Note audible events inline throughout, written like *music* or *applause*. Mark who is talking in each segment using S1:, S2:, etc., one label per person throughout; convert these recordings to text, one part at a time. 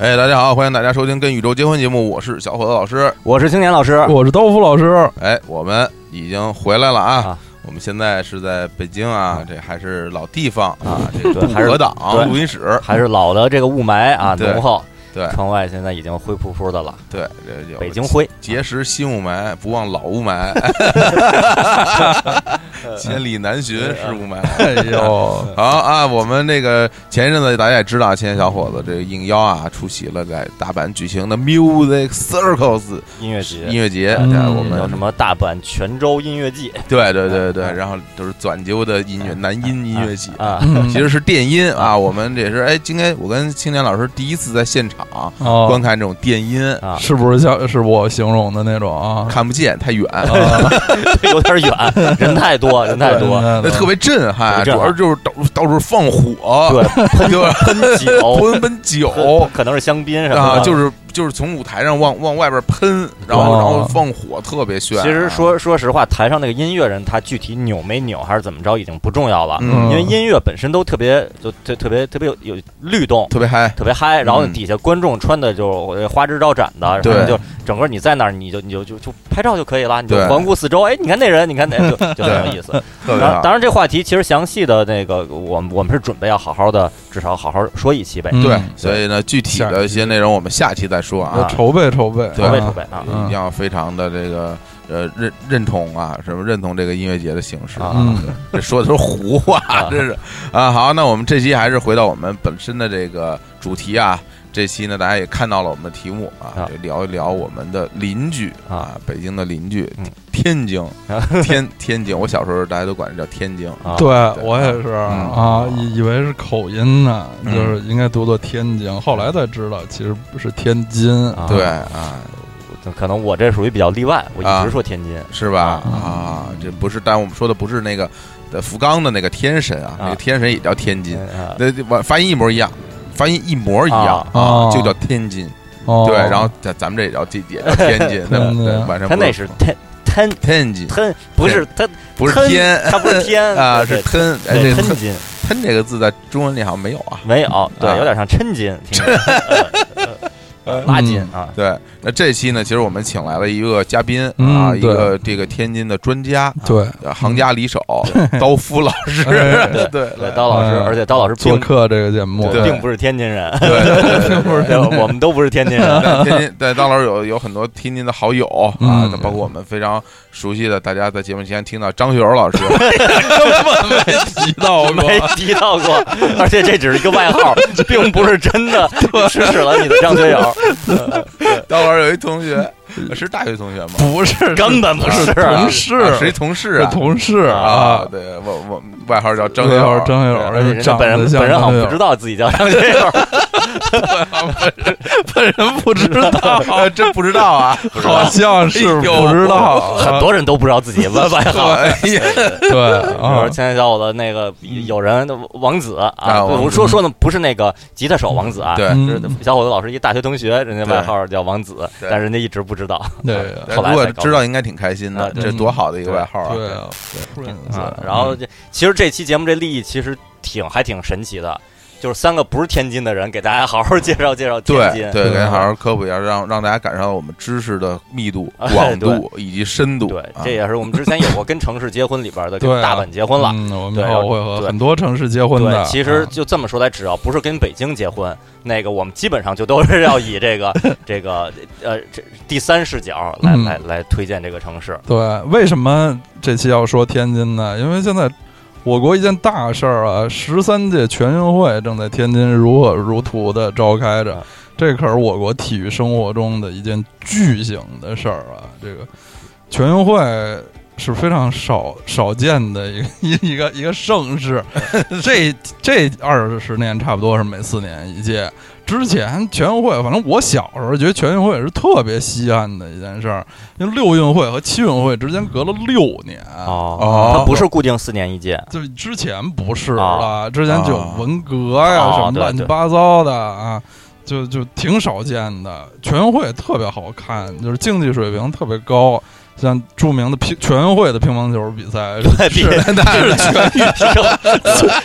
S1: 哎，大家好，欢迎大家收听《跟宇宙结婚》节目，我是小伙子老师。
S2: 我是青年老师，
S1: 哦
S3: 我是刀夫老师，
S1: 哎，我们已经回来了啊！
S2: 啊
S1: 我们现在是在北京啊，这还是老地方啊
S2: 啊，
S1: 这
S2: 对
S1: 不
S2: 还是
S1: 合档
S2: 对
S1: 录音室，
S2: 还是老的这个雾霾啊
S1: 对
S2: 浓厚，
S1: 对
S2: 窗外现在已经灰扑扑的了，
S1: 对，这有
S2: 北京灰，
S1: 结识新雾霾，不忘老雾
S2: *laughs*
S1: 霾，千里难寻
S2: 啊
S1: 是雾霾。
S3: 哎呦，
S1: 好啊，我们那个前一阵子大家也知道，青年小伙子这个应邀啊，出席了在大阪举行的 Music Circles
S2: 啊音乐节
S1: 音。乐节，
S2: 嗯
S1: 对我
S2: 叫
S1: 们
S2: 什么大阪泉州音乐季
S1: 对对对对，
S2: 嗯
S1: 然后就是钻究的音乐，男音音乐系，
S2: 啊？
S3: 嗯
S1: 其实是电音啊。我们这也是哎，今天我跟青年老师第一次在现场观
S3: 哦，
S1: 看这种电音，
S2: 啊，
S3: 是不是像是我形容的那种啊？
S1: 看不见太远，
S3: 啊
S2: 有点远， *laughs* 人太
S1: *laughs*
S2: 多，人 *laughs* 太多，
S1: 那特别震撼，啊
S2: 特
S1: 主要是
S2: 别震撼
S1: 就是到到处放火，
S2: 对，
S1: *laughs* 对，*laughs*
S2: 喷酒，
S1: 喷喷酒
S2: *laughs* 喷可能是香槟什么
S1: 哦啊，
S2: 的。
S1: 就是就是从舞台上往往外边喷，然后
S3: 哦
S1: 然后放火，特别啊炫。
S2: 其实说说实话，台上那个音乐人他具体扭没扭还是怎么着已经不重要了，
S1: 嗯
S2: 因为音乐本身都特别就特特别特别有有律动，
S1: 特别嗨，
S2: 特别嗨，然后
S1: 嗯
S2: 底下观众穿的就是花枝招展的，
S1: 对
S2: 然后就整个你在那儿，你就你就就就拍照就可以了，你就
S1: 对
S2: 环顾四周，哎，你看那人，你看那就就很有意思。
S1: 特别啊
S2: 当然，
S1: 好。
S2: 当然这话题其实详细的那个，我们我们是准备要好好的，至少好好说一期呗，
S3: 嗯
S1: 对
S3: 嗯，
S1: 所以呢，具体的一些内容我们下期再说啊
S3: 我。筹备筹备，
S1: 对
S2: 筹备
S3: 啊
S2: 筹备啊。
S1: 一定要非常的这个呃认认同啊，什么认同这个音乐节的形式
S2: 啊
S3: 嗯，
S1: 这说的都是胡话，
S2: 啊
S1: *laughs* 真是啊。好，那我们这期还是回到我们本身的这个主题啊。这期呢，大家也看到了我们的题目啊
S2: 啊，
S1: 这聊一聊我们的邻居啊，北京的邻居
S2: 嗯，
S1: 天津
S2: 啊，
S1: *laughs* 天天津，我小时候大家都管这叫天津。
S2: 啊，
S3: 对我也是啊
S1: 嗯，
S3: 以以为是口音呢，
S1: 嗯
S3: 就是应该读作天津，后来才知道其实不是天津
S2: 啊
S1: 对，啊，
S2: 可能我这属于比较例外，我一直说天津
S1: 是吧？
S3: 嗯
S1: 啊，这不是，但我们说的不是那个呃福冈的那个天神啊，
S2: 啊
S1: 那个天神也叫天津，
S2: 啊
S1: 那完发音一模一样，发音一模一样
S2: 啊
S3: 哦
S1: 就叫天津。
S3: 哦，
S1: 对，然后咱咱们这也叫地也叫天津，对吧
S3: 天津
S1: 对，晚上
S2: 他
S1: 不
S2: 那是天天
S1: 天津，
S2: 天，不是他
S1: 不是
S2: 吞
S1: 天，
S2: 他不是天
S1: 啊，
S2: 对
S1: 是吞。哎，
S2: 对
S1: 这
S2: 天
S1: 吞
S2: 津
S1: 吞这个字在中文里好像没有啊。
S2: 没有，对
S1: 啊，
S2: 有点像抻筋，听着呃拉筋啊，
S1: 对，那这期呢，其实我们请来了一个嘉宾啊，
S3: 嗯
S1: 一个这个天津的专家，
S3: 对，
S1: 呃行家里手刀夫老师，
S3: 哎
S1: *laughs* 对
S2: 对，刀老师，
S3: 嗯
S2: 而且刀老师
S3: 做
S2: 并
S3: 客这个节目，
S1: 对
S2: 并不是天津人，
S3: *laughs*
S1: 对对，
S3: 不是
S2: 对我们都不是天津人。
S3: *laughs*
S1: 但天津对当老师有有很多天津的好友啊，
S3: 嗯
S1: 包括我们非常熟悉的，大家在节目前听到张学友老师，
S3: 提到过
S2: 没提到过，而且这只是一个外
S3: *laughs*
S2: 号，并不是真的指使了你的张学友，
S1: 当老师有一同学呃是大学同学吗？
S3: 不
S2: *laughs*
S3: 是
S2: 根本不
S3: 是
S2: 是啊
S3: 同事
S1: 啊谁同事
S3: 是
S1: 啊？
S3: 同事
S1: 啊，，对我我外号叫张学
S3: 学
S1: 友，啊
S3: 张学友，
S2: 而且
S3: 而且
S2: 人家
S3: 长
S2: 本人
S3: 得像
S2: 本人好像不
S3: 张学
S2: 知
S3: 友
S2: 道自己叫张学友，
S3: *laughs* 本人不知
S1: *laughs*
S3: 道，
S1: 啊真不知道啊，
S3: 好像是不知道，
S2: 哎
S3: 啊
S2: 很多人都不知道自己外外号。
S1: 哎呀，
S3: 对
S2: 比如
S3: 啊
S2: 说，前小伙子那个
S3: 嗯
S2: 有人王子
S1: 啊
S2: 啊，
S1: 王子
S2: 我说说的不是那个吉他手王子啊，
S1: 对。
S3: 嗯
S2: 是小伙子老师一大学同学，人家外号叫王子，
S1: 对
S2: 但是人家一直不知道。
S3: 对
S1: 哎如
S2: 后来才
S1: 果
S2: 搞懂
S1: 知道应该挺开心的
S2: 啊，
S3: 对
S1: 这多好的一个外号啊！
S3: 对
S2: 嗯
S3: 啊，
S2: 啊，然后
S3: 嗯
S2: 这其实这期节目这立意其实挺还挺神奇的，就是三个不是天津的人给大家好好介绍介绍天津
S1: 对。对，
S3: 对
S1: 给大家好好科普一下，让让大家感受到我们知识的密度、
S2: 啊
S1: 广度以及深度。
S2: 对
S1: 啊 *laughs*
S2: 这也是我们之前有过跟城市结婚里边的，
S3: 嗯对
S2: 跟
S3: 啊
S2: 大阪结婚了。
S3: 嗯，我
S2: 对
S3: 们后会和
S2: 对
S3: 很多城市结婚的，
S2: 对，其实
S3: 啊
S2: 就这么说来，只要不是跟北京结婚，那个我们基本上就都是要以这
S3: *laughs*
S2: 个这个呃这第三视角来
S3: 嗯
S2: 来来推荐这个城市。
S3: 对，为什么这期要说天津呢？因为现在我国一件大事儿啊，十三届全运会正在天津如火如荼的召开着
S2: 啊，
S3: 这可是我国体育生活中的一件巨型的事儿啊！这个全运会是非常少少见的一个一一个一个盛事，这这二十年差不多是每四年一届。之前全运会，反正我小时候觉得全运会是特别稀罕的一件事儿，因为六运会和七运会之间隔了六年
S1: 哦
S2: 它不是固定四年一届，
S3: 就之前不是
S2: 啊
S3: 了，之前就有文革呀、
S2: 啊
S3: 什么
S2: 对
S3: 乱七
S2: 对
S3: 八糟的啊，就就挺少见的。全运会特别好看，就是竞技水平特别高，像著名的乒全运会的乒乓球比赛，
S2: 对
S3: 是
S2: 比
S3: 是全域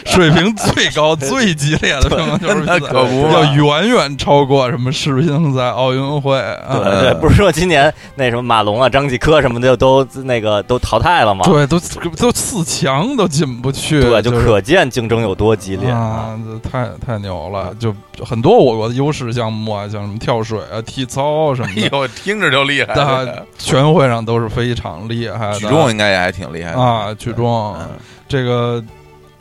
S3: 水平最高、最激烈的乒乓球比
S1: 那
S3: 赛，
S1: 可不
S3: 要
S1: 嘛，
S3: 远远超过什么世乒赛、奥运会啊。
S2: 对对，不是说今年那什么马龙啊、张继科什么的都那个都淘汰了吗？
S3: 对，都都四强都进不去，
S2: 对，就
S3: 就是
S2: 可见竞争有多激烈啊！
S3: 啊，这太太牛了！就就很多我国的优势项目啊，像什么跳水啊、体操
S1: *laughs*
S3: 什么
S1: 哎
S3: 的，
S1: 呦，听着就厉害。 *laughs*
S3: 在全运会上都是非常厉害的。
S1: 举重应该也还挺厉害的
S3: 啊，举重
S1: 嗯
S3: 这个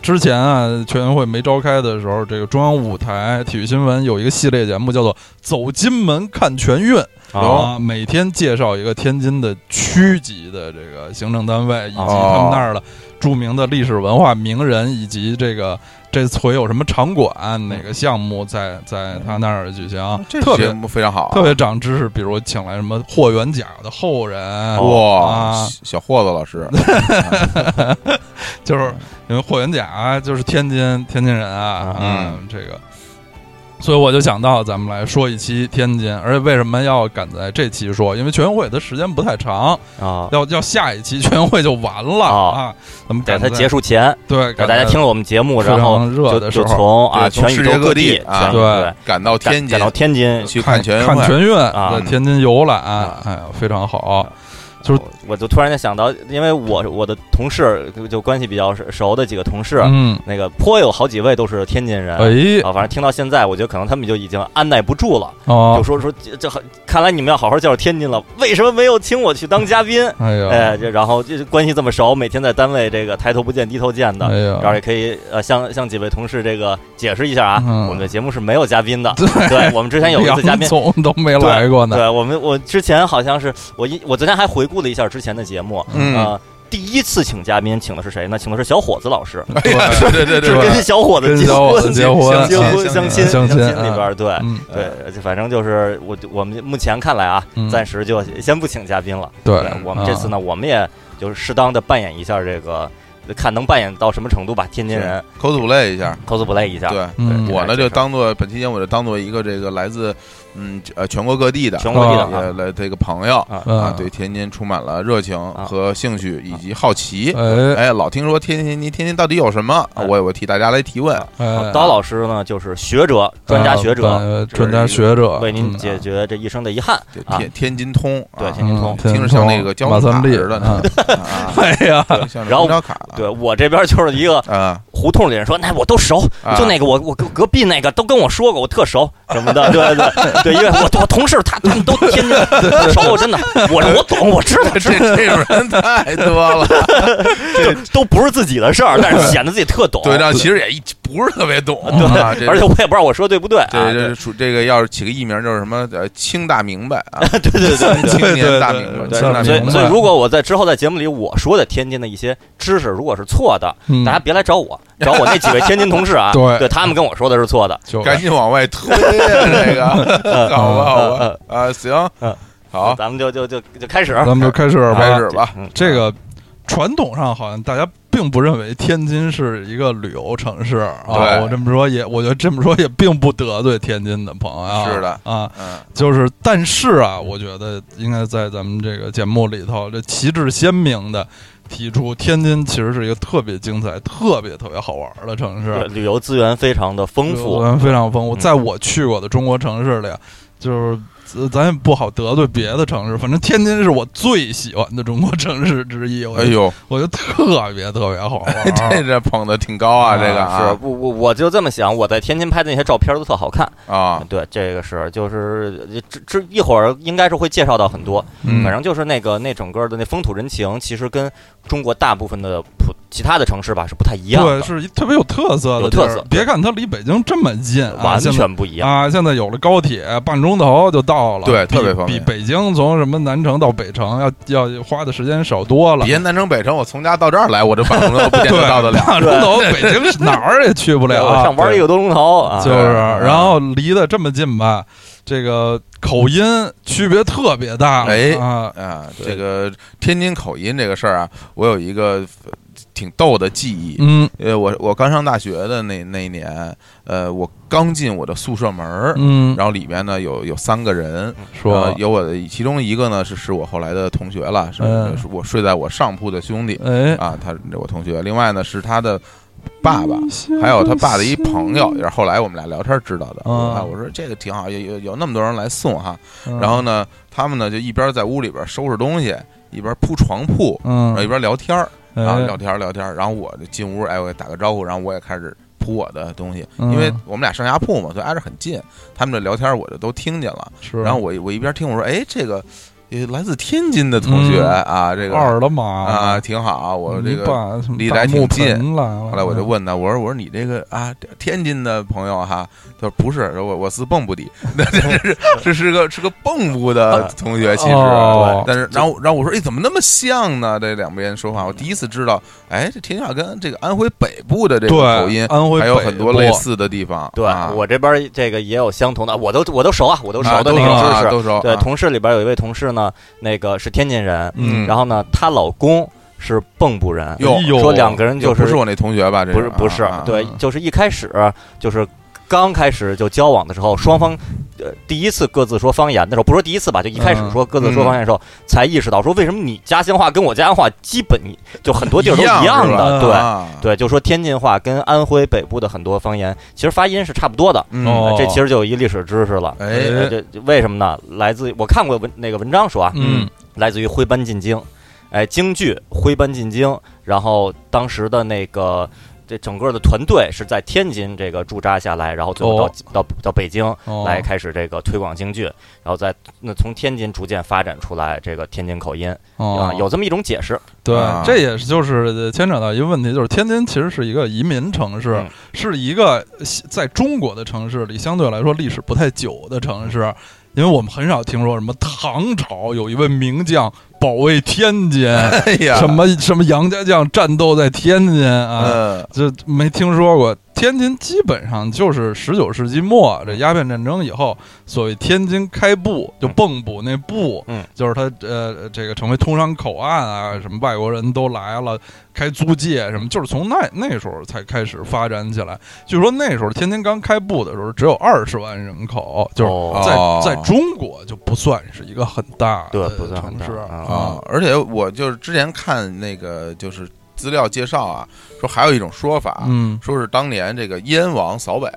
S3: 之前啊，全运会没召开的时候，这个中央五台体育新闻有一个系列节目叫做《走金门看全运》
S2: 哦
S3: 啊，每天介绍一个天津的区级的这个行政单位，以及他
S1: 哦
S3: 们那儿的著名的历史文化名人，以及这个这回有什么场馆、哪个项目在在他那儿举行，
S1: 哦这
S3: 嗯特
S1: 节
S3: 别
S1: 目非常好啊，
S3: 特别长知识，比如请来什么霍元甲的后人，
S1: 哇
S3: 啊，
S1: 小霍子老师，
S3: 就是因为霍元甲啊就是天津天津人啊，
S1: 嗯
S3: 这个，所以我就想到咱们来说一期天津，而且为什么要赶在这期说？因为全运会的时间不太长，
S2: 啊！
S3: 要要下一期全运会就完了、
S2: 哦
S3: 啊，咱们
S2: 在
S3: 赶
S2: 它
S3: 在
S2: 结束前，
S3: 对，
S2: 让
S3: 赶
S2: 大家
S3: 在
S2: 听了我们节目，
S3: 非常
S2: 然后
S3: 热
S2: 就
S3: 的时
S2: 就
S3: 候
S2: 从啊
S1: 对从
S2: 全宇
S1: 世界
S2: 宙
S1: 各
S2: 地
S1: 地啊
S2: 全
S3: 对
S1: 赶到
S2: 赶
S1: 天津
S2: 赶到天津
S1: 去看全运
S3: 看
S1: 会，
S3: 全运
S2: 啊
S1: 嗯
S3: 在天津游览，哎呀，非常好。就是
S2: 我我就突然间想到，因为我我的同事就就关系比较熟的几个同事，
S3: 嗯，
S2: 那个颇有好几位都是天津人。
S3: 哎，
S2: 啊啊，反正听到现在，我觉得可能他们就已经按耐不住了，就
S3: 哦，
S2: 说说这这很，看来你们要好好介绍天津了，为什么没有请我去当嘉宾？
S3: 哎呀，
S2: 哎，这然后这关系这么熟，每天在单位这个抬头不见低头见的，
S3: 哎呀
S2: 然后也可以呃向向几位同事这个解释一下啊，
S3: 嗯
S2: 我们的节目是没有嘉宾的，
S3: 对
S2: 对我们之前有一次嘉
S3: 梁 *laughs*
S2: 宾。
S3: 总都没来过呢，
S2: 对我们，我之前好像是我一我昨天还回顾了一下之前的节目，
S1: 嗯，
S2: 呃，第一次请嘉宾请的是谁呢？请的是小伙子老师，
S1: 哎呀 *laughs* 对对对
S2: 是
S1: 对
S2: 跟小伙子
S3: 跟
S2: 结
S3: 小伙子
S2: 婚
S3: 结婚
S2: 结
S1: 相亲
S2: 婚
S1: 相
S2: 亲
S1: 亲
S2: 相
S3: 相亲
S2: 里边儿，对
S3: 嗯，
S2: 对，反正就是我我们目前看来啊
S3: 嗯，
S2: 暂时就先不请嘉宾了。
S3: 对
S1: 嗯
S3: 啊
S2: 我们这次呢，我们也就是适当的扮演一下这个，看能扮演到什么程度吧，天津人
S1: ，cosplay 一下，
S2: cosplay 一下。啊哎
S1: 对。
S3: 嗯
S1: 我呢就
S2: 这个
S1: 当做本期节目，我就当做一个这个来自嗯呃全国各地的
S2: 全国
S3: 各地
S2: 的啊
S1: 呃来这个朋友
S2: 啊
S3: 嗯
S1: 啊，对天津充满了热情和兴趣以及好奇。
S3: 啊哎
S1: 哎，老听说天津，天津到底有什么？
S2: 哎
S1: 我我替大家来提问。
S3: 哎，
S2: 刀老师呢，就是学
S1: 嗯
S2: 者、专家学者，
S3: 呃专家学者
S2: 为您
S3: 嗯
S2: 解决这一生的遗憾
S1: 这
S2: 啊。
S1: 天天津通，
S2: 对
S1: 啊
S2: 天津通
S1: 听着像那个交
S3: 马
S1: 通
S3: 三
S1: 卡
S3: 立
S1: 似的
S3: 啊
S1: 呢，啊，
S3: *laughs* 哎呀，
S1: 像
S2: 然后
S1: 公交卡了
S2: 对我这边就是一个 *laughs*
S1: 啊，
S2: 胡同里人说，那我都熟，
S1: 啊
S2: 就那个我我隔隔壁那个都跟我说过，我特熟什么的，对对对，因为我我同事他他们都天津人，
S1: *laughs*
S2: 都熟我真的，我我懂，我知道，
S1: 这这种人太多了。
S2: 就都不是自己的事儿，但是显得自己特懂，
S1: *laughs* 对，但其实也一不是特别懂啊，这
S2: 哦而且我也不知道我说对不对啊，
S1: 这这
S2: 对
S1: 属这个要是起个艺名就是什么呃清大明白啊，
S2: 对对对。
S1: 青年大
S3: 对
S1: 明
S3: 对
S1: 白，
S3: 对
S1: 清大
S2: 所
S1: 明
S2: 以，
S1: 白。
S2: 所以如果我在之后在节目里我说的天津的一些知识如果是错的，
S3: 嗯
S2: 大家别来找我，找我那几位天津同事啊，
S3: *laughs* 对
S2: 他们跟我说的是错的。
S3: 就
S1: 赶紧往外推啊，这
S2: *laughs*
S1: 个
S3: *laughs*
S1: 好吧，好吧，啊，行
S2: 嗯，
S1: 好，
S2: *laughs* 咱们就就就就开始，啊
S3: 咱们就开始吧
S1: 开始吧。
S2: 嗯
S3: 这个传统上好像大家并不认为天津是一个旅游城市啊，
S1: 对
S3: 我这么说也，我觉得这么说也并不得罪天津的朋友，
S1: 是的
S3: 啊，
S1: 嗯，
S3: 就是但是啊，我觉得应该在咱们这个节目里头，这旗帜鲜明的提出，天津其实是一个特别精彩、特别特别好玩的城市
S2: 对，旅游资源非常的丰富，
S3: 非常丰富。
S2: 嗯
S3: 在我去过的中国城市里，啊就是呃咱也不好得罪别的城市，反正天津是我最喜欢的中国城市之一。我
S1: 哎
S3: 觉得，
S1: 呦，。
S3: 我觉得特别特别好玩
S1: *laughs* 这这捧的挺高啊，
S3: 啊
S1: 这个
S2: 嗯是
S1: 啊
S2: 我我我就这么想，我在天津拍的那些照片都特好看。
S1: 啊，
S2: 对，这个是就是这这一会儿应该是会介绍到很多，
S3: 嗯
S2: 反正就是那个那整个的那风土人情，其实跟中国大部分的普其他的城市吧是不太一样
S3: 对，
S2: 的，
S3: 是一特别有特色的
S2: 有
S3: 地儿，
S2: 特色
S3: 别看它离北京这么近啊，
S2: 完
S3: 现在
S2: 全不一样。
S3: 啊，现在有了高铁，半钟头就到了，
S1: 对
S3: 比
S1: 特别方便
S3: 比北京从什么南城到北城要要花的时间少多了。
S1: 别南城北城，我从家到这儿来，我这办公都不见
S3: 对，
S1: 得到得了。
S3: *laughs* 半钟头北京是哪儿也去不
S2: 对
S3: 了
S2: 我
S3: 啊，
S2: 上班一个多钟头啊
S3: 就，是，
S1: 啊
S3: 然后离得这么近吧，这个口音区别特别大，
S1: 哎
S3: 啊，
S1: 啊，
S3: 对
S1: 这个天津口音这个事儿啊，我有一个呃挺逗的记忆。
S3: 嗯
S1: 呃，我我刚上大学的那那一年，呃，我刚进我的宿舍门儿，
S3: 嗯，
S1: 然后里面呢有有三个人，
S3: 说
S1: 呃，有我的其中一个呢是是我后来的同学了，是
S3: 嗯
S1: 是我睡在我上铺的兄弟
S3: 哎，
S1: 啊，他是我同学，另外呢是他的爸爸。还有他爸的一朋友，也是后来我们俩聊天知道的。
S3: 啊
S1: 啊，我说这个挺好，有有有那么多人来送哈。
S3: 嗯，
S1: 然后呢，他们呢就一边在屋里边收拾东西，一边铺床铺，
S3: 嗯
S1: 然后一，边聊天儿，啊
S3: 哎
S1: 然后聊天儿聊天儿。然后我就进屋，哎，我打个招呼，然后我也开始铺我的东西，
S3: 嗯
S1: 因为我们俩上下铺嘛，所以挨着很近。他们这聊天儿我就都听见了。
S3: 是，
S1: 然后我我一边听我说，哎，这个呃来自天津的同学
S3: 嗯
S1: 啊，这个
S3: 二嗯了嘛
S1: 啊，挺好，我这
S3: 你
S1: 个
S3: 爸什么
S1: 离
S3: 大
S1: 得还挺
S3: 木
S1: 近
S3: 盆来了，
S1: 后来我就问他，我说我说你这个啊，天津的朋友哈，他说不是，我我是蚌埠的，那 *laughs* 这是这是个是个蚌埠
S3: 啊
S1: 的同学，其实。
S3: 哦
S1: 但是，然后，然后我说，哎，怎么那么像呢？这两边说话，我第一次知道，哎，这天津话跟这个安徽北部的这个
S3: 对
S1: 口音，
S3: 安徽
S1: 还有
S3: 北
S1: 很多
S3: 部
S1: 类似的地方。
S2: 对
S1: 啊、
S2: 我这边这个也有相同的，我都我都熟啊，我都熟
S1: 啊
S2: 的
S1: 都
S2: 那
S1: 熟啊
S2: 个知识。
S1: 都熟。
S2: 对，
S1: 啊
S2: 同事里边有一位同事呢，那个是天津人，
S1: 嗯
S2: 然后呢，她老公是蚌埠人，
S1: 哟
S3: 哎呦
S2: 说两个人就
S1: 又
S2: 是
S1: 不是我那同学吧？这
S2: 不是不是，
S1: 啊、
S2: 对，就是一开始就是刚开始就交往的时候，双方呃第一次各自说方言的时候，不说第一次吧，就一开
S1: 嗯
S2: 始说各自说方言的时候，才意识到说为什么你家乡话跟我家乡话基本就很多地儿都
S1: 一
S2: 样
S1: 是吧
S2: 的，对、
S1: 啊、
S2: 对，就说天津话跟安徽北部的很多方言其实发音是差不多的，
S1: 嗯
S3: 哦
S2: 这其实就有一历史知识了。
S1: 哎
S2: 呃这这为什么呢？来自于我看过文那个文章说啊，
S3: 嗯，
S2: 来自于《徽班进京》，哎，京剧《徽班进京》，然后当时的那个这整个的团队是在天津这个驻扎下来，然后最后到、
S3: 哦
S2: 到到北京
S1: 嗯
S3: 哦
S2: 来开始这个推广京剧，然后再那从天津逐渐发展出来这个天津口音啊、
S3: 哦
S2: 有这么一种解释。
S3: 对
S1: 啊，
S3: 这也是就是牵扯到一个问题，就是天津其实是一个移民城市
S2: 嗯，
S3: 是一个西在中国的城市里相对来说历史不太久的城市，因为我们很少听说什么唐朝有一位名将保卫天
S1: *laughs* *laughs*
S3: 津，
S1: 哎呀，
S3: 什么什么杨家将战斗在天津啊，
S1: 呃，
S3: 这没听说过。天津基本上就是十九世纪末这鸦片战争以后，所谓天津开埠，
S1: 嗯
S3: 就蚌埠那埠，
S2: 嗯，
S3: 就是它呃这个成为通商口岸啊，什么外国人都来了，开租界什么，就是从那那时候才开始发展起来。据说那时候天津刚开埠的时候只有二十万人口，就是
S2: 哦
S3: 在、
S1: 哦
S3: 在中国就不算是一个很大
S2: 对
S3: 的，
S2: 不算很
S3: 呃城
S2: 大
S3: 市
S2: 啊
S1: 啊，而且我就是之前看那个就是资料介绍啊，说还有一种说法，
S3: 嗯，
S1: 说是当年这个燕王扫北，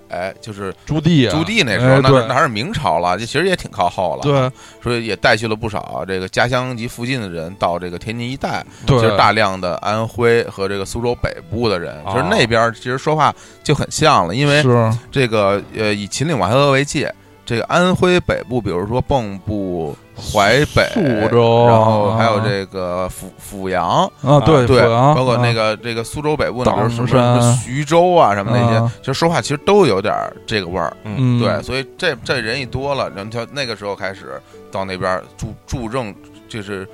S1: 就是
S3: 朱棣啊，
S1: 朱棣那时
S3: 哎
S1: 候，那
S3: 对
S1: 是那还是明朝了，这其实也挺靠后了，，
S3: 对
S1: 所以也带去了不少这个家乡及附近的人到这个天津一带，
S3: 对，
S1: 就是大量的安徽和这个苏州北部的人，就是
S2: 哦
S1: 那边其实说话就很像了，因为
S3: 是
S1: 这个呃以秦岭淮河为界。这个安徽北部，比如说蚌埠、淮北、
S3: 苏州
S1: 然后还有
S3: 啊
S1: 这个阜阜阳，
S3: 啊，对
S1: 对，
S3: 阜阳
S1: 包括那
S3: 啊
S1: 个这个苏州北部呢，比如什么
S3: 党山
S1: 什么徐州啊，什么那些
S3: 啊，
S1: 其实说话其实都有点儿这个味儿。
S3: 嗯，
S1: 对，所以这这人一多了，然后就那个时候开始到那边儿注注重就是。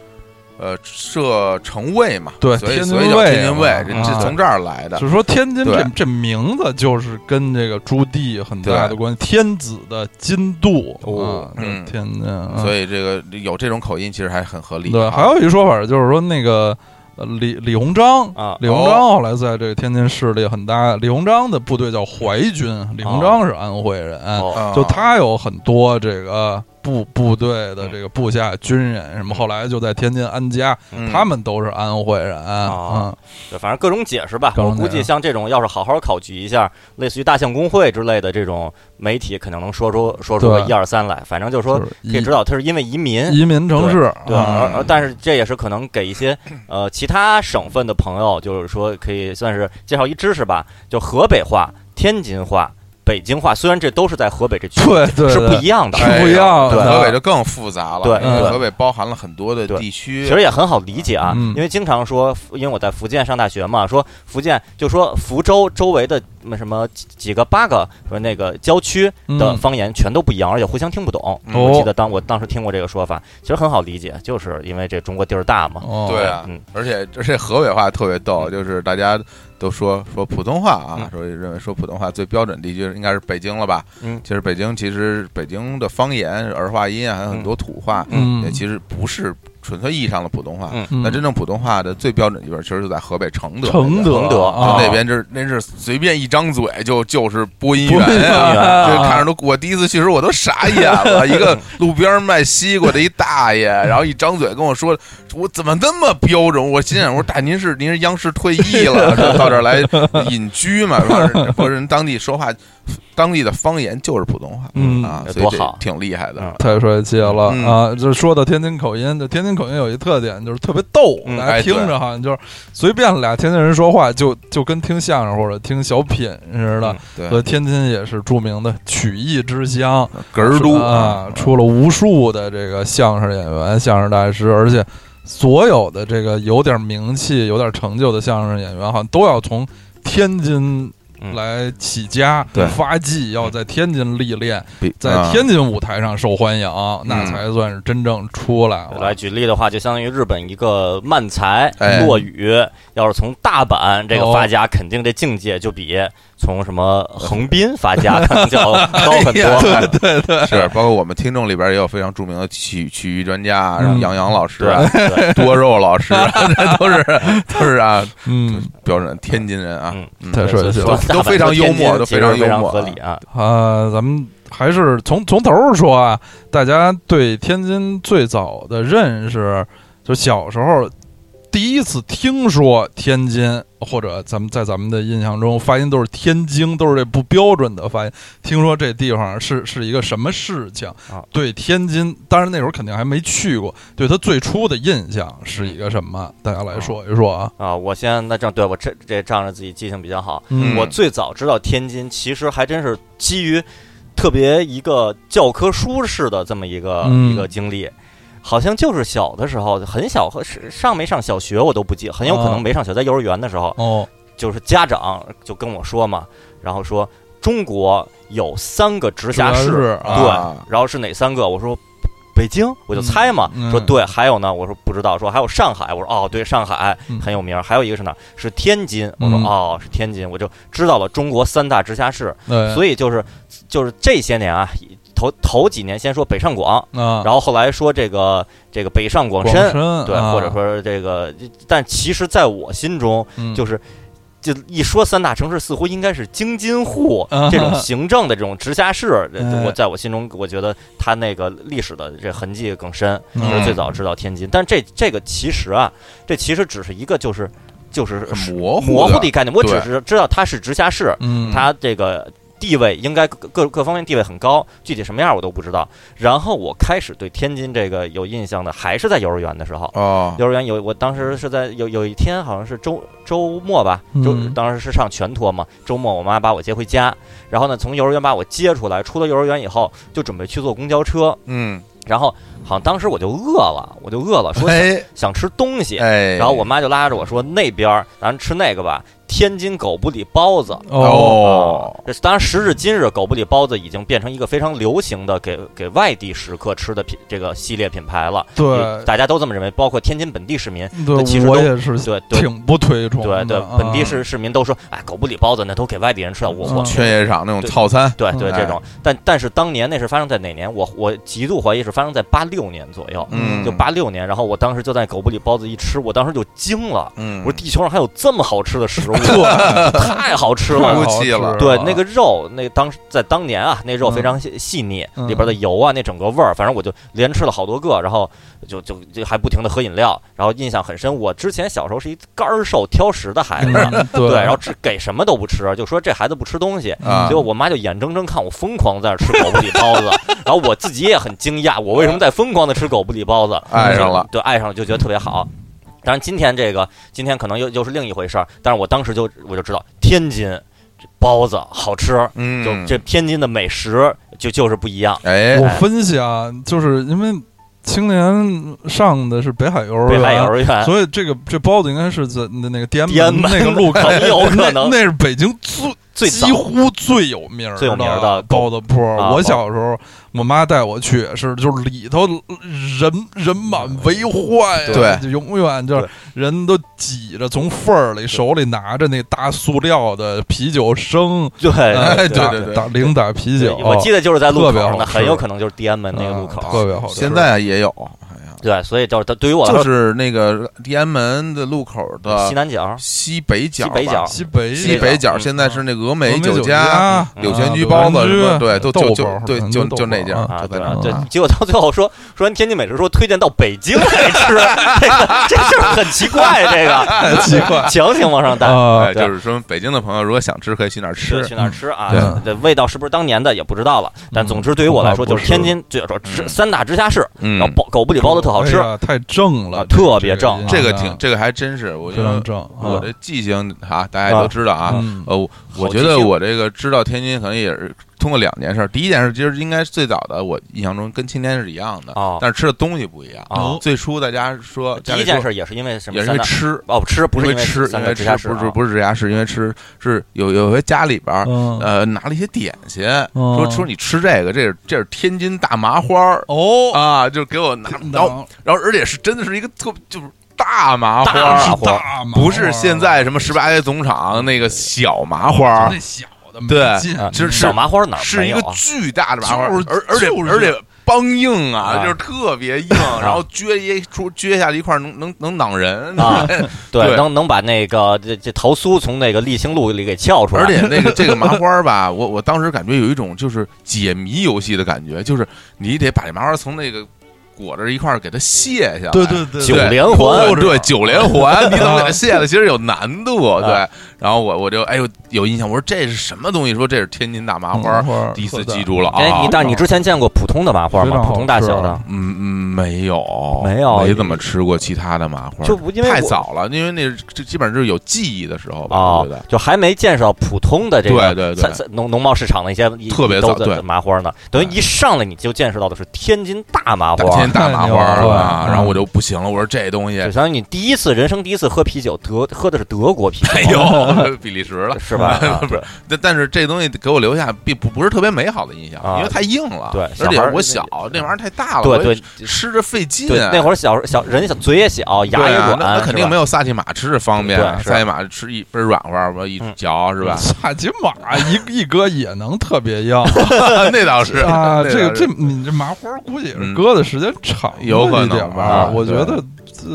S1: 呃，设城卫嘛，
S3: 对
S1: 所以
S3: 天津
S1: 所以叫
S3: 卫
S1: 天津卫
S3: 嘛，
S1: 这
S3: 啊
S1: 这从这儿来的
S3: 只，是说天津这
S1: 对
S3: 这名字就是跟这个朱棣有很大的关系，天子的金度
S2: 哦
S3: 啊，这
S1: 嗯
S3: 天津啊，
S1: 所以这个有这种口音其实还很合理啊。
S3: 对，还有一说法就是说那个呃李李鸿章。
S2: 啊，
S3: 李
S1: 哦
S3: 鸿章后来在这个天津势力很大。李鸿章的部队叫淮军，李鸿章是安徽人，
S2: 哦
S1: 啊
S3: 就他有很多这个部部队的这个部下军人，什么后来就在天津安家，
S1: 嗯
S3: 他们都是安徽人。
S2: 哦
S3: 嗯，
S2: 对反正各种解释吧。
S3: 各种
S2: 我估
S3: 解
S2: 计
S3: 释
S2: 像这种，要是好好考据一下，类似于大象公会之类的这种媒体，肯定能说出说出个
S3: 对
S2: 一二三来。反正就是说，
S3: 就
S2: 可
S3: 是移
S2: 以知道它是因为移民。
S3: 移民城市，
S2: 对，
S3: 啊
S2: 而而但是这也是可能给一些呃其他省份的朋友，就是说可以算是介绍一知识吧。就河北话、天津话、北京话，虽然这都是在河北这区
S3: 对嗯对
S2: 是不
S3: 对
S2: 一样的，
S3: 是不一样
S2: 对
S3: 的。
S1: 哎河北就更复杂了，
S2: 对
S1: 因为
S3: 对嗯
S1: 河北包含了很多的
S2: 对
S1: 地区，
S2: 其实也很好理解啊，
S3: 嗯
S2: 因为经常说，因为我在福建上大学嘛，说福建就说福州周围的什么什么几几个八个呃那个郊区的
S3: 嗯
S2: 方言全都不一样，而且互相听不懂。
S1: 嗯
S2: 我记
S3: 哦
S2: 得当我当时听过这个说法，其实很好理解，就是因为这中国地儿大嘛。
S3: 哦，
S1: 对啊
S2: 嗯，
S1: 而且而且河北话特别逗，
S3: 嗯
S1: 就是大家都说说普通话啊
S2: 嗯，
S1: 说认为说普通话最标准地区应该是北京了吧？
S2: 嗯
S1: 其实北京其实北京的方言、儿化音啊，还有很多土话，
S3: 嗯
S1: 也其实不是纯粹意义上的普通话。
S2: 嗯
S3: 嗯
S1: 那真正普通话的最标准一本，其实就在河北承德那边。
S3: 承德
S2: 承德
S1: 就
S3: 啊
S1: 那边就是那是随便一张嘴就就是播音
S3: 不是
S1: 员呀、
S2: 啊
S1: 这
S3: 啊
S1: 看着都，我第一次去时候我都傻眼了，一个路边卖西瓜的一大爷，然后一张嘴跟我说，我怎么那么标准？我心想，我说大爷您是您是央视退役了，是到这儿来隐居嘛？是吧或者人当地说话，当地的方言就是普通话，
S3: 嗯
S1: 啊，
S3: 啊
S2: 有
S1: 所以
S2: 多好
S1: 这挺厉害的
S2: 嗯，
S3: 太帅气了、
S1: 嗯
S3: 啊！就是说到天津口音，这天津口音有一特点，就是特别逗，
S2: 嗯
S3: 大家
S1: 哎
S3: 听着好像就是随便俩天津人说话，就就跟听相声或者听小品似的。
S1: 对，
S3: 所以天津也是著名的曲艺之乡，
S1: 哏儿都
S3: 啊，出了无数的这个相声演员、相声大师，而且所有的这个有点名气、有点成就的相声演员，好像都要从天津
S2: 嗯
S3: 来起家、
S1: 对
S3: 发迹，要在天津历练，
S1: 比
S3: 在
S1: 啊
S3: 天津舞台上受欢迎，那
S1: 嗯
S3: 才算是真正出来了。
S2: 来举例的话，就相当于日本一个漫才
S1: 哎
S2: 落语，要是从大阪这个发家，肯定这境界就比从什么横滨发家 *laughs* 可能就要高很
S1: 哎呀
S2: 多。
S1: 对对对，是包括我们听众里边也有非常著名的曲曲艺专家，然后
S3: 嗯
S1: 杨洋老师
S2: 对
S1: 啊，
S2: 对，
S1: 多肉老师啊，这都是都是啊，
S3: 嗯，
S1: 标准天津人啊
S2: 嗯，
S1: 嗯
S3: 太帅
S2: 所以
S3: 气
S2: 说
S3: 了
S2: 大阪
S1: 都非常幽默都
S2: 和天津其
S1: 非常
S2: 实非
S1: 幽
S2: 常
S1: 默
S2: 合理啊。
S3: 啊，咱们还是从从头儿说啊，大家对天津最早的认识，就小时候第一次听说天津，或者咱们在咱们的印象中，发音都是天津，都是这不标准的发音。听说这地方是是一个什么事情？
S2: 啊
S3: 对天津，当然那时候肯定还没去过，对他最初的印象是一个什么？大家来说一说啊。
S2: 啊，我先那这样，对我这这仗着自己记性比较好，
S1: 嗯
S2: 我最早知道天津，其实还真是基于特别一个教科书式的这么一个、
S3: 嗯
S2: 一个经历，好像就是小的时候，很小和是上没上小学我都不记，很有可
S3: 啊
S2: 能没上小学，在幼儿园的时候，
S3: 哦，
S2: 就是家长就跟我说嘛，然后说中国有三个直辖
S3: 直辖
S2: 市
S3: 市，啊
S2: 对，
S1: 啊
S2: 然后是哪三个？我说北京，我就猜嘛，
S3: 嗯嗯
S2: 说对，还有呢，我说不知道，说还有上海，我说哦，对，上海
S3: 嗯
S2: 很有名儿，还有一个是哪儿？是天津，我说
S3: 嗯
S2: 哦，是天津，我就知道了中国三大直辖市，
S3: 对，
S2: 所以就是就是这些年啊，头头几年先说北上广，
S3: 啊，
S2: 然后后来说这个这个北上广
S3: 广
S2: 深，
S3: 深
S2: 对，
S3: 啊
S2: 或者说这个，但其实在我心中
S3: 嗯
S2: 就是。就一说三大城市，似乎应该是京津沪
S3: 啊
S2: 这种行政的这种直辖市。呃
S3: 哎
S2: 我在我心中，我觉得它那个历史的这痕迹更深，
S3: 嗯
S2: 是最早知道天津。但这这个其实啊，这其实只是一个就是就是
S1: 很模糊
S2: 模糊的概念。我
S1: 对
S2: 只是知道它是直辖市，
S3: 嗯，
S2: 它这个地位应该各各各方面地位很高，具体什么样我都不知道。然后我开始对天津这个有印象的，还是在幼儿园的时候。
S3: 啊
S1: 哦，
S2: 幼儿园有，我当时是在有有一天好像是周周末吧，周
S3: 嗯
S2: 当时是上全托嘛，周末我妈把我接回家，然后呢从幼儿园把我接出来，出了幼儿园以后就准备去坐公交车，
S1: 嗯，
S2: 然后好像当时我就饿了，我就饿了，说
S3: *laughs*
S2: 想
S1: 哎
S2: 想吃东西，
S1: 哎，
S2: 然后我妈就拉着我说那边儿咱吃那个吧，天津狗不理包子，
S3: 哦，
S1: 哦，
S2: 这当然，时至今日，狗不理包子已经变成一个非常流行的给给外地食客吃的品这个系列品牌了。
S3: 对
S2: 大家都这么认为，包括天津本地市民。这其
S3: 对，
S2: 实
S3: 我
S2: 都
S3: 也是
S2: 对对
S3: 挺不推崇
S2: 对
S3: 的。
S2: 对，
S3: 啊
S2: 本地
S3: *laughs*
S2: 市市民都说，哎，狗不理包子那都给外地人吃了。我我
S3: 嗯
S1: 劝业场那种套餐，
S2: 对对
S1: 嗯
S2: 这种，但但是当年那是发生在哪年？我我极度怀疑是发生在八六年左右，
S1: 嗯，
S2: 就八六年。然后我当时就在狗不理包子一吃，我当时就惊了，
S1: 嗯，
S2: 我说地球上还有这么好吃的食物，
S3: 对，
S1: *laughs*
S2: 太好吃
S1: 太
S2: 了
S1: 好。
S3: 太好
S1: 气
S3: 吃
S1: 了
S2: 对，那个肉，那当时在当年啊，那肉非常细细腻，
S3: 嗯
S2: 里边的油啊，那整个味儿，反正我就连吃了好多个，然后就就就还不停的喝饮料，然后印象很深。我之前小时候是一干儿瘦挑食的孩子，
S3: 嗯对，嗯
S2: 对，然后吃给什么都不吃，就说这孩子不吃东西。
S1: 啊
S2: 结果我妈就眼睁睁看我疯狂在那儿吃狗不理包子，然后我自己也很惊讶，我为什么在疯狂的吃狗不理包子？
S1: 爱上了，
S2: 对，爱上了就觉得特别好。当然，今天这个今天可能又又是另一回事儿，但是我当时就我就知道天津这包子好吃，
S1: 嗯，
S2: 就这天津的美食就就是不一样。
S1: 哎
S3: 我分析啊，就是因为青年上的是北海幼儿
S2: 北海幼
S3: 园，
S2: 儿园
S3: 所以这个这包子应该是在那那个天
S2: 天安
S3: 门
S2: 门
S3: 那个路口，
S2: 很有 *laughs* 可
S3: 那
S2: 能
S3: 那是北京最
S2: 最早
S3: 几乎最有名儿
S2: 最有名儿的
S3: 的包子铺
S2: 啊。
S3: 我小时候，我妈带我去也是，就是里头人人满为患呀，
S1: 对
S3: 就永远就是
S2: 对
S3: 人都挤着从缝儿里手里拿着那大塑料的啤酒升，
S2: 对啊
S3: 哎，
S1: 对
S3: 打
S1: 对对
S3: 打零打啤酒，
S2: 我记得就是在路
S3: 特别
S2: 口
S3: 好
S2: 那
S3: 吃
S1: 嗯
S2: 很有可能就是地安门那个路口。
S3: 啊特别好吃，
S1: 现在也有，哎呀，
S2: 对，所以就是对于我来
S1: 就
S2: 说，
S1: 是那个天安门的路口
S2: 西
S1: 的
S2: 南角，
S1: 西北角吧，
S2: 西北角
S3: 西北
S1: 西
S2: 北
S1: 北
S2: 角
S1: 角
S2: 嗯
S1: 现在是那峨
S3: 峨
S1: 眉
S3: 眉
S1: 酒家、
S3: 家、啊
S1: 柳
S2: 嗯
S1: 泉居
S3: 柳
S1: 包
S3: 泉
S1: 子什
S3: 居
S1: 么，对，都就
S3: 豆
S1: 就
S3: 包
S1: 对，
S3: 反正
S1: 就
S3: 豆
S1: 就那
S3: 包
S1: 家
S3: 啊，
S2: 啊，
S1: 就
S2: 对
S1: 在
S2: 啊
S1: 那。
S2: 对
S3: 嗯，
S2: 结果到最后说说完天津美食，说推荐到北京来吃，这个这事儿很奇怪，这
S1: *laughs*
S2: 个
S3: 太奇
S2: *laughs*
S3: 怪
S2: 强行往上带。
S3: 啊
S1: 哎，！就是说北京的朋友如果想吃，可以去哪儿
S2: 吃
S1: 吃
S2: 去？哪儿吃啊？
S3: 对
S2: 这味道是不是当年的也不知道了。但
S3: 嗯
S2: 总之，对于我来说，
S3: 不好
S2: 就
S3: 不
S2: 是天
S3: 吃
S2: 津最说吃
S1: 嗯
S2: 三大直辖市，
S1: 嗯
S2: 然后，包狗不理包子特好吃
S3: 哎。呀太正了
S2: 啊，特别正
S3: 印象
S1: 这个挺，这个还真是，我觉
S3: 啊非常
S1: 得
S3: 正
S1: 我
S3: 啊
S1: 这记性啊，大家也
S2: 啊
S1: 都知道啊。
S3: 嗯
S1: 呃，我
S2: 好
S1: 我觉
S2: 记
S1: 得
S2: 性
S1: 我这个知道天津可能也是通过两件事儿。第一件事其实应该最早的，我印象中跟今天是一样的
S2: 哦，
S1: 但是吃的东西不一样
S2: 哦。
S1: 最初大家说
S2: 第
S1: 家里
S2: 一件
S1: 说
S2: 事也是因为什么
S1: 也是因
S2: 三
S1: 为
S2: 大
S1: 吃，
S2: 哦吃，不是
S1: 因为吃，
S2: 三
S1: 因
S2: 大
S1: 为
S2: 直
S1: 吃
S2: 辖市啊，
S1: 不是不是直辖市，因为吃是有有回家里边儿
S3: 嗯
S1: 呃拿了一些点心，
S3: 嗯
S1: 说说你吃这个，这是这是天津大麻花儿 *laughs*
S3: 哦，
S1: 啊，就给我拿，
S3: 嗯
S2: 呃
S1: 然后然后而且是真的是一个特就是大麻花
S2: 大
S1: 儿，
S2: 麻花
S3: 大麻花
S1: 不是现在什么十八街总厂那个小麻花
S3: 就
S1: 儿
S3: 那，小的
S1: 啊
S3: 没
S1: 对
S3: 劲
S2: 啊
S1: 是
S2: 小麻花哪儿
S1: 是
S2: 没
S1: 一
S2: 有
S1: 个
S2: 啊？
S1: 巨大的麻花儿
S3: 就是，
S1: 而而且
S3: 就是
S1: 而且梆硬啊，
S2: 啊
S1: 就是特别硬，然后撅一出撅下来一块儿能能能挡 *laughs* 人
S2: 啊对，
S1: 对
S2: 能能把那个这这桃酥从那个沥青路里给撬出来，
S1: 而且那个这个麻花儿吧， *laughs* 我我当时感觉有一种就是解谜游戏的感觉，就是你得把这麻花儿从那个裹着一块儿给它卸下来。
S3: 对对对
S2: 九
S1: 对
S2: 连环
S1: 对对九连环，
S2: *laughs*
S1: 你怎么给它卸了？其实有难度，
S2: 啊
S1: 对。然后我我就哎呦有印象，我说这是什么东西？说这是天津大麻花儿，
S3: 花
S1: 第一次记住了
S2: 嗯哎，
S1: 啊
S2: 你。但你之前见过普通的麻花
S3: 非
S2: 吗？
S3: 常好
S2: 普通大
S3: 吃啊
S2: 小的，
S1: 嗯嗯，没有
S2: 没有
S1: 没怎么吃过其他的麻花儿，
S2: 就不因为
S1: 太
S2: 我
S1: 早了，因为那这基本上就是有记忆的时候吧，
S2: 哦
S1: 我觉得，
S2: 就还没见识到普通的这
S1: 对
S2: 个
S1: 对对
S2: 菜菜农农贸市场的一些一
S1: 特别
S2: 一兜
S1: 早
S2: 子
S1: 对
S2: 的麻花呢，等于一上来你就见识到的是天津大麻
S1: 大
S2: 花
S1: 天，大麻花
S2: *laughs*
S3: 太
S1: 儿
S3: 牛了
S1: 啊，
S3: 嗯？
S1: 然后我就不行了，我说这东西
S2: 就相当于你第一次人生第一次喝啤酒，德喝的是德国啤酒，
S1: 哎
S2: *laughs*
S1: 呦， *laughs* 比利时了。*laughs*
S2: 是吧？啊
S1: 不是
S2: 对
S1: 但但是这东西给我留下并不不是特别美好的印象，
S2: 啊
S1: 因为太硬了。
S2: 对
S1: 而
S2: 小孩儿
S1: 且我小，那玩意儿太大了，
S2: 对
S1: 我
S2: 对
S1: 也吃着费劲
S2: 对，
S1: 啊。
S2: 那会儿小小人小嘴也小，牙
S1: 对
S2: 也
S1: 啊
S2: 软，
S1: 那那肯定没
S2: 有。
S1: 有萨其马吃着方便啊。
S2: 对是
S1: 萨其马吃一倍儿软乎儿，我一
S2: 嗯
S1: 嚼是吧
S2: *laughs*
S3: *laughs* 萨其马啊一一哥也能特别硬
S1: 那倒 *laughs* 是
S3: 啊！
S1: 那倒
S3: 这个
S1: 是
S3: 这你这麻花估计也是
S1: 嗯
S3: 搁的时间长了
S1: 有可
S3: 一点
S1: 能吧
S3: 儿
S2: 啊
S3: 我觉
S1: 对
S3: 得这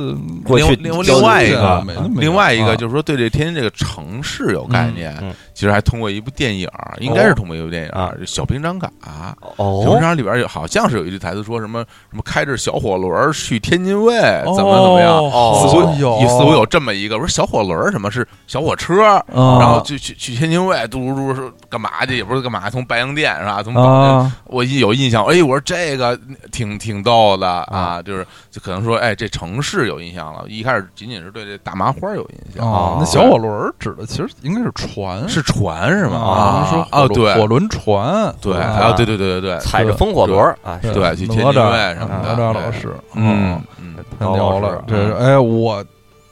S2: 过去
S1: 另另另外一个
S3: 没那么
S1: 另外一
S3: 啊
S1: 个就是说，对这天津这个城市有概念
S2: 嗯嗯，
S1: 其实还通过一部电影儿，应该是通过一部电影
S2: 啊
S1: 儿《小兵张嘎》。小兵
S2: 哦
S1: 张，嘎里边有好像是有一句台词说什么什么开着小火轮儿去天津卫，
S3: 哦
S1: 怎么怎么样。似乎
S3: 哦有
S1: 似乎有这么一个，我说小火轮儿什么是小火车，
S3: 啊
S1: 然后去去去天津卫，嘟嘟嘟说干嘛去？也不是干嘛，从白洋淀是吧？从保定
S3: 啊，
S1: 我一有印象，哎，我说这个挺挺逗的
S3: 哦
S1: 啊，就是就可能说，哎，这城市有印象了。一开始仅仅是对这大麻花有印象，
S3: 哦，那
S2: 对
S3: 小火轮儿指的其实应该是船，
S1: 是船是吗？
S3: 啊，
S1: 啊
S3: 嗯我们说
S1: 啊，对
S3: 火轮火轮船，
S1: 对，
S3: 啊
S1: 啊，对对对对对，
S2: 踩着风火轮儿啊，是
S1: 对对去
S3: 哪
S1: 天津
S3: 吒
S1: 卫什么的
S3: 哪吒
S1: 对
S3: 老师，哦
S1: 嗯，嗯
S3: 太牛了，这
S2: 嗯
S3: 是哎，我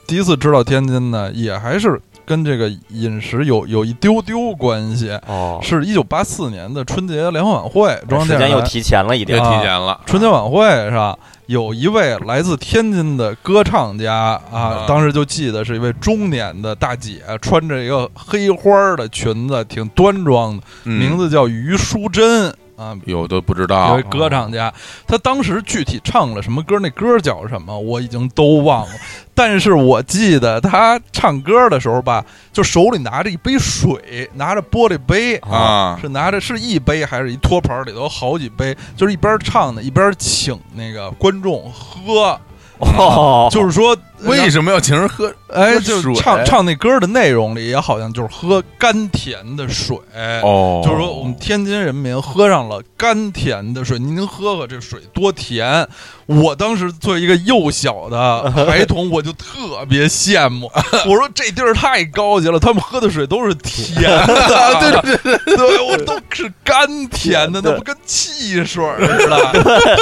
S3: 第一次知道天津呢，也还是跟这个饮食有有一丢丢关系，
S2: 哦，
S3: 是一九八四年的春节联欢晚会，中央
S2: 哎时
S3: 电
S2: 间
S3: 视
S2: 又
S3: 台
S2: 提前了一
S1: 别
S2: 点
S1: 提
S3: 啊
S1: 前了，
S3: 春节晚会上有一位来自天津的歌唱家啊
S2: 嗯
S1: 啊，
S3: 当时就记得是一位中年的大姐，穿着一个黑花儿的裙子，挺端庄的，名
S2: 嗯
S1: 字
S3: 字叫于淑珍啊，
S1: 有的不知
S3: 嗯有
S1: 道
S3: 一，歌唱家，他当时具体唱了什么歌，那歌叫什么，我已经都忘了。但是我记得他唱歌的时候吧，就手里拿着一杯水，拿着玻璃杯，
S1: 啊
S3: 是拿着是一杯还是一托盘，里头有好几杯，就是一边唱呢一边请那个观众喝，
S2: 哦，
S3: *laughs* 就是说
S1: 为什么要请人喝？
S3: 哎，
S1: 喝
S3: 就是
S1: 水
S3: 唱唱那歌的内容里也好像就是喝甘甜的水
S1: 哦，
S3: 就是说我们天津人民喝上了甘甜的水，您喝喝这水多甜！我当时作为一个幼小的孩童，我就特别羡慕，我说这地儿太高级了，他们喝的水都是甜的，对对对对，我都是甘甜的，那不跟汽水似的，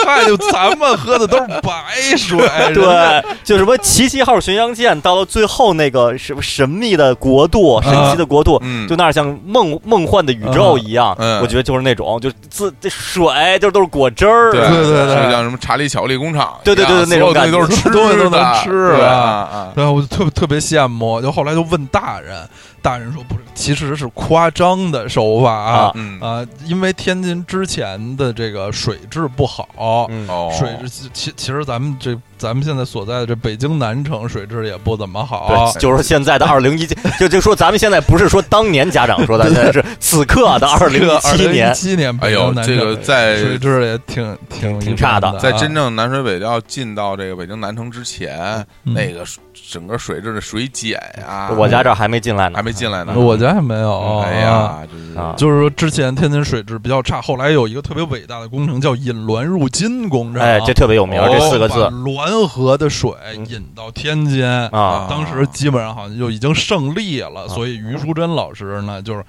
S3: 嗨，就咱们喝的都是白水，人家
S2: 对，就什么齐齐号巡洋舰，到了最后那个什么神秘的国度，神奇的国度，
S1: 嗯
S2: 就那儿像梦梦幻的宇宙一样。
S1: 嗯嗯
S2: 我觉得就是那种，就自这水就都是果汁儿。啊
S1: 对
S3: 对对对
S1: 就像什么查理巧克力工厂一样，
S2: 对对对对那
S1: 所有
S2: 种
S1: 东西都是
S3: *laughs*
S1: 吃
S3: 感觉东西都能
S1: 的
S3: 吃
S1: 对
S3: 啊
S1: 啊啊，
S3: 对，我就特别特别羡慕，就后来就问大人，大人说不是，其实是夸张的手法
S2: 啊
S1: 嗯
S3: 啊，因为天津之前的这个水质不好，
S2: 嗯
S1: 哦，
S3: 水质其其其实咱们这咱们现在所在的这北京南城水质也不怎么好
S2: 对，，就是现在的二零一七，就就说咱们现在不是说当年家长说的，现在是此刻的二零一七
S3: 一
S2: 年，
S3: 七年
S1: 哎
S3: 北
S1: 呦
S3: 京，南
S1: 这个
S3: 城
S1: 在
S3: 水质也挺挺
S2: 挺差的
S3: 一般
S1: 在
S3: 啊
S1: 真正南水北调进到这个北京南城之前，
S3: 嗯
S1: 那个水整个水质的水碱呀，嗯
S2: 我家这儿还没进来呢
S1: 还，没进来呢。
S3: 我家也没有，
S1: 哎
S3: 啊。
S1: 呀，真是
S2: 啊
S3: 就是说，之前天津水质比较差，后来有一个特别伟大的工程叫引滦入津工程，啊
S2: 哎，这特别有名
S1: 哦
S2: 这四个字嗯
S3: 把滦河的水引到天津。
S2: 啊，
S3: 当时基本上好像就已经胜利了，所以于淑珍老师呢，就是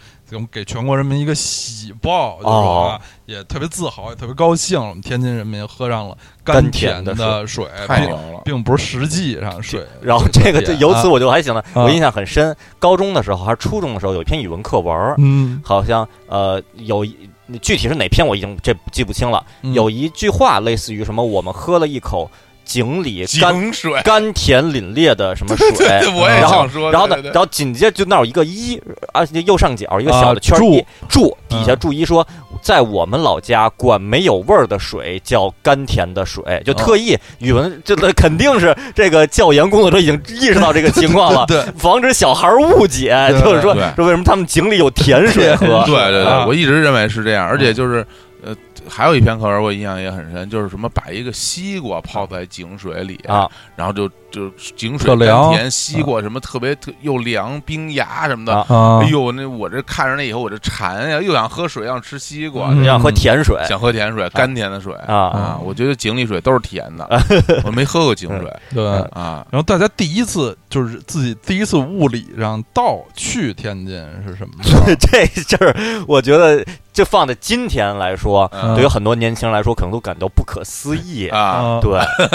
S3: 给全国人民一个喜报，
S2: 哦
S3: 就是说啊，也特别自豪，也特别高兴，我们天津人民喝上了甘甜的水，
S1: 太牛
S3: 并
S1: 了。
S3: 并不是实际上水。
S2: *laughs* 然后这个这由此
S3: 啊
S2: 我就还行了，
S3: 啊
S2: 我印象很深，高中的时候还是初中的时候有一篇语文课文儿，
S3: 嗯，
S2: 好像呃有一具体是哪篇我已经这记不清了，
S3: 嗯
S2: 有一句话类似于什么我们喝了一口井
S3: 哎
S2: 里甘
S1: 井水，
S2: 甘甜凛冽的什么水，
S1: 对，我也
S2: 哎然后
S1: 想说，
S2: 然后呢
S1: 对，对
S2: 然后紧接着就那儿有一个一，而且右上角一个小的
S3: 啊
S2: 圈儿
S3: 注
S2: 一注
S3: 嗯，
S2: 底下注一说，在我们老家管没有味儿的水叫甘甜的水，就特意语文这这肯定是这个教研工作者已经意识到这个情况了
S3: 嗯 *laughs* 对，
S2: 防止小孩儿误解，
S3: 对，
S2: 就是说
S1: 对
S2: 说为什么他们井里有甜水喝
S1: 对对对，
S3: 啊嗯
S1: 我一直认为是这样，而且就是。呃，还有一篇课文我印象也很深，就是什么把一个西瓜泡在井水里
S2: 啊，
S1: 然后就就井水
S3: 特
S1: 甘
S3: 凉嗯
S1: 甜，西瓜什么特别特又凉冰牙什么的，
S2: 啊
S3: 啊
S1: 哎呦，那我这看着那以后我这馋呀，又想喝水，又想吃西瓜，哎
S3: 嗯
S2: 要喝甜水
S1: 想喝甜水，甘甜的水
S2: 哎啊，
S1: 啊，我觉得井里水都是甜的， *laughs* 我没喝过井水
S3: 对。
S2: 嗯
S1: 啊，
S3: 然后大家第一次就是自己第一次物理上到去天津是什么时候？
S2: *laughs* 这事儿我觉得就放在今天来说，
S1: 嗯
S2: 对于很多年轻人来说，可能都感到不可思议
S1: 啊，
S3: 啊，
S2: 对，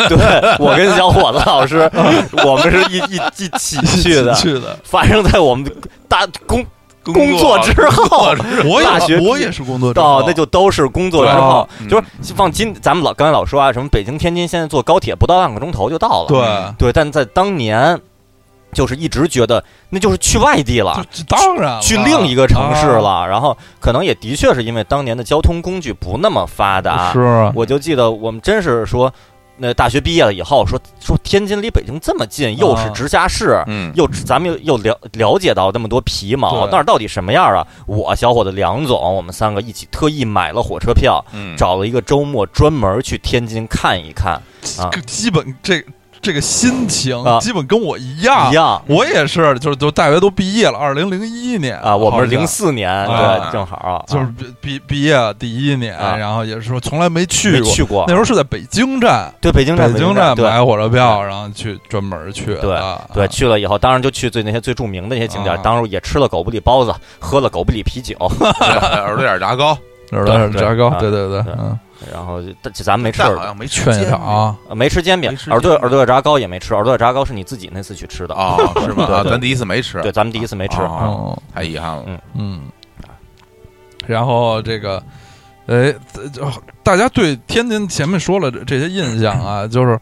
S2: 对我跟小伙子老师，我们是一一一起去的，
S3: 去的。
S2: 发生在我们大工
S1: 工
S2: 工作之后。
S3: *laughs* 我
S2: 大学
S3: 也我也是工作之
S2: 哦
S3: 后，，
S2: 那就都是工作之后
S1: 对，
S2: 就是放今咱们老刚才老说啊，什么北京天津现在坐高铁不到半个钟头就到了，
S3: 对，
S2: 对，但在当年，就是一直觉得那就是去外地了，
S3: 哦就就当然了
S2: 去另一个城市
S3: 啊
S2: 了，然后可能也的确是因为当年的交通工具不那么发达，
S3: 是啊，
S2: 我就记得我们真是说，那大学毕业了以后，说说天津离北京这么近，又
S3: 啊
S2: 是直辖市，
S1: 嗯，
S2: 又咱们又又了了解到那么多皮毛，
S3: 对
S2: 那儿到底什么样啊？我小伙子梁总，我们三个一起特意买了火车票，
S1: 嗯
S2: 找了一个周末专门去天津看一看，啊
S3: 这基本这这个心情
S2: 啊
S3: 基本跟我一样
S2: 一，样
S3: 我也是，就是就大学都毕业了，二零零一年
S2: 啊，我们是零
S3: 四。
S2: 四年，
S3: 啊
S2: 对，正好啊
S3: 就是毕毕毕业第一年，
S2: 啊
S3: 然后也是说从来没去
S2: 没
S3: 过，
S2: 去过
S3: 那时，候是在北京站，
S2: 对北京站，
S3: 北京站
S2: 对。
S3: 买火车票，然后去专门去的，
S2: 对
S3: 啊
S2: 对，去了以后，当然就去最那些最著名的那些景点
S3: 啊，
S2: 当时也吃了狗不理包子，喝了狗不理啤
S3: *laughs*
S2: 酒，
S1: 耳朵眼儿炸糕，
S3: 耳朵
S2: 对
S3: 炸糕，
S2: 对
S3: 对对对，
S2: 对
S3: 嗯，
S2: 然后就但咱们没吃
S1: 但好像没吃
S3: 劝啊
S1: 见
S3: 场
S2: 呃没吃煎饼
S1: 没吃，
S2: 耳朵
S1: 煎饼
S2: 耳朵炸糕也没吃，耳朵炸糕是你自己那次去吃的。
S1: 啊，是吗？
S2: *laughs* 对
S1: 啊
S2: 对
S1: 咱第一次没吃，
S2: 对，咱们第一次没吃。
S1: 啊
S3: 哦，
S1: 太遗憾了。
S3: 嗯，然后这个，哎，这大家对天津前面说了这这些印象啊，就是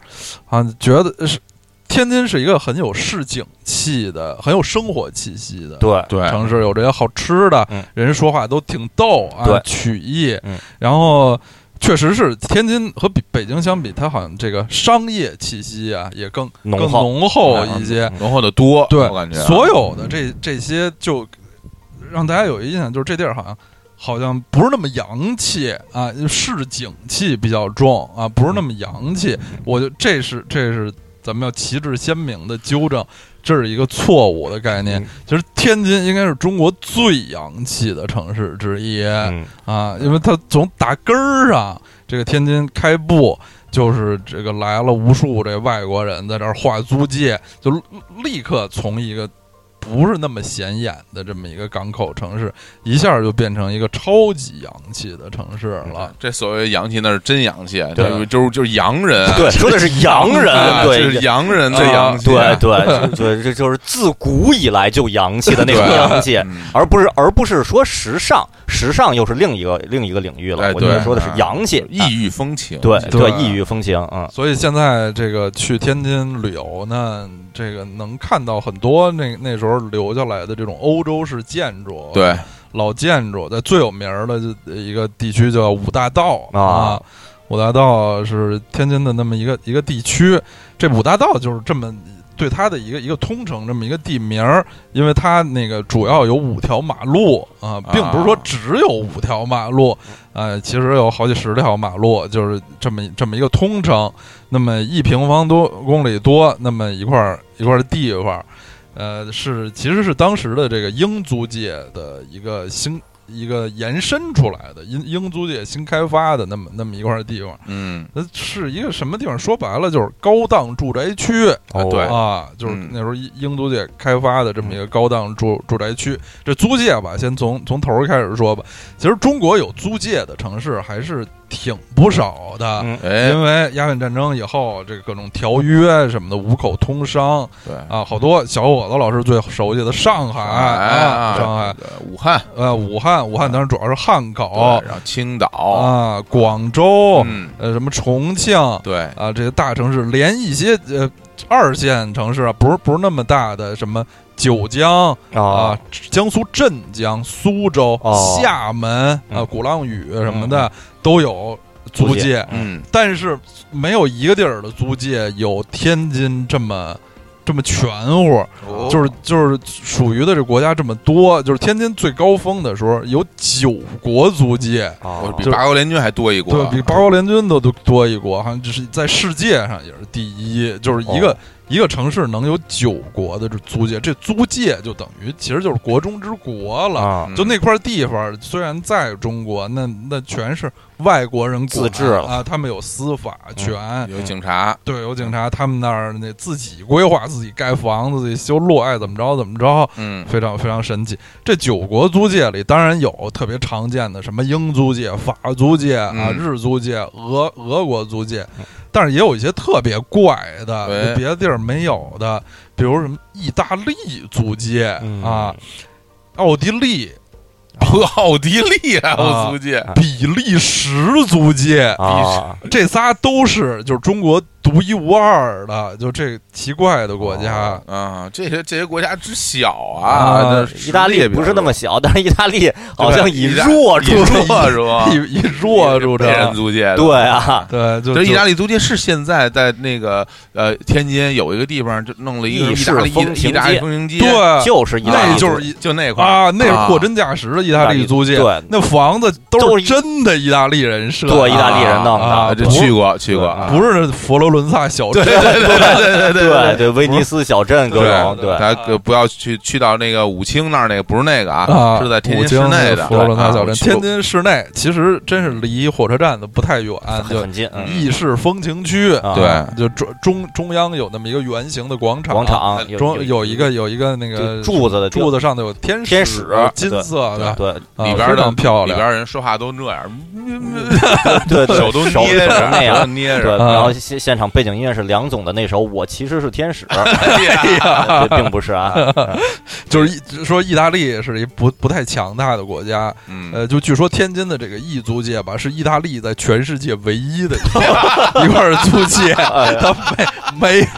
S3: 啊，觉得是天津是一个很有市井气的、很有生活气息的
S2: 对，
S1: 对
S3: 城市，有这些好吃的
S2: 嗯，
S3: 人说话都挺逗
S2: 对
S3: 啊，曲艺
S2: 嗯，
S3: 然后。确实是天津和比北京相比，它好像这个商业气息啊也更更
S2: 浓厚嗯
S3: 浓厚一些。
S1: 浓厚的多，
S3: 对，
S1: 我感觉啊
S3: 所有的这这些就让大家有一印象，就是这地儿好像好像不是那么洋气啊，市井气比较重啊，不是那么洋气。
S1: 嗯
S3: 我就这是这是咱们要旗帜鲜明的纠正，这是一个错误的概念
S2: 嗯。
S3: 其实天津应该是中国最洋气的城市之一
S2: 嗯，
S3: 啊，因为它从打根儿上，这个天津开埠就是这个来了无数这外国人在这儿划租界，就立刻从一个不是那么显眼的这么一个港口城市，一下就变成一个超级洋气的城市了。
S1: 这所谓洋气，那是真洋气，啊
S2: 对
S1: 就是就是就是洋人啊，
S2: 嗯对，说的是洋人，
S1: 啊就
S2: 对
S1: 是。洋人最
S2: 啊
S1: 洋气，
S2: 对
S1: *laughs*
S2: 对对，这就是自古以来就洋气的那种
S1: 对
S2: 洋气，
S1: 嗯
S2: 而不是而不是说时尚，时尚又是另一个另一个领域了。
S1: 哎
S2: 我觉得
S1: 对
S2: 说的是洋气，
S1: 异域风情，
S2: 对
S3: 对
S2: 异域风情，嗯，
S3: 所以现在这个去天津旅游呢，这个能看到很多那那时候留下来的这种欧洲式建筑，啊
S1: 对，
S3: 老建筑，在最有名儿的呃一个地区叫五大道
S2: 啊
S3: 啊。五大道是天津的那么一个一个地区，这五大道就是这么对它的一个一个通称，这么一个地名儿，因为它那个主要有五条马路啊，并不是说只有五条马路，呃，其实有好几十条马路，就是这么这么一个通称。那么一平方多公里多，那么一块儿一块儿地方，呃，是其实是当时的这个英租界的一个新一个延伸出来的英英租界新开发的那么那么一块地方，
S1: 嗯，
S3: 那是一个什么地方？说白了就是高档住宅区
S1: 啊对
S3: 啊，就是
S1: 嗯
S3: 那时候英英租界开发的这么一个高档住住宅区。这租界吧，先从从头儿开始说吧。其实中国有租界的城市还是挺不少的。
S2: 嗯
S1: 哎，
S3: 因为鸦片战争以后，这个各种条约什么的，五口通商
S1: 对，
S3: 啊，好多小伙子老师最熟悉的上海啊，上海，
S1: 对武汉，
S3: 呃，武汉，武汉当然主要是汉口
S2: 哦
S1: 对然后青岛，
S3: 啊，广州，
S1: 嗯，
S3: 呃，什么重庆
S1: 对，
S2: 哦
S3: 啊，这些大城市，连一些呃二线城市啊，不是不是那么大的什么九江啊
S2: 啊，，
S3: 江苏镇江、苏州、
S2: 哦
S3: 厦门啊
S2: 嗯，
S3: 鼓浪屿什么的都有租
S2: 租界
S3: 界。
S1: 嗯，
S3: 但是没有一个地儿的租界有天津这么这么全乎，
S1: 哦
S3: 就是就是属于的这国家这么多，就是天津最高峰的时候有九国租界，
S1: 我
S2: 啊
S1: 比
S3: 就
S1: 八国联军还多一
S3: 对
S1: 国，
S3: 比八国联军都都多一国，好像就是在世界上也是第一，就是一个、
S2: 哦
S3: 一个城市能有九国的这租界，这租界就等于其实就是国中之国了。
S2: 啊
S1: 嗯
S3: 就那块地方虽然在中国，那那全是外国人管
S2: 自治了嗯
S3: 啊，他们有司法权，
S1: 有警察，
S3: 对，有警察，他们那儿那自己规划、自己盖房子、自己修路，爱怎么着怎么着，
S1: 嗯，
S3: 非常非常神奇。这九国租界里，当然有特别常见的，什么英租界、法租界啊、
S1: 嗯
S3: 日租界、俄俄国租界，但是也有一些特别怪的，
S1: 对
S3: 别的地儿没有的，比如什么意大利租界
S2: 嗯
S3: 啊、奥地利、
S2: 哦
S1: 奥地利啊还有租界，
S3: 比利时租界
S2: 啊，
S3: 这仨都是就是中国独一无二的，就这奇怪的国家。
S2: 哦
S1: 啊，这些这些国家之小
S3: 啊
S1: 啊，那实力
S2: 意大利不是那么小，但是意大利好像以弱
S1: 比
S2: 著
S1: 如
S2: 称
S1: 说，弱弱
S3: 一一弱住
S1: 被人
S3: 着，
S1: 租界的，
S2: 对啊，
S3: 对，就
S1: 所啊以意
S3: 就
S1: 大利租界是现在在那个呃天津有一个地方，就弄了一个
S2: 意
S1: 意
S2: 式
S1: 大利
S2: 风情
S1: 意大
S2: 街
S1: 利风情街，
S3: 对，
S2: 就是意大利
S3: 那
S2: 著，
S3: 就是一
S1: 就那块儿
S3: 啊，那是货真价实的意大利租界，
S2: 对
S3: 那房子都
S2: 都
S3: 是
S2: 是
S3: 真的意大利人设，
S2: 对意大利人弄
S3: 啊啊
S2: 的，
S1: 啊，这
S3: 不
S1: 去过去过，
S2: 啊
S3: 不是佛罗伦萨小镇，
S1: 对对
S2: 对对，威尼斯小镇各种
S3: 对
S2: 对
S1: 大家呃不要去去到那个武清那儿，那个不是那个
S3: 啊，
S1: 啊，是在天
S3: 武
S1: 津
S3: 清
S1: 市内的
S3: 佛罗伦萨小
S1: 啊
S3: 镇，
S1: 我去
S3: 天
S1: 过
S3: 津市内其实真是离火车站的不太远，就
S2: 很近，嗯
S3: 意式风情区，
S2: 啊
S1: 对
S3: 就中中中央有那么一个圆形的广场，
S2: 广场有
S3: 中
S2: 有
S3: 有一个有一个那
S2: 就
S3: 个
S2: 柱子的
S3: 柱子上头有天
S2: 天
S3: 使
S2: 使
S3: 金
S2: 对
S3: 色的，
S2: 对
S3: 啊
S1: 里边
S3: 非
S1: 儿
S3: 常
S1: 的
S3: 漂
S1: 里
S3: 亮
S1: 边。儿人说话都那样，*laughs*
S2: 对对，
S1: 手都
S2: 手
S1: 捏着，
S2: 那
S1: 手都
S2: 样。
S1: 捏
S2: 对，
S1: 着，
S2: 然后现现场背景音乐是梁总的那首《我其实是天使》，
S1: 哎呀
S2: *laughs* 对并不是啊，
S3: 就是一说意大利是一不不太强大的国家，
S1: 嗯，
S3: 呃，就据说天津的这个异租界吧，是意大利在全世界唯一的一块 *laughs* 一块租
S2: *laughs*
S3: 界，
S2: 哎
S3: 它没没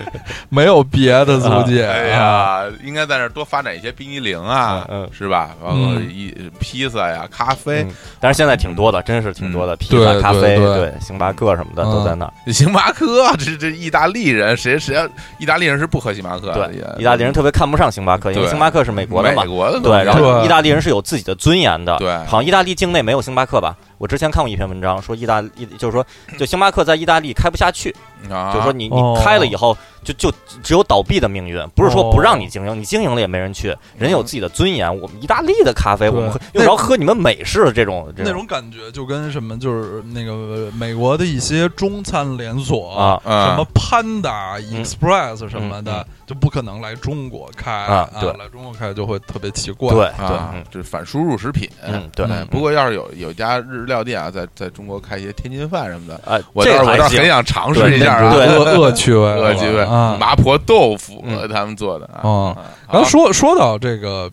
S3: 没有别的租界。
S1: 哎
S3: 啊，
S1: 呀，应该在那儿多发展一些冰激凌啊
S2: 嗯嗯，
S1: 是吧？包括
S3: 嗯
S1: 一披萨呀、咖啡
S2: 嗯，但是现在挺多的，真是挺多的，披
S3: 对
S2: 萨、
S3: 对
S2: 咖啡，
S3: 对
S2: 对，星巴克什么的都在那儿。
S1: 星巴克，这这意大利人谁谁要意大利人是不喝星巴克的，
S2: 对
S1: 也，
S2: 意大利人特别看不上星巴克，因为
S1: 对
S2: 星巴克是美国的
S1: 美
S2: 嘛。
S1: 国的东
S2: 对，
S1: 西
S2: 然后
S3: 对
S2: 意大利人是有自己的尊严的。
S1: 对
S2: 好像意大利境内没有星巴克吧？我之前看过一篇文章，说意大利就是说，就星巴克在意大利开不下去，
S1: 啊，
S2: 就是说你
S3: 哦
S2: 你开了以后，就就只有倒闭的命运，不是说
S3: 哦
S2: 不让你经营，你经营了也没人去，人有自己的尊严。我们意大利的咖啡，
S3: 对
S2: 我们喝
S1: 嗯
S2: 用不着喝你们美式的这种这
S3: 那种感觉就跟什么就是那个美国的一些中餐连锁，
S2: 啊
S3: 什
S1: 啊
S3: 么，潘达、
S2: 嗯
S3: Express 什么
S2: 嗯
S3: 的，就不可能来中国开
S2: 啊对
S3: 来中国开就会特别奇怪。
S2: 对对，
S1: 啊
S2: 嗯，
S1: 这反输入食品，
S2: 嗯对
S1: 哎
S2: 嗯
S1: 不过要是有有家日料店啊，在在中国开一些天津饭什么的，
S2: 呃，
S1: 我
S2: 这
S1: 倒是
S2: 个
S1: 我
S2: 还
S1: 倒是
S2: 行
S1: 很想尝试一下啊，
S2: 对
S3: 恶恶趣味，
S1: 恶趣味
S3: 啊，
S1: 麻婆豆腐
S2: 嗯
S1: 他们做的啊
S3: 哦。
S1: 啊
S3: 然后说说到这个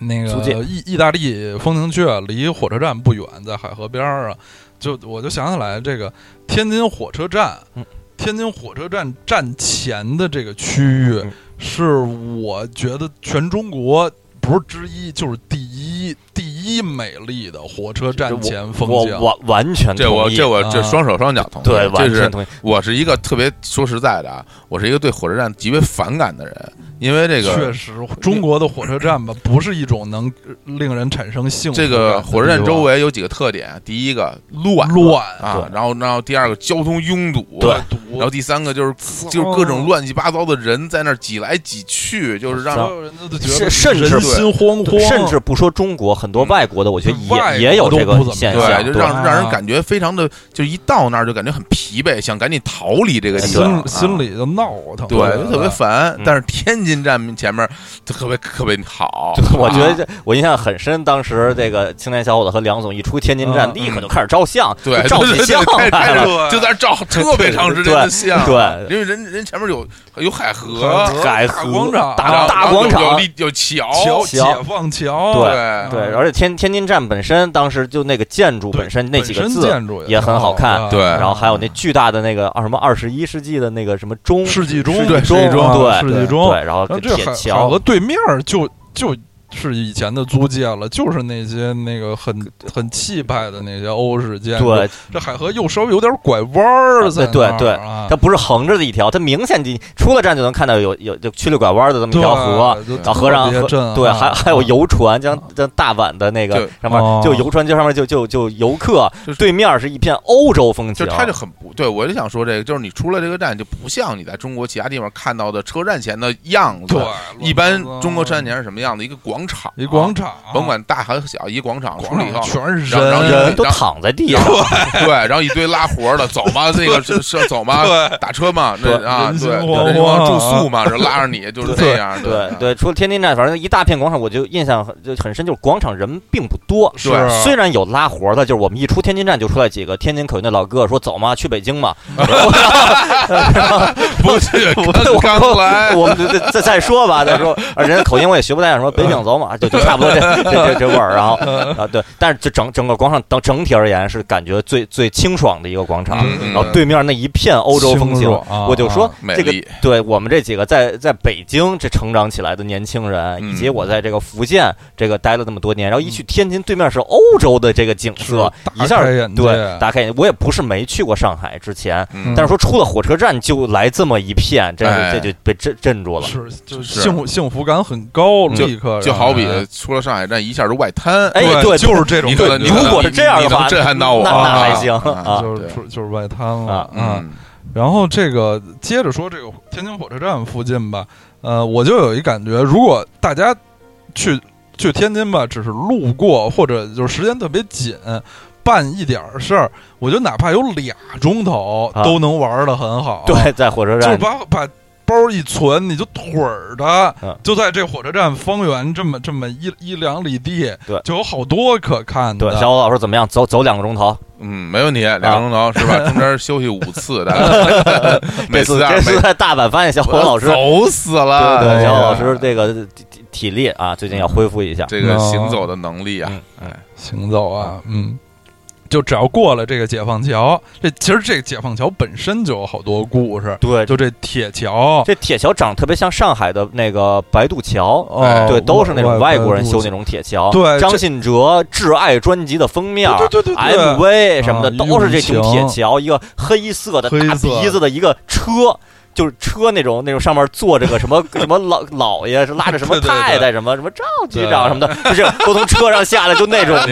S3: 那
S2: 租
S3: 个
S2: 界
S3: 意意大利风情雀离火车站不远，在海河边儿啊，就我就想起来这个天津火车站
S2: 嗯，
S3: 天津火车站站前的这个区域
S2: 嗯，
S3: 是我觉得全中国不是之一，就是第一第一美丽的火车站前风
S2: 我
S3: 景。
S2: 我完全
S1: 这
S2: 同
S1: 我
S2: 意
S1: 这我这
S3: 啊
S1: 双手双脚同意，
S2: 对
S1: 这
S2: 完
S1: 是
S2: 全同意，
S1: 我是一个特别说实在的啊，我是一个对火车站极为反感的人，因为这
S3: 确
S1: 个
S3: 实，中国的火车站吧，不是一种能令人产生幸福
S1: 这
S3: 感的地方。
S1: 个火车站
S3: 啊
S1: 周围有几个特点，第一个乱
S3: 乱，
S1: 啊
S2: 对，
S1: 然后然后第二个交通拥堵，
S2: 对
S1: 然后第三个就是
S3: 堵
S1: 就是各种乱七八糟的人在那儿挤来挤去，就是让
S3: 所有人都觉得
S2: 甚甚至
S3: 人心惶
S2: 对
S3: 惶，
S2: 甚至不说中国，很多
S1: 嗯
S2: 外国的，我觉得
S3: 外国
S2: 也也有
S3: 都
S2: 这
S3: 不
S2: 个
S3: 怎么
S2: 现
S3: 样
S2: 象，
S1: 对，就
S2: 对
S1: 让
S3: 啊
S1: 让人感觉非常的，就一到那儿就感觉很疲惫，想赶紧逃离这个地
S2: 哎
S3: 心
S1: 方，啊
S3: 心里就闹腾，
S1: 对就特别烦
S2: 嗯。
S1: 但是天津站前面就特别特别好，
S2: *laughs* 就我觉得
S1: 啊
S2: 这我印象很深，当时这个青年小伙子和梁总一出天津站，
S3: 嗯
S2: 立刻就开始照相，
S1: 对
S2: 就照起
S1: 对对
S2: 相
S1: 对开
S2: 来
S1: 开
S2: 了，
S1: 就在那儿照特别长时间的相，
S2: 对，
S1: 因为人人前面有有海河
S3: 海，
S2: 海
S3: 河
S2: 河
S3: 嗯大广场
S1: 然后
S2: 大大
S1: 然后
S2: 广
S1: 有有
S2: 场，
S1: 立有桥，
S2: 桥
S3: 桥解放桥，
S2: 对
S1: 对
S2: 对，而且天天津站本身当时就那个建筑本身那几个
S3: 本身
S2: 字，
S3: 建筑
S2: 也很好看
S3: 啊
S1: 对
S2: 然后还有那巨大的那个啊什么二十一世纪的那个什么钟，
S3: 世纪钟，啊
S2: 世纪
S1: 对
S2: 钟
S1: 世纪钟
S2: 对
S3: 世纪钟
S2: 对，然后
S3: 然后这
S2: 铁
S3: 海海河
S2: 桥，
S3: 对面儿就就是以前的租界了，就是那些那个很很气派的那些欧式建筑。
S2: 对，
S3: 这海河又稍微有点拐弯儿
S2: 啊
S3: 在
S2: 对对
S3: 那儿啊，
S2: 它不是横着的一条，它明显你出了站就能看到有有就曲里拐弯的这么一
S3: 对
S2: 条河，，
S3: 就
S2: 然后啊河上
S3: 特别震啊撼
S2: 河对，还还有游船，将将大阪的那个
S1: 对
S2: 上面
S3: 哦
S2: 就游船就上面就就就游客
S1: 就是，
S2: 对面是一片欧洲风
S1: 就
S2: 情，
S1: 它就很不对，我就想说这个，就是你出了这个站，就不像你在中国其他地方看到的车站前的样子。
S3: 对，
S1: 一般中国车站前是什么样的？一个广场，
S3: 一广，场，
S1: 啊甭管大还是小，一广场出
S3: 广
S1: 来以
S3: 场
S1: 后，
S3: 全是
S1: 然后
S3: 人，
S2: 人都躺在地上，
S1: 对，然后一堆拉活儿的，走
S3: *laughs*
S1: 嘛，这个是是走嘛，
S3: 对
S1: 打车嘛，
S2: 对
S1: 那啊，
S3: 人心
S1: 对，那
S3: 惶
S1: 帮
S3: 惶
S1: 住
S3: 啊
S1: 宿嘛，然后拉着你就是这样，啊
S2: 对对，除了天津站，反正一大片广场，我就印象很就很深，就是广场人并不多。
S3: 是
S1: 对
S2: 虽然有拉活的，就是我们一出天津站就出来几个天津口音的老哥，说走嘛，去北京嘛。
S1: 不是
S2: 我
S1: 刚刚来，
S2: 我们再再再说吧，再说，啊人家口音我也学不太像，什么北京走嘛，就就差不多这这这这味儿。然后啊，对，但是就整整个广场整整体而言是感觉最最清爽的一个广场
S1: 嗯，嗯
S2: 然后啊对面那一片欧洲风
S3: 清
S2: 情
S3: 爽啊，
S2: 我就说
S3: 啊
S1: 美
S2: 这个
S1: 丽
S2: 对我们这几个在在北京这成长起来的年轻人，
S1: 嗯
S2: 以及我在这个福建这个待了那么多年，然后一去天津，对面是欧洲的这个景色，
S3: 是
S2: 一下
S3: 大开眼界
S2: 对打开眼界。我也不是没去过上海之前，
S1: 嗯
S2: 但是说出了火车站就来这么一片，真
S1: 哎
S2: 是这就被震震住了。
S3: 是就是
S1: 是
S3: 幸福幸福感很高，
S2: 就
S3: 立刻让
S1: 就好比
S3: 人
S1: 出了上海站，一下就外滩，
S2: 哎对
S3: 就是这种
S1: 你可
S3: 感
S1: 能你
S3: 觉，
S2: 如
S1: 可能
S2: 果是
S1: 你
S2: 这样的
S1: 你能
S2: 话
S1: 震撼到我，
S2: 那
S3: 那还
S2: 行
S1: 啊
S2: 啊
S3: 就是出就是外滩了
S2: 啊，
S3: 嗯。
S1: 嗯
S3: 然后这个接着说这个天津火车站附近吧，呃，我就有一感觉，如果大家去去天津吧，只是路过或者就是时间特别紧。办一点儿事儿，我觉得哪怕有俩钟头
S2: 啊
S3: 都能玩的很
S1: 哦
S3: 好。
S2: 对，在火车
S3: 就是
S2: 站，
S3: 把把包一存，你就腿儿的，
S2: 嗯
S3: 就在这火车站方圆这么这么一一两里地，
S2: 对
S3: 就有好多可看
S2: 对
S3: 的。，
S2: 小伙老师怎么样？走走两个钟头，
S1: 嗯，没问题，两个钟头是吧？中间休息五次，大概每
S2: 这次
S1: 次啊
S2: 这
S1: 每
S2: *laughs* 次在大阪发现小伙老师，
S1: 走死了，
S2: 对，
S1: 哎呀
S2: 小伙老师这个体体体力啊，最近要恢复一下。
S1: 这个行走的能力啊，。
S2: 嗯嗯
S3: 行走啊，嗯，就只要过了这个解放桥，这其实这解放桥本身就有好多故事，
S2: 对，
S3: 就这铁桥，
S2: 这铁桥长得特别像上海的那个白渡桥，
S3: 哦，
S2: 对，都是那种外国人修那
S3: 种，
S2: 种铁桥。
S3: 对
S2: 张
S3: 这
S2: 信哲《挚爱》专辑的封面。
S3: 对对对对对。
S2: MV 什么的
S3: 啊
S2: 都是这种
S3: 一
S2: 铁
S3: 种
S2: 桥，一个黑色的
S3: 黑
S2: 大
S3: 色
S2: 鼻子的一个车，就是车那种那种上面坐着个
S3: *laughs*
S2: 什么什么老老爷，是拉着什么
S3: 对对对
S2: 太太什么什么赵局
S3: 对
S2: 长什么
S3: *laughs*
S2: 的，就是都从车上下来，就那种的对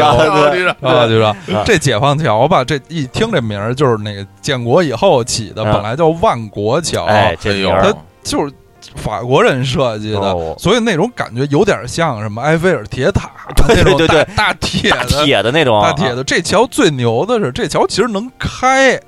S1: 对
S3: 啊，就说
S2: 啊
S3: 这解放桥吧，这一听这名儿就是那个建国以后起的，
S2: 啊
S3: 本来叫万国桥，
S2: 哎，这
S1: 哎
S2: 名
S1: 呦，
S2: 儿
S3: 就是法国人设计的，
S2: 哦
S3: 所以那种感觉有点像什么埃菲尔铁
S2: *laughs*
S3: 塔，
S2: 对
S3: 那种
S2: 对对
S3: 大大铁
S2: 大
S3: 的。
S2: 铁的那种，啊
S3: 大铁的这桥最牛的是，这桥其实能开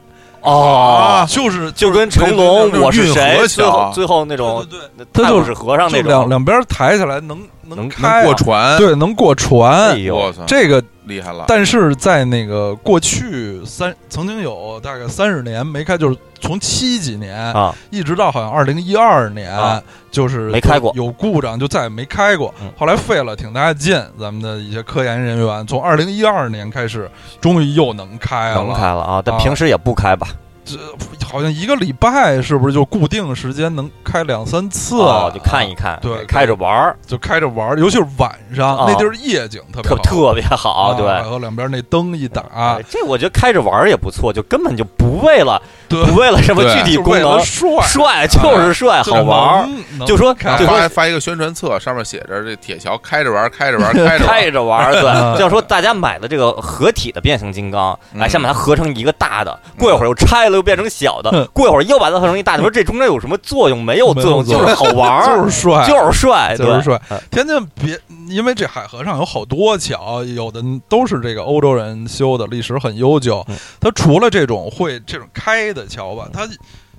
S3: 啊
S2: 哦，
S3: 就是
S2: 就跟成
S1: 那种
S2: 龙
S1: 那种
S2: 我是
S1: 运河
S2: 谁，最
S1: 桥
S2: 后最后那种
S3: 对对对，
S2: 他就是和尚那
S3: 就两
S2: 种，
S3: 两边抬起来能能
S2: 能
S3: 开啊
S1: 过，船，
S3: 对，能
S2: 哎
S3: 过
S2: 啊
S3: 船。
S1: 我
S2: 呦，
S1: 操，
S3: 这个，
S1: 厉害了！
S3: 但是在那个过去三曾经有大概三十年没开，就是从七几年
S2: 啊，
S3: 一直到好像二零一二年，
S2: 啊
S3: 就是
S2: 没开过
S3: 有故障，就再也没开过。
S2: 嗯
S3: 后来费了挺大劲，咱们的一些科研人员从二零一二年开始，终于又能开了。
S2: 能开了啊，但
S3: 啊
S2: 平时也不开吧？
S3: 这好像一个礼拜是不是就固定时间能开两三次、
S2: 哦，就看一看，
S3: 对
S2: 开着玩儿，
S3: 就开着玩儿，尤其是晚上，
S2: 啊
S3: 那地儿夜景特别
S2: 特
S3: 好，
S2: 特别好，对。
S3: 啊，和两边那灯一打
S2: 哎，这我觉得开着玩儿也不错，就根本就不为了
S3: *laughs* 对，
S2: 不为了什么
S1: 对
S2: 具体
S3: 就
S2: 功
S3: 为了
S2: 能，
S3: 帅，啊
S2: 帅就是帅，
S3: 就
S2: 好玩儿，
S3: 能，能
S2: 就说
S3: 开
S1: 然
S2: 就
S1: 后
S2: 说
S1: 发发一个宣传册，上面写着这铁桥开着玩儿，开着玩儿，开着玩儿，
S2: *laughs* 开着玩儿，对
S3: 嗯，
S2: 就像说大家买的这个合体的变形金刚，
S1: 嗯
S2: 哎，先把它合成一个大的，过一会儿又拆了又变成小的
S3: 嗯，
S2: 过一会儿又把它合成一大的，你说这中间有什么作用？没有作用，就
S3: 没有作用
S2: 是好玩
S3: *laughs* 就
S2: 儿
S3: 是，帅，
S2: 就是帅，对
S3: 就是帅
S2: 嗯。
S3: 天津别，因为这海河上有好多桥，有的都是这个欧洲人修的，历史很悠久
S2: 嗯。
S3: 它除了这种会这种开的桥吧，它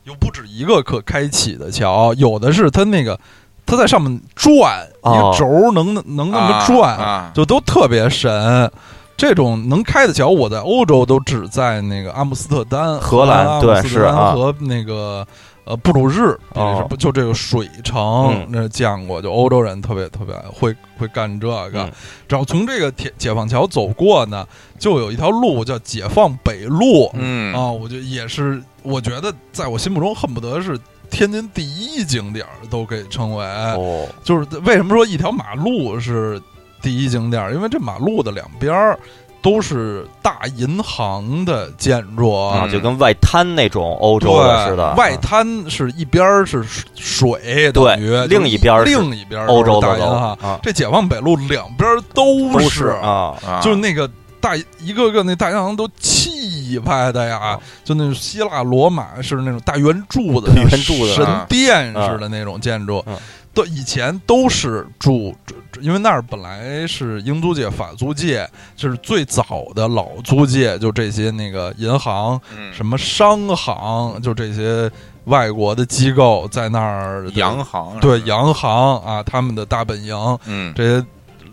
S3: 有不止一个可开启的桥，有的是它那个它在上面转，一
S2: 哦
S3: 个轴儿能能那么
S1: 啊
S3: 转，
S1: 啊
S3: 就都特别神。这种能开的桥，我在欧洲都只在那个阿姆斯特丹、
S2: 荷兰
S3: 阿姆
S2: 对
S3: 斯
S2: 是
S3: 特丹
S2: 啊
S3: 和那个呃布鲁日，比利时
S2: 哦
S3: 不就这个水
S2: 嗯
S3: 城那见过，就欧洲人特别特别爱会会干这个
S2: 嗯。
S3: 只要从这个铁解放桥走过呢，就有一条路叫解放北路
S1: 嗯
S3: 啊，我就也是，我觉得在我心目中恨不得是天津第一景点儿都可以称为。
S2: 哦，
S3: 就是为什么说一条马路是第一景点儿？因为这马路的两边儿都是大银行的建筑啊。
S2: 啊，
S1: 嗯
S2: 就跟外滩那种欧
S3: 对
S2: 洲的似的，啊
S3: 外滩是一边儿是
S2: 对
S3: 水，等于
S2: 另一边儿是
S3: 另一边儿
S2: 欧洲
S3: 都
S2: 的
S3: 是大
S2: 楼
S3: 银行。
S2: 啊，
S3: 这解放北路两边儿都
S2: 都
S3: 是，
S2: 是啊，
S1: 啊
S3: 就是那个大一个个那大银行都气派的呀
S2: 啊，
S3: 就那种希腊罗马是那种大圆柱子、
S2: 圆柱子
S3: 神
S1: 啊
S3: 殿似的那种建筑
S2: 嗯嗯，
S3: 都以前都是住，住住因为那儿本来是英租界、法租界，就是最早的老租界，就这些那个银行、
S1: 嗯
S3: 什么商行，就这些外国的机构在那儿的
S1: 洋行，啊
S3: 对，洋行啊，他们的大本营。
S1: 嗯，
S3: 这些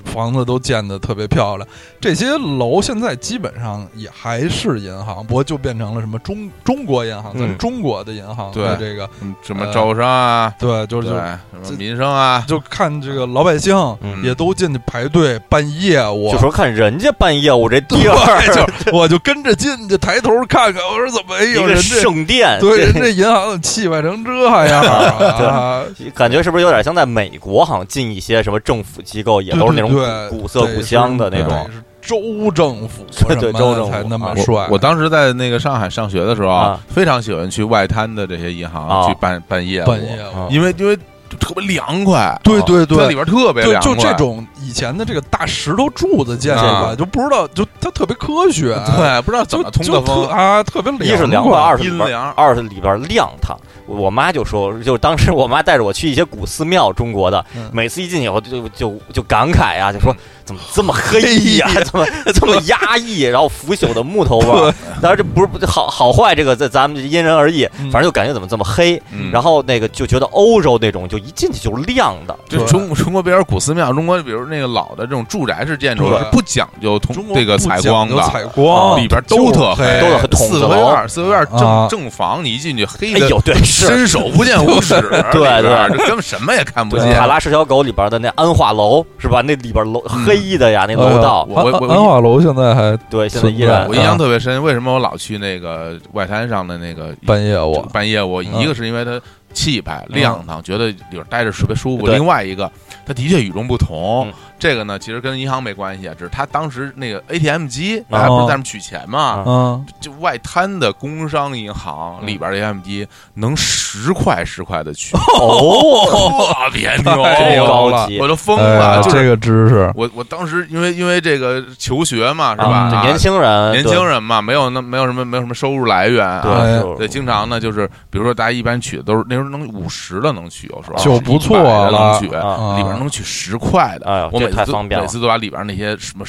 S3: 房子都建得特别漂亮。这些楼现在基本上也还是银行，不过就变成了什么中中国银行，
S2: 嗯
S3: 咱中国的银行
S1: 对
S3: 的这个
S1: 嗯什么招商啊，
S3: 对，就是
S1: 对，什
S3: 就
S1: 么
S3: 这
S1: 民生啊，
S3: 就看这个老百姓
S2: 嗯
S3: 也都进去排队办业务
S2: 就。说看人家办业务这地儿，
S3: 对，就我就跟着进去，抬头看看，我说怎么哎
S2: 一
S3: 呦，
S2: 个
S3: 人这
S2: 圣殿，
S3: 对人
S2: *laughs*
S3: 这银行怎么气派成这样啊？
S2: 这感觉是不是有点像在美国，好像进一些什么政府机构，也都是那种
S3: 对对
S2: 古古色古香的那种
S3: 对是州政府什
S2: *laughs* 对
S3: 么
S2: 对
S3: 的
S2: 州政府
S3: 才那么
S2: 啊
S3: 帅
S1: 我。我当时在那个上海上学的时候
S2: 啊
S1: 非常喜欢去外滩的这些银行
S2: 啊
S1: 去办办业务，
S3: 办业务
S2: 啊
S1: 因为因为特别凉快，
S3: 对对对，
S1: 它里边特别
S3: 就
S1: 凉快，
S3: 就这种以前的这个大石头柱子建筑
S1: 啊
S3: 吧，就不知道，就它特别科学，啊
S1: 对，不知道怎
S3: 就，
S1: 么通
S3: 就
S1: 的
S3: 特
S1: 风，
S3: 啊，特别凉快，
S2: 一是凉快，二是里
S1: 阴
S2: 边
S1: 凉
S2: 二是里边亮堂。我我妈就说，就当时我妈带着我去一些古寺庙，中国的，
S3: 嗯
S2: 每次一进去我就就就感慨啊，就说
S1: 嗯
S2: 怎么这么黑呀、怎么这么压抑，然后腐朽的木头味儿。当然这不是不好好坏，这个在咱们就因人而异，
S3: 嗯
S2: 反正就感觉怎么这么黑。
S1: 嗯
S2: 然后那个就觉得欧洲那种就一进去就是亮的，
S1: 就
S3: 对
S1: 中中国比如古寺庙，中国比如那个老的这种住宅式建筑
S3: 对
S1: 是不讲究通
S3: 中国
S1: 这个采光
S3: 不讲究
S1: 的，啊
S3: 采光
S1: 里边都特
S3: 就是
S2: 都是很筒
S1: 四
S2: 子
S1: 合
S2: 楼
S1: 院，四合院正
S3: 啊
S1: 正房，你一进去黑
S2: 哎
S1: 的
S2: 呦，对是。
S1: 伸手不见五
S3: *laughs*
S1: 指，
S2: 对
S1: 里边
S2: 对
S1: 这根本什么也看不
S2: 对，
S1: 见
S2: 卡。拉是条狗里边的那安化楼是吧？那里边楼黑的呀，那楼
S3: 哎
S2: 道，
S1: 我我我
S3: 安化楼现在还
S2: 对，现在依然
S3: 嗯
S1: 我印象特别深，为什么我老去那个外滩上的那个
S3: 办业务，
S1: 办业务？
S3: 嗯
S1: 一个是因为它气派亮堂，觉得里边待着特别舒服；
S2: 嗯对
S1: 另外一个，它的确与众不同
S2: 嗯。
S1: 这个呢，其实跟银行没关系，啊只是他当时那个 ATM 机，
S2: 哦
S1: 大家不是在那儿取钱吗？
S3: 嗯，
S1: 就外滩的工商银行
S2: 嗯
S1: 里边的 ATM 机能十块十块的取，
S2: 哦，
S1: *laughs* 特别
S2: *laughs*
S1: 牛，
S3: 哎
S2: 真
S3: 呦
S2: 高级
S1: 我，都疯
S3: 哎呀
S1: 了。就是
S3: 这个知识，
S1: 我我当时因为因为这个求学嘛，是吧
S2: 啊，？这年轻人，
S1: 年轻人嘛，没有那没有什么没有什么收入来源啊。
S3: 哎
S2: 对，
S1: 对，经常呢就是，比如说大家一般取的都是那时候能五十的能取，有时候
S3: 就不错
S1: 100的
S3: 了
S1: 能取，
S2: 啊，
S1: 里边能取十块的。
S2: 哎呦，
S1: 我每
S2: 这
S1: 次
S2: 太
S1: 都
S2: 方便
S1: 每
S2: 了，
S1: 次都把里边那些什么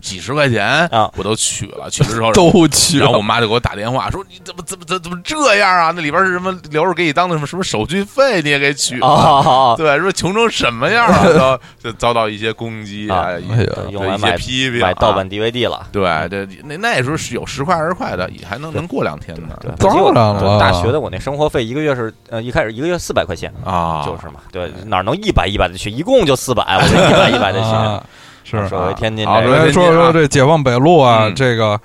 S1: 几十块钱
S2: 啊
S1: 我都取了，取了之后
S3: 都去
S1: 然后我妈就给我打电话说：“你怎么怎么怎么怎么这样啊？那里边是什么留着给你当的什么什么手续费，你也给取了？
S2: 啊，
S1: 对，说穷成什么
S3: *laughs*
S1: 样了，都就遭到一些攻击
S2: 啊
S1: 一
S3: 哎呀
S1: 对
S2: 用来
S1: 一些
S2: 买
S1: 批评，啊
S2: 买盗版。DVD 了。
S1: 对，这那那时候是有十块二十块的，也还能能过两天呢。
S2: 对，
S3: 当然了
S2: 我记得我大学的我那生活费一个月是呃一开始一个月四百块钱，
S1: 啊，
S2: 就是嘛，对，哪能一百一百的去？一共就四百，我就一百一百的去。
S3: 啊，是
S2: 说回天津
S1: 好
S2: 这
S1: 说
S2: 个，
S1: 回天
S3: 哎说
S1: 津啊
S3: 说说这解放北路啊，
S1: 嗯
S3: 这个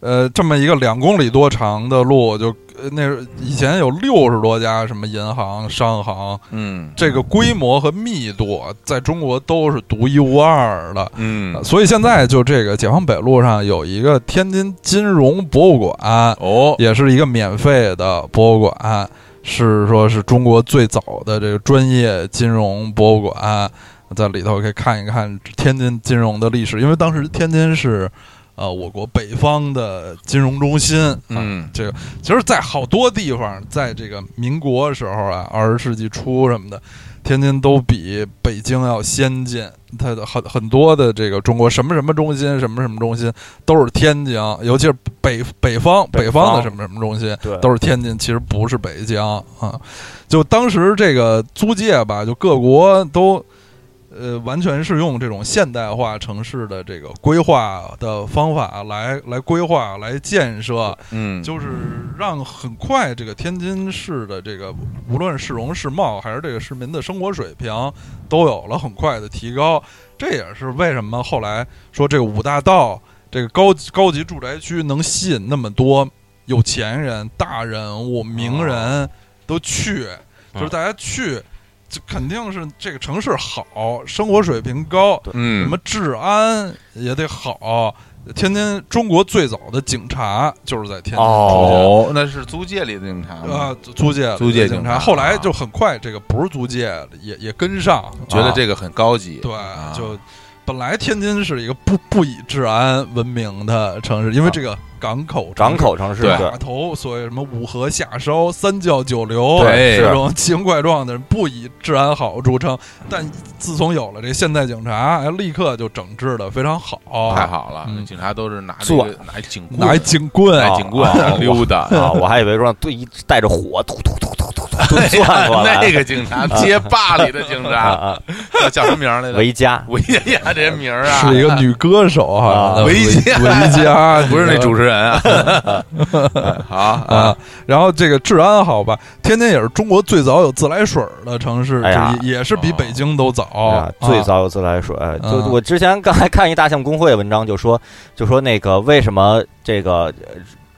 S3: 呃，这么一个两公里多长的路，就呃那是以前有六十多家什么银行、商行，
S1: 嗯
S3: 这个规模和密度啊在中国都是独一无二的。
S1: 嗯
S3: 呃所以现在就这个解放北路上有一个天津金融博物馆，
S1: 哦
S3: 也是一个免费的博物馆，是说是中国最早的这个专业金融博物馆，在里头可以看一看天津金融的历史，因为当时天津是。呃，我国北方的金融中心，啊
S1: 嗯
S3: 这个其实，在好多地方，在这个民国时候啊，二十世纪初什么的，天津都比北京要先进。它的很很多的这个中国什么什么中心，什么什么中心都是天津，尤其是北北方
S2: 北
S3: 北方的
S2: 方
S3: 什么什么中心，
S2: 对，
S3: 都是天津，其实不是北京啊。就当时这个租界吧，就各国都呃完全是用这种现代化城市的这个规划的方法来来规划、来建设，
S1: 嗯，
S3: 就是让很快这个天津市的这个无论市容市貌还是这个市民的生活水平都有了很快的提高。这也是为什么后来说这个五大道这个高级高级住宅区能吸引那么多有钱人、大人物、名人都去，就是大家去，这肯定是这个城市好，生活水平高，
S1: 嗯
S3: 什么治安也得好。天津中国最早的警察就是在天津
S2: 哦
S1: 哦，那是租界里的警察吗
S3: 啊，租界
S1: 租界
S3: 警
S1: 警察
S3: 后来就很快，这个不是租界也也跟上，
S1: 觉得这个很高级，
S3: 啊对
S1: 啊，
S3: 就本来天津是一个不不以治安闻名的城市，因为
S2: 啊
S3: 这个港口城
S2: 港
S3: 市
S2: 口城市，
S1: 对
S3: 码头，所谓什么五河下梢、三教九流，
S1: 对
S3: 这
S1: 是
S3: 种奇形怪状的不以治安好著称。但自从有了这现代警察，哎，立刻就整治的非常好，
S1: 太好了，
S3: 嗯
S1: 警察都是拿着
S2: 做
S1: 一个拿一警棍，
S3: *laughs* 拿一警棍，
S1: 拿一警棍
S2: 啊
S1: 溜达，
S2: *laughs* 啊，我还以为说对一带着火，突突突突突突突窜过来，
S1: *laughs* 那个警察，街霸里的警
S2: 啊
S1: 察
S2: 啊，
S1: 叫什么名儿来着？
S2: 维嘉
S1: 维亚这名儿啊，
S3: 是一个女歌手，好像叫
S1: 维嘉
S3: 维
S1: *laughs*
S3: 嘉，
S1: 不是那
S3: 主。
S1: 主持人啊。好啊
S3: 啊，，然后这个治安好吧，天津也是中国最早有自来水儿的城市，
S2: 哎呀
S3: 这也也是比北京都早，
S1: 哦
S2: 啊，最早有自来水。就
S3: 哦嗯
S2: 我之前刚才看一大象公会文章，就说就说那个为什么这个呃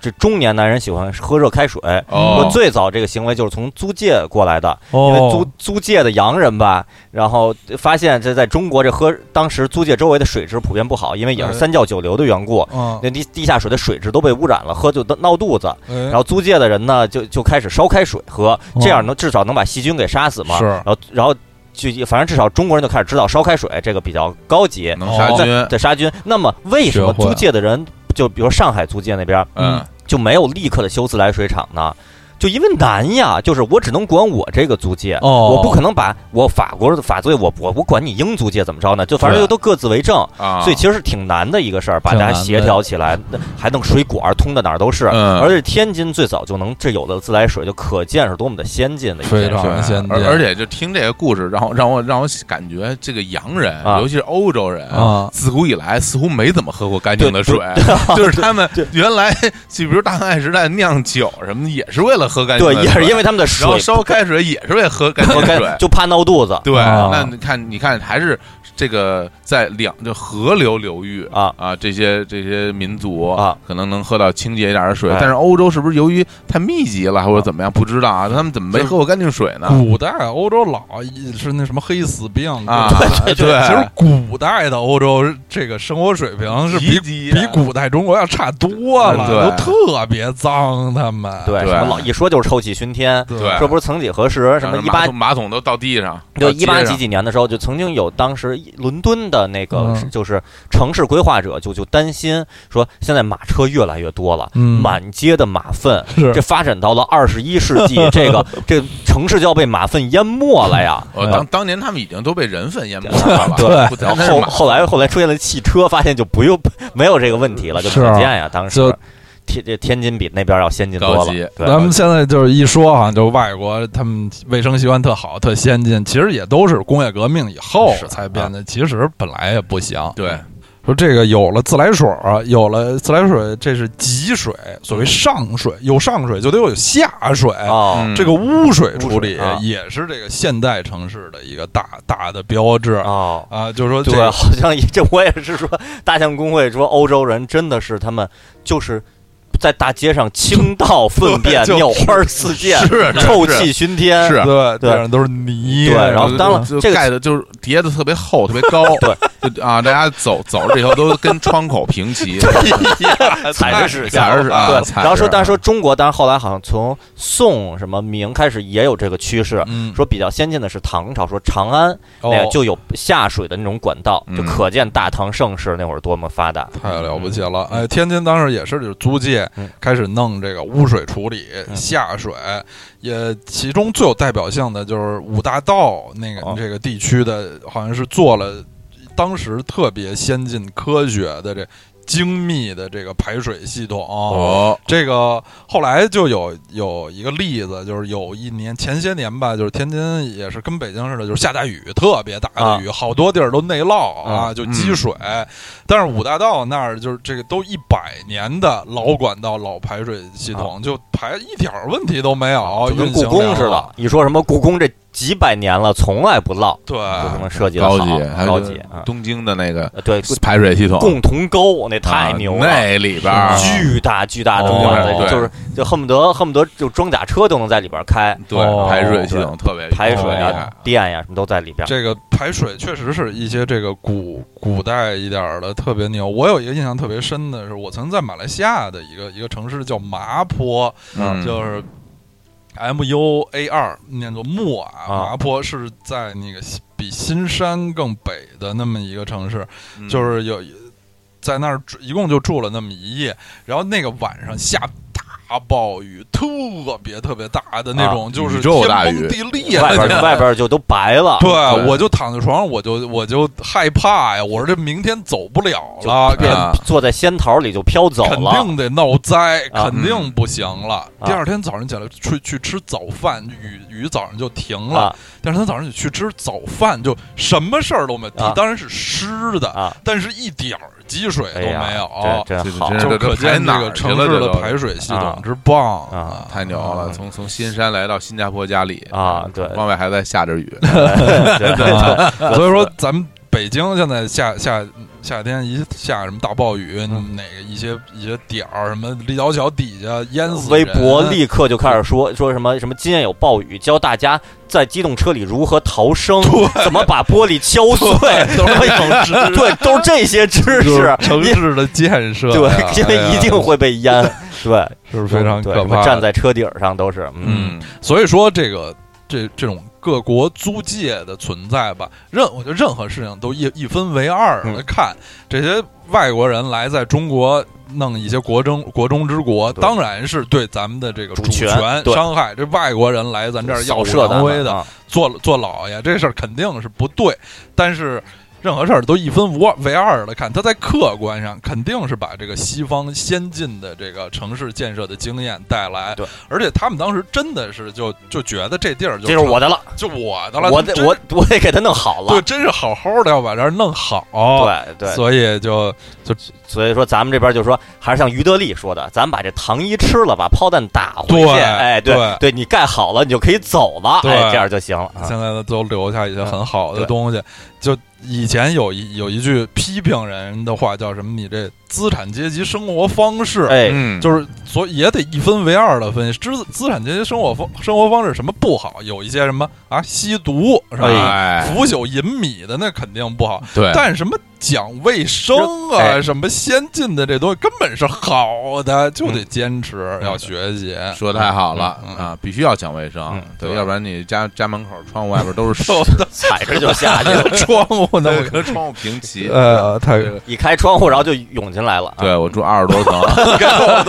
S2: 这中年男人喜欢喝热开水。说
S1: 哦，
S2: 最早这个行为就是从租界过来的，因为租
S3: 哦，
S2: 租界的洋人吧，然后发现这在中国这喝，当时租界周围的水质普遍不好，因为也是
S3: 哎
S2: 三教九流的缘故，
S3: 嗯，
S2: 那地地下水的水质都被污染了，喝就闹肚子。然
S3: 然
S2: 后租界的人呢，就就开始烧开水喝，这样能至少能把细菌给杀死嘛。
S3: 哦是
S2: 然后然后就反正至少中国人就开始知道烧开水这个比较高级，
S1: 能杀菌，
S2: 哦对杀菌。那么为什么
S3: 嗯学会
S2: 租界的人就比如上海租界那边
S1: 嗯，
S2: 就没有立刻的修自来水厂呢？就因为难呀，就是我只能管我这个租界。
S3: 哦，
S2: 我不可能把我法国的法租界，我我我管你英租界怎么着呢？就反正
S1: 对
S2: 就都各自为政，
S1: 啊，
S2: 所以其实是挺难的一个事儿，把
S3: 挺
S2: 大家
S3: 难的
S2: 协调起来，那还弄水管儿通到哪儿都是。
S1: 嗯
S2: 而且天津最早就能这有了自来水，就可见是多么的先进的一
S3: 非
S2: 件事
S3: 常
S2: 儿。
S1: 对
S3: 先进
S1: 而而且就听这个故事，让我让我让我感觉这个洋人，
S2: 啊
S1: 尤其是欧洲人
S3: 啊
S1: 自古以来似乎没怎么喝过干净的水， *laughs* 就是他们原来 *laughs* 就比如大航海时代酿酒什么的，也是为了喝干净
S2: 对，
S1: 的
S2: 也是
S1: 水，
S2: 因为他们
S1: *laughs*
S2: 的
S1: 然
S2: 水
S1: 后烧开水也是为了喝干净
S2: 喝
S1: 的
S2: 开
S1: 水，
S2: 就怕闹肚子
S1: 对，
S3: 啊
S1: 那你看，你看，还是这个在两这河流流域
S2: 啊
S1: 啊，这些这些民族
S2: 啊，
S1: 可能能喝到清洁一点的水
S2: 哎，
S1: 但是欧洲是不是由于太密集了，或者怎么样？不知道啊，他们怎么没
S3: 就是
S1: 喝过干净水呢？
S3: 古代欧洲老是那什么黑死病
S2: 嗯
S1: 啊，
S3: *laughs*
S1: 对
S3: 其实古代的欧洲这个生活水平是比
S1: 比
S3: 比古代中国要差多了，
S1: 对
S3: 都特别脏，他们
S2: 对，
S1: 对
S2: 什么老一说就是臭气熏天。
S3: 对
S1: 对
S2: 说不是曾几何时，什么
S1: 让
S2: 一
S1: 那
S2: 八
S1: 啊马桶马桶都到地上，
S2: 就
S1: 到
S2: 一
S1: 街
S2: 八几
S1: 上
S2: 几年的时候，就曾经有当时伦敦的那个
S3: 嗯
S2: 是就是城市规划者就就担心说，现在马车越来越多了，
S3: 嗯
S2: 满街的马粪，
S3: 是
S2: 这发展到了二十一世纪，这个这个城市就要被马粪淹没了呀。
S1: 哦，
S3: 嗯
S1: 当当年他们已经都被人粪淹没了吧？
S3: 对
S1: 不
S2: 然
S1: 单
S2: 后
S1: 单是
S2: 后
S1: 马
S2: 后来后来出现了汽车，发现就不用 *laughs* 没有这个问题了，就是可见呀，当时
S3: 就
S2: 天这天津比那边要先进多
S1: 高
S2: 了
S1: 级。
S2: 对
S3: 咱们现在就是一说哈，就外国他们卫生习惯特好、特先进，其实也都是工业革命以后
S2: 是啊
S3: 才变的，其实本来也不行。
S1: 对，
S3: 说这个有了自来水儿，有了自来水，这是集水，所谓上水，有上水就得有下水。
S2: 哦
S1: 嗯
S3: 这个污水处
S2: 污水
S3: 理
S2: 啊
S3: 也是这个现代城市的一个大大的标志啊
S2: 哦，
S3: 就是说这
S2: 对，
S3: 个
S2: 好像也 *laughs* 这我也是说，大象公会说欧洲人真的是他们就是在大街上倾倒粪便，
S3: 就是
S2: 尿花四溅，
S1: 是
S2: 臭气熏天。
S1: 是
S3: 对
S2: 对
S3: 地上都是泥，
S2: 对然后
S1: 就
S2: 当然了
S1: 就
S2: 这个
S1: 盖的就是叠的特别厚，特别
S2: *laughs*
S1: 高，对，就啊，大家走走着以后都跟窗口平齐，
S2: 踩着屎下
S1: 踩着屎啊
S2: 对，
S1: 踩着
S2: 然后说，但是说中国，当然后来好像从宋什么明开始也有这个趋势，
S3: *laughs* 嗯，
S2: 说比较先进的是唐 *laughs* 朝，说哎长安那
S3: 哦
S2: 个就有下水的那种管道，就
S1: 嗯
S2: 可见大唐盛世那会儿多么发达。
S3: 太了不起了！哎，天津当时也是，就是租界
S2: 嗯
S3: 开始弄这个污水处理、
S2: 嗯
S3: 下水，也其中最有代表性的就是五大道那个、
S2: 哦
S3: 这个地区的，好像是做了当时特别先进、科学的这精密的这个排水系统。
S1: 哦，
S3: 这个后来就有有一个例子，就是有一年前些年吧，就是天津也是跟北京似的，就是下大雨，特别大
S2: 啊
S3: 的雨，好多地儿都内涝啊，就积水。
S2: 嗯
S3: 但是五大道那儿就是这个都一百年的老管道、老排水系统，就排一点儿问题都没有，
S2: 啊就跟
S3: 哦运
S2: 故
S3: 行
S2: 宫似的
S3: 良好。，
S2: 你说什么故宫这几百年了，从来不落，
S3: 对，
S2: 就什么设计的
S1: 高
S2: 好，
S1: 级，还有
S2: 高
S1: 就
S2: 级
S1: 是
S2: 啊，
S1: 东京的那个
S2: 呃对，
S1: 排水系统，
S2: 共同沟那太牛
S1: 啊
S2: 了。
S1: 那里边儿
S2: 巨大巨大的
S3: 哦
S2: 管道，
S1: 对
S2: 就是就恨不得恨不得就装甲车都能在里边开，
S1: 对
S3: 哦
S1: 排水系统特别
S2: 排水
S1: 特别厉
S2: 啊
S1: 害、
S2: 电呀、什么都在里边。
S3: 这个排水确实是一些这个古古代一点儿的特别牛。我有一个印象特别深的是，我曾经在马来西亚的一个一个城市叫麻坡，
S1: 嗯
S3: 就是 M U A 二，念作木瓦。
S2: 啊
S3: 麻坡是在那个西比新山更北的那么一个城市，
S1: 嗯
S3: 就是有在那儿住一共就住了那么一夜，然后那个晚上下。大暴雨，特别特别大的那种，就是
S1: 啊宇宙
S3: 天
S1: 大雨
S3: 崩地裂的
S2: 外
S3: 那种，
S2: 边外边就都白了，
S1: 对
S3: 对，我就躺在床上，我就我就害怕呀！我说这明天走不了
S2: 就
S3: 了，
S2: 变
S1: 啊
S2: 坐在仙桃里就飘走
S3: 肯肯
S2: 了。
S3: 定得闹灾，
S2: 啊
S3: 肯定不行了。
S1: 嗯
S2: 啊
S3: 第二天早上起来去去吃早饭，雨雨早上就停了。
S2: 啊
S3: 第二天早上去吃早饭，就什么事儿都没有，
S2: 啊
S3: 地当然是湿的，
S2: 啊！
S3: 但是一点儿积水都
S2: 哎呀，
S3: 没有。哦
S2: 真真好 *laughs*
S1: 这，这这
S3: 就可
S1: 排
S3: 见
S1: 哪
S3: 这
S1: 儿
S3: 个
S1: 去
S3: 城
S1: 了
S3: 市
S1: 这
S3: 的
S1: 都
S3: 排水系
S2: 啊
S3: 统之棒
S2: 啊
S1: 太牛了！从从新山来到新加坡家里
S2: 啊对
S1: 窗外还在下着雨，
S2: 对呃
S3: 啊所以说，咱们北京现在夏夏夏天一下什么大暴雨，
S2: 嗯
S3: 哪个一些一些点儿，什么立交桥底下淹死人
S2: 微博立刻就开始说说什么什么今夜有暴雨，教大家在机动车里如何逃生，怎么把玻璃敲碎，哎
S3: 都是这种知识，
S2: 对，都是这些知识
S3: 就是，城
S2: 因 *laughs*
S3: 市的建设呀，
S2: 对，因
S3: 哎
S2: 为
S3: 呀
S2: 一定会被淹，对，
S3: *laughs* 是非常
S2: 对
S3: 可
S2: 什么
S3: 怕。
S2: 站在车顶上都是，嗯，
S1: 嗯，
S3: 所以说，这个这这种各国租界的存在吧，任我觉得任何事情都一一分为二
S2: 嗯
S3: 来看。这些外国人来在中国弄一些国争国中之国，
S2: 对
S3: 当然是对咱们的这个
S2: 主
S3: 主
S2: 权
S3: 权
S2: 对
S3: 伤害。这外国人来咱这儿
S2: 扫
S3: 耀武
S2: 射
S3: 扬威
S2: 的
S3: 的，
S2: 啊
S3: 做做老爷这事儿肯定是不对，但是。任何事儿都一分无二为二的看，他在客观上肯定是把这个西方先进的这个城市建设的经验带来，
S2: 对，
S3: 而且他们当时真的是就就觉得这地儿就
S2: 这就是我的了，
S3: 就我的了，
S2: 我
S3: 他
S2: 得
S3: 真
S2: 我我得给他弄好
S3: 对
S2: 了，
S3: 真是好好的要把这儿弄好，
S2: 对对，
S3: 所以就
S2: 所以说咱们这边就说，还是像于德利说的，咱们把这糖衣吃了，把炮弹打回去，
S3: 对
S2: 哎，对
S3: 对，
S2: 对你盖好了，你就可以走了，
S3: 对
S2: 哎，这样就行了。啊
S3: 现在呢都留下一些很好
S2: 对
S3: 的东西。就以前有一有一句批评人的话叫什么？你这资产阶级生活方式，
S2: 哎，
S1: 嗯，
S3: 就是所以也得一分为二的分析。资资产阶级生活方生活方式什么不好？有一些什么啊，吸毒是吧？
S1: 哎，
S3: 腐朽淫靡的那肯定不好，
S1: 对，
S3: 但什么讲卫生啊，
S2: 哎
S3: 什么先进的这东西根本是好的，就得坚持
S1: 嗯
S3: 要学习。
S1: 说得太好了
S3: 嗯嗯
S1: 啊，必须要讲卫生
S2: 嗯，
S1: 对，
S3: 对
S1: 要不然你家家门口窗户外边
S3: *laughs*
S1: 都是屎，
S2: 踩着就下去
S3: 哎
S2: 了，
S3: 窗户呢？
S1: 对跟窗户平齐。
S3: 呃，太
S1: 这个
S2: 一开窗户然后就涌进来了。啊
S1: 对我住二十
S3: *laughs*
S1: 多层，给 *laughs* 我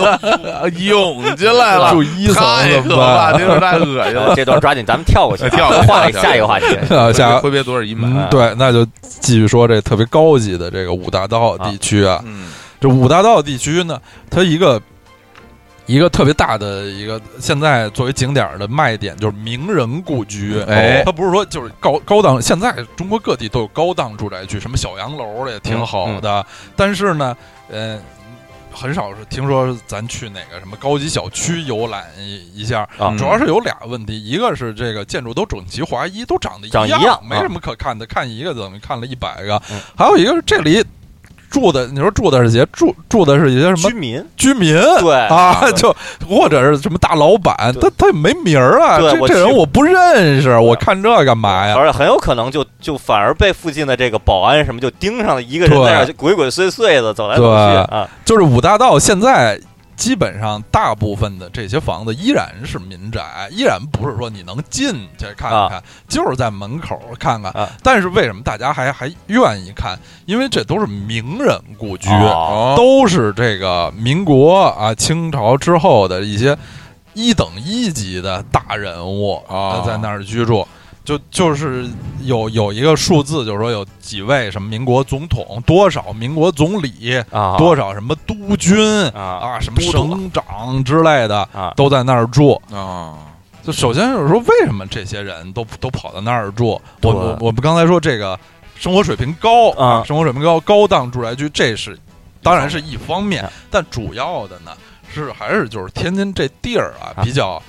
S1: 都涌进来了，
S3: 住一层
S1: 太
S3: 怎
S1: 可
S3: 么
S1: 怕，
S3: 办啊
S1: 这？有点太恶心
S2: 呃
S1: 了。
S2: 这段抓紧，咱们跳过去啊，
S1: 跳过去
S2: 话
S1: 跳过去
S2: 下一个话题。
S3: *laughs* 啊，下
S1: 挥别多少一买？
S3: 嗯，对，那就继续说这特别高级的这个五大道地区啊。
S1: 嗯
S3: 这五大道地区呢，它一个一个特别大的一个，现在作为景点儿的卖点就是名人故居。哦
S1: 哎
S3: 它不是说就是高高档，现在中国各地都有高档住宅区，什么小洋楼的也挺好的，但是呢，呃。很少是听说咱去哪个什么高级小区游览一一下，
S1: 嗯
S2: 啊
S3: 主要是有俩问题，一个是这个建筑都整齐划一，都长得
S2: 长
S3: 一
S2: 一样
S3: 没
S2: 啊
S3: 什么可看的，看一个等于看了一百个
S2: 嗯。
S3: 还有一个是这里住的，你说住的是些住住的是一些什么
S2: 居民，
S3: 居民
S2: 对
S3: 啊，
S2: 对
S3: 就或者是什么大老板，
S2: 对
S3: 他他也没名儿啊，
S2: 对
S3: 这
S2: 我
S3: 这人
S2: 去
S3: 我不认识，我看这干嘛呀？
S2: 而且很有可能就就反而被附近的这个保安什么就盯上了，一个人在那儿就鬼鬼祟祟的走来走去
S3: 对
S2: 啊，
S3: 就是五大道现在。基本上大部分的这些房子依然是民宅，依然不是说你能进去看看，就是在门口看看。
S2: 啊
S3: 但是为什么大家还还愿意看？因为这都是名人故居，
S1: 哦，
S2: 哦
S3: 都是这个民国啊、清朝之后的一些一等一级的大人物
S1: 哦
S3: 啊，在那儿居住。就就是有有一个数字，就是说有几位什么民国总统，多少民国总理，
S2: 啊
S3: 多少什么督军
S2: 啊
S3: 啊，什么
S2: 都懂
S3: 省长之类的，
S2: 啊
S3: 都在那儿住。
S1: 啊，
S3: 就首先就是说，为什么这些人都都跑到那儿住？我我
S2: 对
S3: 我们刚才说这个生活水平高
S2: 啊
S3: 生活水平高，高档住宅区，这是当然是一方面
S2: 啊，
S3: 但主要的呢是还是就是天津这地儿啊
S2: 啊
S3: 比较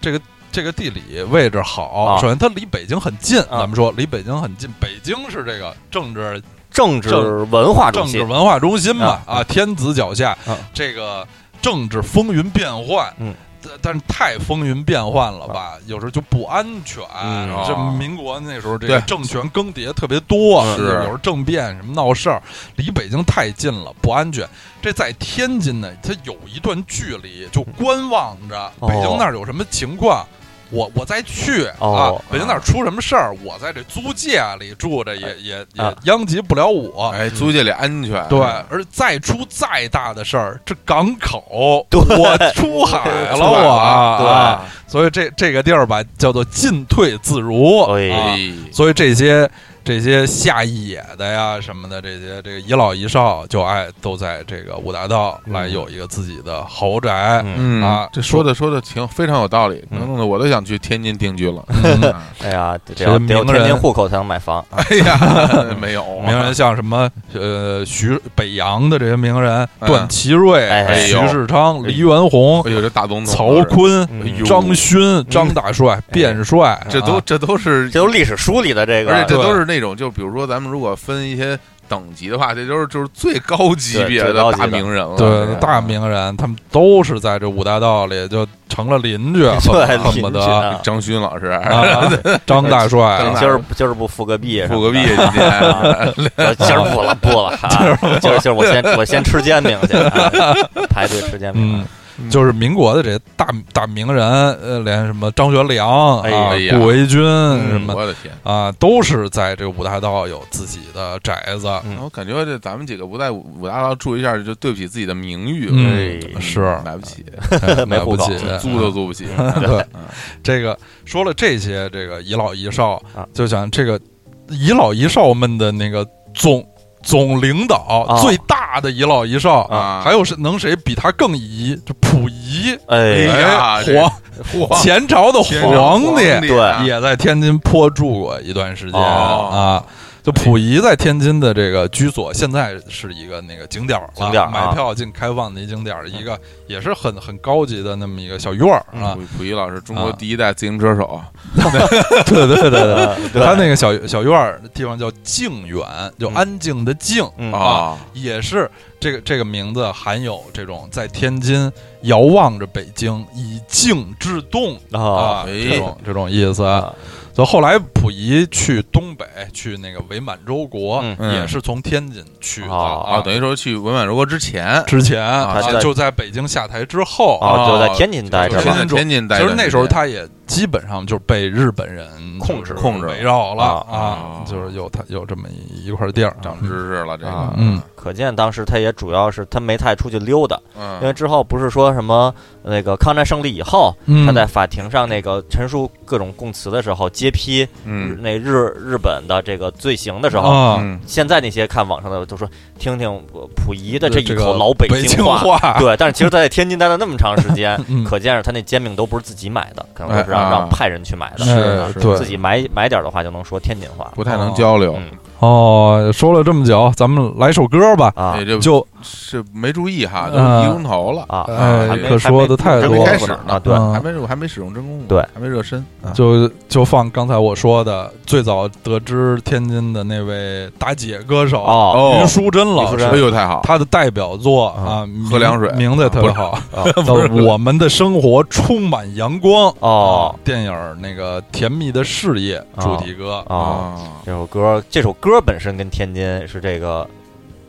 S3: 这个。这个地理位置好，
S2: 啊
S3: 首先它离北京很近，
S2: 啊
S3: 咱们说离北京很近，北京是这个政治
S2: 政治
S3: 政
S2: 文化中
S3: 政治
S2: 心
S3: 文化中心嘛
S2: 啊
S3: 啊，天子脚下
S2: 啊，
S3: 这个政治风云变幻，
S2: 嗯啊
S3: 但，但是太风云变幻了吧，有时候就不安全
S2: 嗯。
S3: 这
S1: 哦
S3: 民国那时候这个
S1: 对
S3: 政权更迭特别多，
S1: 是
S3: 有时候政变什么闹事儿，离北京太近了，不安全。这在天津呢，它有一段距离，就观望着
S2: 哦
S3: 北京那儿有什么情况。我我再去啊
S2: 哦，
S3: 北京那儿出什么事儿，我在这租界里住着也也也
S2: 啊
S3: 殃及不了我。
S1: 哎，租界里安全，啊
S3: 对，而再出再大的事儿，这港口，
S2: 对
S3: 我出海了，
S1: 出海
S3: 我
S1: 了
S3: 啊
S2: 对
S3: 啊所以这这个地儿吧，叫做进退自如。
S2: 哎
S3: 啊
S1: 哎，
S3: 所以这些这些下野的呀什么的，这些这个一老一少就爱都在这个五大道来
S2: 嗯
S3: 有一个自己的豪宅。
S2: 嗯
S1: 嗯
S3: 啊
S1: 这说的说的挺非常有道理，
S2: 嗯
S1: 弄得我都想去天津定居
S3: *laughs*
S1: 了。
S3: 嗯
S2: 哎呀，得
S3: 这
S2: 得有得有
S3: 名
S2: 天津
S3: 人啊
S2: 户口才能买房，
S1: 哎呀， *laughs* 没有，啊
S3: 名人像什么呃徐北洋的这些名人，
S1: 嗯
S3: 段祺瑞、
S2: 哎
S3: 徐
S1: 呦
S3: 世昌、黎元洪、
S1: 哎呦，这大总统，
S3: 曹锟、
S2: 嗯
S1: 哎呦，
S3: 张勋、张大帅、卞帅，
S1: 这都
S3: 啊
S1: 这都是
S2: 哎这都历史书里的这
S1: 而且
S2: 个
S1: 这
S3: 对
S1: 都是那种，就比如说咱们如果分一些等级的话，这都是就是最高级
S2: 对
S1: 别
S2: 最
S1: 的
S2: 高级
S1: 大
S2: 的
S1: 名人了。
S3: 对
S2: 啊
S3: 大名人，他们都是在这五大道里就成了邻居，
S2: *laughs* 对
S3: 恨恨不
S2: 邻居
S3: 得
S2: 啊
S1: 张勋老师，
S3: 啊，
S2: *laughs*
S3: 张大帅啊
S1: 张大
S2: 嗯今儿今儿不付个币，
S1: 富个币今天，
S2: 呃今
S3: *laughs*
S2: 儿不了不了，啊今儿今儿我先我先吃煎饼去，啊排队吃煎饼啊
S3: 嗯。就是民国的这些大大名人，呃，连什么张学良、
S2: 哎嗯
S3: 啊
S1: 呀、
S3: 顾维钧什么
S1: 嗯我的天！
S3: 啊，都是在这五大道有自己的宅
S2: *laughs*
S3: 子。
S2: 嗯
S1: 我感觉这咱们几个不在五五大道住一下，就对不起自己的名誉了。
S3: 嗯
S2: 哎，
S3: 是嗯
S1: 买不起，
S3: 哎
S2: 没
S3: 买不
S2: 户口嗯
S3: 起，
S1: 租都租不
S3: *laughs*
S1: 起。
S3: 对， *laughs* 这个说了这些，这个遗老遗少
S2: 啊，
S3: 就想这个遗老遗少们的那个总总领导、
S2: 啊
S3: 最大的遗老遗少
S1: 啊
S3: 还有谁能谁比他更遗？就溥仪，
S2: 哎
S1: 哎呀这
S3: 皇
S1: 嚯，
S3: 前朝的
S1: 天上
S3: 皇帝
S1: 帝啊
S3: 也在天津颇住过一段时间、
S1: 哦
S3: 啊。就溥仪在天津的这个居所，现在是一个那个景点儿了，
S2: 景点儿啊
S3: 买票进开放的一景点儿，一个也是很很高级的那么一个小院儿啊
S1: 溥。溥仪老师，中国
S3: 啊
S1: 第一代自行车手，
S3: 对对对对对。
S2: 啊对
S3: 他那个小小院儿的地方叫静园，就
S2: 嗯
S3: 安静的静，
S2: 嗯
S3: 啊
S1: 啊，
S3: 也是这个这个名字含有这种在天津遥望着北京，以静制动
S2: 啊
S3: 啊，
S1: 哎
S3: 这种这种意思。
S2: 啊
S3: 所以后来溥仪去东北，去那个伪满洲国，
S2: 嗯
S1: 嗯
S3: 也是从天津去的
S2: 哦
S1: 啊，等于说去伪满洲国之前，
S3: 之前啊
S2: 他在
S3: 就在北京下台之后
S2: 啊，就在天津待
S1: 就
S2: 着
S1: 是
S2: 吧
S1: 在。天津待
S3: 其
S1: 着。
S3: 实那时候他也基本上就被日本人
S2: 控制
S1: 控制
S3: 围绕了
S2: 啊
S1: 啊
S3: 就是有他有这么一块地儿
S1: 长知识了，这个
S2: 啊，
S3: 嗯
S2: 可见当时他也主要是他没太出去溜达，
S1: 嗯，
S2: 因为之后不是说什么那个抗战胜利以后，
S3: 嗯，
S2: 他在法庭上那个陈述各种供词的时候，揭批日
S1: 嗯
S2: 那日日本的这个罪行的时候，
S3: 啊，
S1: 嗯
S2: 现在那些看网上的都说听听呃溥仪的这一
S3: 这个
S2: 口老北
S3: 北
S2: 京
S3: 京
S2: 话，
S3: 话，
S2: 对，但是其实他在天津待了那么长时间，
S3: *laughs* 嗯
S2: 可见是他那煎饼都不是自己买的，可能都是
S1: 哎
S2: 让
S1: 啊
S2: 让派人去买的，
S1: 是
S3: 哎
S1: 是
S3: 对
S2: 自己买买点儿的话就能说天津话
S1: 不太能交流，
S2: 嗯
S3: 哦，说了这么久，咱们来首歌吧，
S2: 啊
S1: 也就
S3: 就是
S1: 没注意哈，都
S3: 嗯
S1: 一个钟头了，
S2: 啊，
S3: 哎
S2: 还没
S3: 可说的太
S2: 还没
S1: 多了
S2: 开始呢啊，对，
S1: 还
S3: 嗯
S1: 没入还没使用真功夫，
S2: 对，
S1: 还没热身，啊
S3: 就就放刚才我说的，最早得知天津的那位打姐歌手
S2: 哦
S1: 哦
S3: 于淑珍老
S1: 哎
S3: 师，
S1: 呦太好了，
S3: 她的代表作啊，
S1: 喝凉水
S3: 名名字也特别好，
S2: 啊 *laughs*
S3: 叫《我们的生活充满阳光》啊
S2: 哦，啊
S3: 电影儿那个《甜蜜的事业》主题歌，
S2: 哦，
S1: 啊
S2: 这首歌这首歌本身跟天津是这个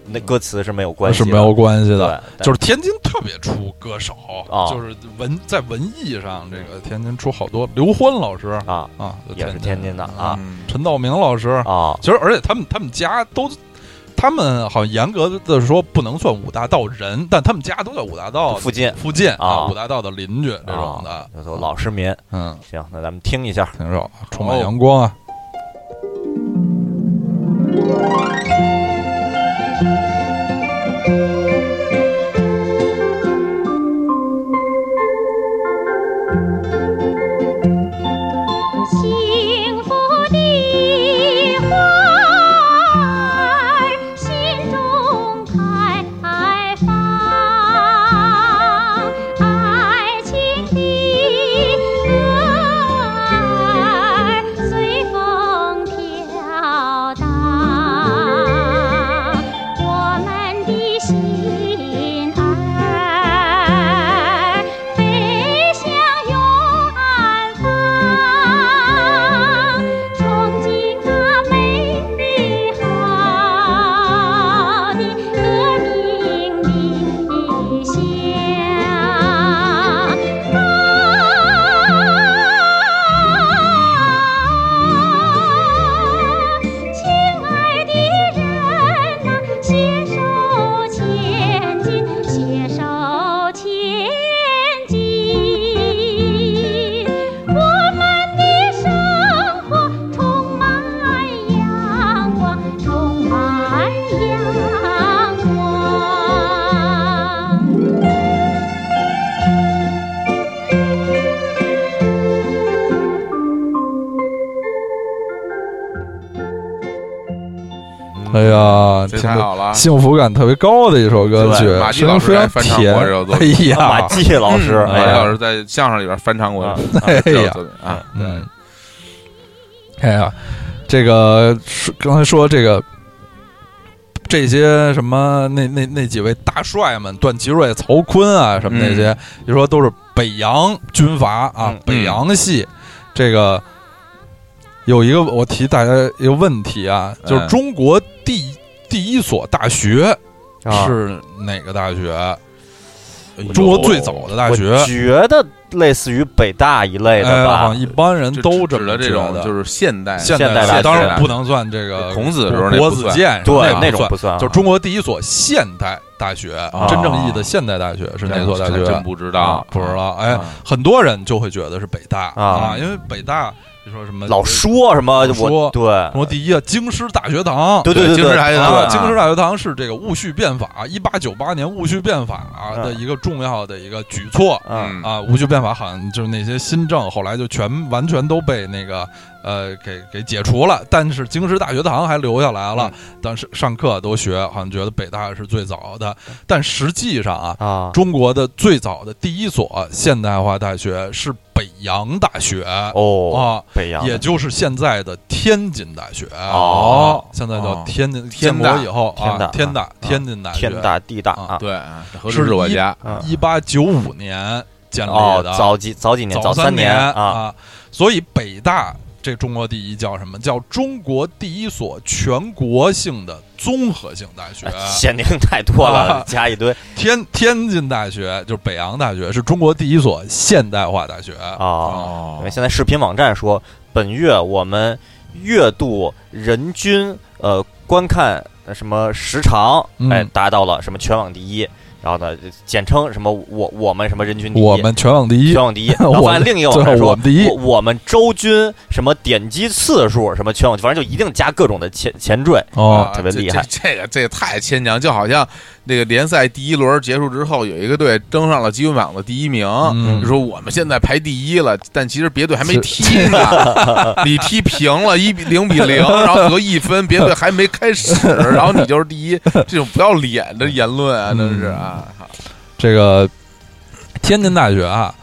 S2: 那歌词是没有关系
S3: 是
S2: 的，
S3: 没有关系
S2: 对
S3: 的。，
S2: 对
S3: 就是天津特别出歌手，
S2: 啊
S3: 就是文在文艺上，这个天津出好多刘欢老师
S2: 啊，
S3: 啊，就
S2: 也是天津的啊
S1: 嗯
S3: 陈道明老师，
S2: 啊
S3: 其实而且他们他们家都，他们好像严格的说不能算五大道人，但他们家都在五大道
S2: 附近
S3: 附近
S2: 啊
S3: 五大道的邻居这种的，
S2: 叫做老市民。
S3: 嗯，
S2: 行，那咱们听一下。
S3: 挺少，充
S1: 哦
S3: 满阳光啊。
S4: 幸福的花儿心中开放，爱情的歌儿随风飘荡，我们的心儿飞向远方，憧憬那美好的和平理想。啊，亲爱的人呐，携手前进，携手前进，我们的生活充满阳光，充满阳光。
S3: 哎呀，
S1: 这
S3: 听
S1: 太
S3: 着
S1: 好了，啊
S3: 幸福感特别高的一首歌曲
S1: 对，马季
S3: 声
S1: 老
S3: 音
S1: 师
S3: 非常
S1: 还翻唱
S3: 甜。
S1: 过这首作
S3: 哎
S1: 品
S2: 马
S3: 呀，
S2: 季老师，
S1: 嗯
S2: 哎
S1: 马季
S2: 呀
S1: 老师在相声里边翻唱过
S2: 啊
S3: 哎
S1: 这首
S3: 呀，
S1: 作品啊，
S3: 嗯，哎呀，这个说刚才说这个这些什么那那那几位大帅们，段祺瑞、曹锟啊什么那些，就说都是北洋军阀啊，
S2: 嗯
S3: 北洋系。这个有一个我提大家一个问题啊，
S2: 哎
S1: 嗯
S3: 就是中国第一第一所大学
S2: 啊
S3: 是哪个大学？
S1: 哎呦
S3: 中国最早的大学
S2: 我觉得类似于北大一类
S3: 哎
S2: 的
S3: 好
S2: 吧
S3: 像，一般人
S1: 这
S3: 都
S1: 指
S3: 这么
S1: 的这
S3: 觉
S1: 种
S3: 得
S1: 就是哎现代
S3: 现
S2: 代
S3: 的
S2: 大
S3: 当
S2: 学
S3: 然不能算这个
S1: 孔子的时候那
S3: 国
S1: 不
S3: 啊子
S1: 算
S3: 监，
S2: 对
S3: 那
S2: 那
S3: 不
S2: 种
S3: 算
S2: 不算啊，
S3: 就是中国第一所现代大学，真正意义的现代大学是哪所大学？啊
S1: 还真不知道，
S3: 不知道。哎
S1: 啊，
S3: 很多人就会觉得是北大
S2: 啊
S3: 因为北大你说什么
S2: 老说什么
S3: 呃老说
S2: 我对
S3: 什么第一啊，京师大学堂。
S2: 对对对
S1: 京
S2: 对
S1: 师大学堂
S3: 啊，
S2: 啊
S3: 京师大学堂是这个戊戌变法，一八九八年戊戌变法的一个重要的一个举措
S2: 嗯
S1: 嗯
S3: 啊。戊戌变法好像就是那些新政，后来就全完全都被那个呃给给解除了，但是京师大学堂还留下来了，
S2: 嗯
S3: 当时上课都学，好像觉得北大是最早的，但实际上啊，
S2: 啊
S3: 中国的最早的第一所现代化大学是北洋大学、
S2: 哦
S3: 啊，
S2: 北洋
S3: 也就是现在的天津大学啊
S2: 哦
S3: 现在叫
S1: 哦
S3: 天津建
S1: 天
S3: 国
S1: 大
S3: 以后
S2: 天
S3: 啊
S2: 大，
S3: 天大
S2: 啊
S3: 天津大学，
S2: 天大地大啊，
S1: 对，合
S3: 是
S1: 适是我
S3: 一
S1: 家，
S2: 嗯
S3: 一八九五年建立
S2: 哦，
S3: 的，啊
S2: 早几早几年，
S3: 早
S2: 三
S3: 年
S2: 啊，
S3: 所以北大这中国第一叫什么？叫中国第一所全国性的综合性大
S2: *laughs*
S3: 学。
S2: 限定太多了
S3: 啊，
S2: 加一堆
S3: 天天津大学就是北洋大学，是中国第一所现代化大学。
S2: 啊。
S1: 哦
S2: 因为现在视频网站说，本月我们月度人均呃观看呃什么时长，
S3: 嗯
S2: 哎，达到了什么全网第一，然后呢，简称什么我我们什么人均第一，
S3: 我们全网第一
S2: 全，网第一。然后
S3: *laughs* 我
S2: 发现另一个网
S3: 最
S2: 站
S3: 后
S2: 说，
S3: 我们第一
S2: 我我们周均什么点击次数，什么全网，反正就一定加各种的前前缀。
S3: 哦
S1: 啊
S2: 特别
S1: 这
S2: 厉
S1: 这
S2: 害
S1: 这个这也太牵强，就好像那个联赛第一轮结束之后，有一个队登上了积分榜的第一名，
S3: 嗯
S1: 就说我们现在排第一了，但其实别队还没踢呢，你踢平了一比零比零，然后得一分，别队还没开始，然后你就是第一，这种不要脸的言论啊，真是啊，
S3: 这个天津大学啊，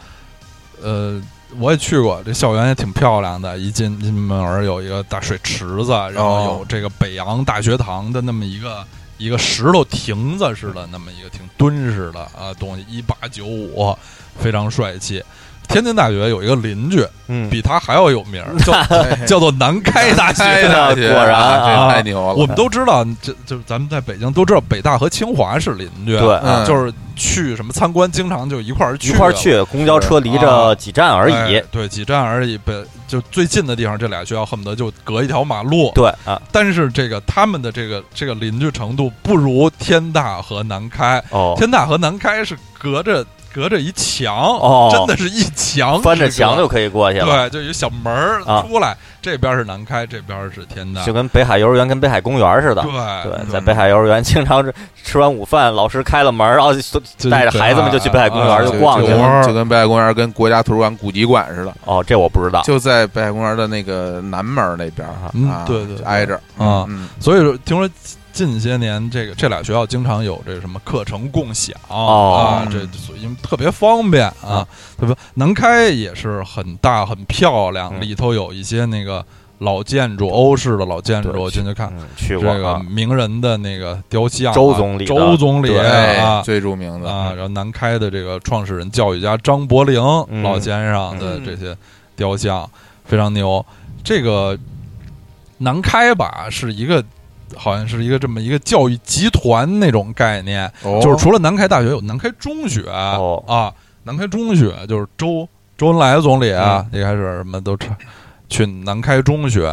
S3: 呃，我也去过，这校园也挺漂亮的。一进进门儿有一个大水池子，然后有这个北洋大学堂的那么一个一个石头亭子似的，那么一个挺敦实的啊东西，一八九五，非常帅气。天津大学有一个邻居
S2: 嗯，
S3: 比他还要有名儿，叫 *laughs*
S1: 哎
S3: 叫做南开大
S1: 开
S3: 学。
S1: 大学
S2: 果然
S1: 啊
S2: 啊
S1: 这太牛了，
S3: 我们都知道，这就咱们在北京都知道，北大和清华是邻居。啊
S2: 对，
S1: 嗯
S3: 就是去什么参观，经常就一块儿去
S2: 一块儿
S3: 的
S2: 去，公交车离着几站而已
S3: 哎。对，几站而已。本就最近的地方，这俩学校恨不得就隔一条马路。
S2: 对啊，
S3: 但是这个他们的这个这个邻居程度不如天大和南开，
S2: 哦，
S3: 天大和南开是隔着隔着一墙，
S2: 哦
S3: 真的是一墙，
S2: 翻着墙就可以过去了，
S3: 对，就有小门儿
S2: 啊
S3: 出来，这边是南开，这边是天大。
S2: 就跟北海幼儿园跟北海公园似的。
S3: 对，
S2: 对，在北海幼儿园经常是吃完午饭，老师开了门，然后就带着孩子们就去北海公
S3: 啊
S2: 园
S1: 就
S2: 就逛去
S1: 就
S2: 了。
S1: 跟就跟北海公园跟国家图书馆、古籍馆似的，
S2: 哦，这我不知道。
S1: 就在北海公园的那个南门儿那边儿
S2: 啊，
S3: 嗯
S1: 啊
S3: 对对对
S1: 挨着
S3: 啊
S1: 嗯
S3: 所以说听说近些年这个这俩学校经常有这什么课程共享、
S2: 哦嗯
S3: 啊，这所以因为特别方便啊，对吧？南开也是很大很漂亮，
S2: 嗯
S3: 里头有一些那个老建筑，欧式的老建筑，
S2: 对
S3: 我进去看。
S2: 嗯，去
S3: 这
S2: 过
S3: 个
S2: 啊。
S3: 名人的那个雕像啊、
S2: 周总理的
S3: 周总理
S1: 哎
S3: 啊
S1: 最著名的
S3: *laughs* 啊，然后南开的这个创始人、教育家张伯苓
S2: 嗯
S3: 老先生的
S5: 嗯
S3: 这些雕像、非常牛。这个南开吧是一个，好像是一个这么一个教育集团那种概念，
S1: 哦
S3: 就是除了南开大学有南开中学、
S2: 哦
S3: 啊，南开中学就是周周恩来总理啊，一开始什么都去去南开中学，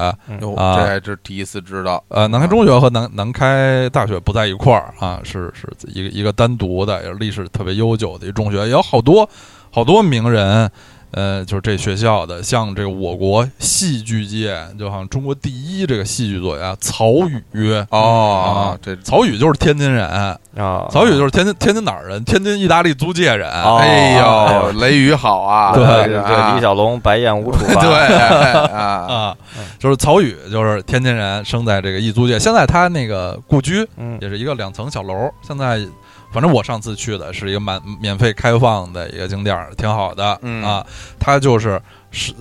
S1: 哟
S3: 啊
S1: 这还是第一次知道。
S3: 呃，南开中学和南南开大学不在一块儿啊，是是一个一个单独的，也是历史特别悠久的一中学，也有好多好多名人，呃，就是这学校的，像这个我国戏剧界，就好像中国第一这个戏剧作家曹禺。
S1: 哦，这
S3: 曹禺就是天津人，
S2: 啊，
S3: 曹禺就是天津天津哪儿人？天津意大利租界人。
S2: 哦
S1: 哎
S2: 哎
S1: 呦
S2: 呦，
S1: 雷雨好啊，
S3: 对
S2: 对
S1: 这
S2: 对
S1: 个
S2: 对，
S1: 啊
S2: 李小龙、白燕、
S3: *laughs*
S2: 吴楚
S1: 对
S2: 帆，
S1: 啊，
S3: 啊，就是曹禺，就是天津人，生在这个义租界。现在他那个故居
S2: 嗯，
S3: 也是一个两层小楼。现在，反正我上次去的是一个满免费开放的一个景点儿，挺好的、
S1: 嗯
S3: 啊。他就是是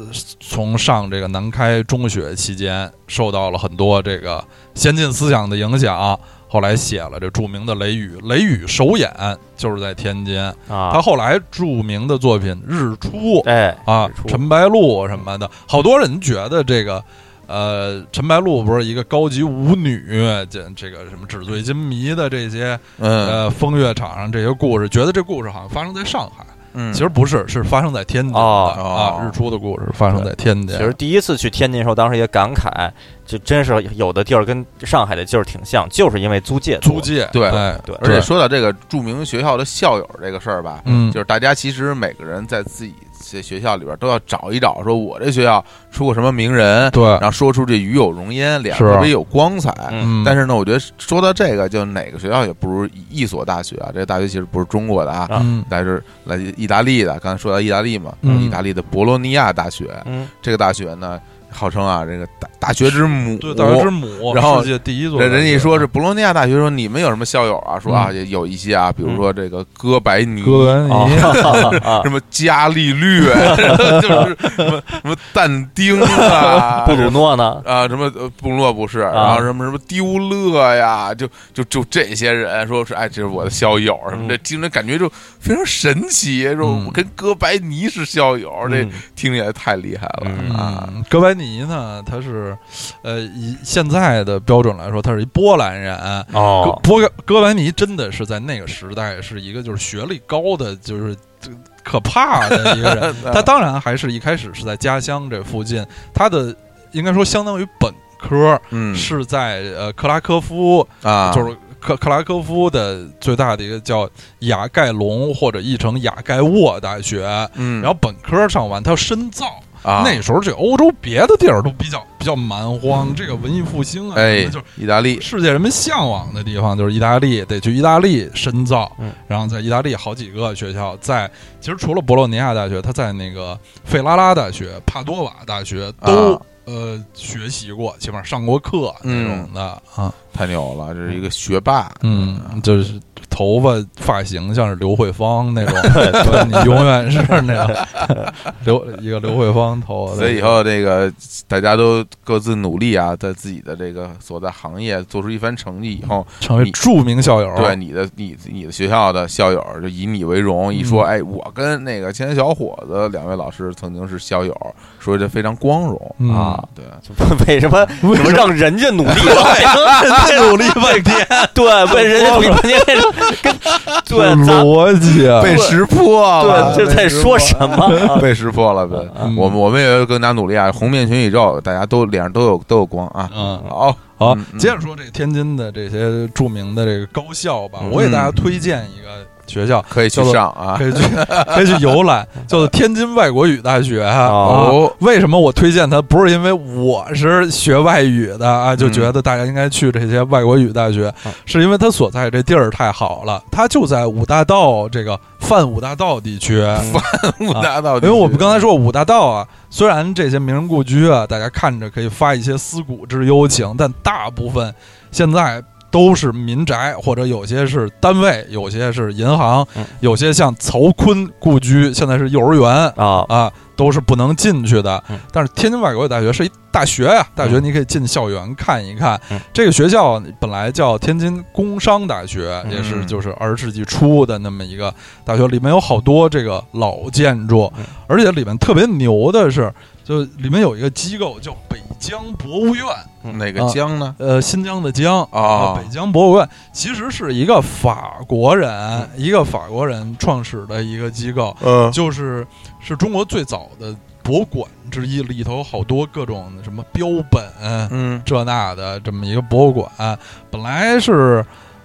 S3: 从上这个南开中学期间，受到了很多这个先进思想的影响，后来写了这著名的《雷雨》。《雷雨》首演就是在天津，他
S2: 啊，
S3: 后来著名的作品《日出》
S2: 哎，
S3: 啊
S2: 日，出
S3: 陈白露什么的，好多人觉得这个，呃，陈白露不是一个高级舞女，这这个什么纸醉金迷的这些，
S1: 嗯
S3: 呃，风月场上这些故事，觉得这故事好像发生在上海，
S1: 嗯，
S3: 其实不是，是发生在天津的
S1: 哦
S3: 啊，日出的故事发生在天津
S2: 其，实第一次去天津的时候，当时也感慨，就真是有的地儿跟上海的地儿挺像，就是因为租界多
S3: 租界
S1: 对
S3: 哎
S2: 对
S1: 而且说到这个著名学校的校友这个事儿吧，
S3: 嗯
S1: 就是大家其实每个人在自己这学校里边都要找一找，说我这学校出过什么名人，
S3: 对
S1: 然，后说出这与有荣焉，脸
S3: 是
S1: 上特别有光彩。
S3: 嗯，
S1: 但是呢，我觉得说到这个，就哪个学校也不如一所大学啊。这个大学其实不是中国的啊，
S3: 嗯
S1: 但是来自意大利的。刚才说到意大利嘛，
S3: 嗯
S1: 意大利的博洛尼亚大学，
S2: 嗯
S1: 这个大学呢，号称啊这个大大学之母，
S3: 对，大学之母，
S1: 然后
S3: 世界第一座大
S1: 人
S3: 学，
S1: 人家一说是博洛尼亚大学，说你们有什么校友啊？说啊，也有一些啊，比如说这个哥白尼，
S3: 嗯哥白
S1: 哦
S3: 尼，
S2: *laughs* 啊
S1: 什么伽利略，就是
S3: *laughs*
S1: 什么什么但丁
S3: *laughs*
S1: 啊，
S2: 布鲁诺呢？
S1: 啊，什么呃布洛不
S3: 啊
S1: 是，然后什么什么丢勒呀，就就就这些人说是哎，这是我的校友什么的，听着感觉就非常神奇，说
S3: 嗯
S1: 我跟哥白尼是校友，这
S2: 嗯
S1: 听起来太厉害了
S2: 嗯
S1: 啊！
S3: 嗯，哥白尼呢，他是，呃，以现在的标准来说，他是一波兰人。哥
S2: 哦，
S3: 波哥白尼真的是在那个时代是一个就是学历高的，就是这可怕的一个
S1: *laughs*
S3: 人。他当然还是一开始是在家乡这附近，他的应该说相当于本科
S1: 嗯
S3: 是在呃克拉科夫，
S1: 啊，
S3: 就是克克拉科夫的最大的一个叫雅盖隆或者译成雅盖沃大学。
S1: 嗯，
S3: 然后本科上完，他要深造。
S1: 啊
S3: 那时候这个欧洲别的地儿都比较比较蛮荒，这个文艺复兴啊，
S1: 嗯哎
S3: 就是，
S1: 意大利
S3: 世界人们向往的地方，就是意大利，得去意大利深造。
S2: 嗯
S3: 然后在意大利好几个学校，在其实除了博洛尼亚大学，他在那个费拉拉大学、帕多瓦大学都、
S1: 啊
S3: 呃学习过，起码上过课那种的、啊。
S1: 太牛了，这是一个学霸，
S3: 嗯，就是头发发型像是刘慧
S1: *laughs*
S3: 芳那种，对你永远是那样 *laughs* 刘一个刘慧芳头发的。
S1: 所以以后这个大家都各自努力啊，在自己的这个所在行业做出一番成绩以后，
S3: 成为
S1: 你
S3: 著名校友，
S1: 对你的你你的学校的校友就以你为荣，一
S3: 嗯
S1: 说哎，我跟那个前小伙子两位老师曾经是校友，说这非常光荣
S3: 嗯
S1: 啊，对，
S2: *laughs* 为什么
S3: 为
S2: 怎么让人家
S3: *laughs*
S2: 努力了？人家努力半天， *laughs* 对，为人家努力半天，
S3: *laughs* 这
S2: 跟对，咱
S3: 逻辑
S1: *laughs*
S3: 啊，
S1: 被识破了，
S2: 对这在说什
S3: *laughs*
S2: 么？
S1: 被识破了呗。
S3: 嗯
S1: 我们我们也要更加努力啊！红遍全宇宙，大家都脸上都有都有光啊！
S3: 嗯，
S1: 好，
S3: 好
S1: 嗯，嗯
S3: 接着说这天津的这些著名的这个高校吧，
S1: 嗯
S3: 我给大家推荐一个学校，
S1: 可以去
S3: 叫做
S1: 上啊！
S3: 可以去 *laughs* 可以去游览，叫做天津外国语大学啊。
S1: 哦
S3: 为什么我推荐它？不是因为我是学外语的啊，
S1: 嗯
S3: 就觉得大家应该去这些外国语大学，是因为它所在这地儿太好了，它就在五大道这个泛五大道地区。
S2: 啊
S1: *laughs* 不达到，
S3: 啊因为我们刚才说五大道啊，虽然这些名人故居啊，大家看着可以发一些思古之幽情，但大部分现在都是民宅，或者有些是单位，有些是银行
S2: 嗯，
S3: 有些像曹锟故居，现在是幼儿园
S2: 啊，
S3: 啊，都是不能进去的
S2: 嗯。
S3: 但是天津外国语大学是一大学呀、大学
S2: 嗯
S3: 你可以进校园看一看
S2: 嗯。
S3: 这个学校本来叫天津工商大学，
S2: 嗯
S3: 也是就是二十世纪初的那么一个大学，里面有好多这个老建筑
S2: 嗯，
S3: 而且里面特别牛的是，就里面有一个机构叫北疆博物院，
S1: 哪个江呢？
S3: 呃，新疆的疆
S2: 啊
S1: 哦
S3: 呃北疆博物院其实是一个法国
S2: 嗯
S3: 人，一个法国人创始的一个机构，
S1: 嗯
S3: 就是是中国最早的博物馆之一，里头有好多各种什么标本
S1: 嗯
S3: 这那的这么一个博物馆，本来是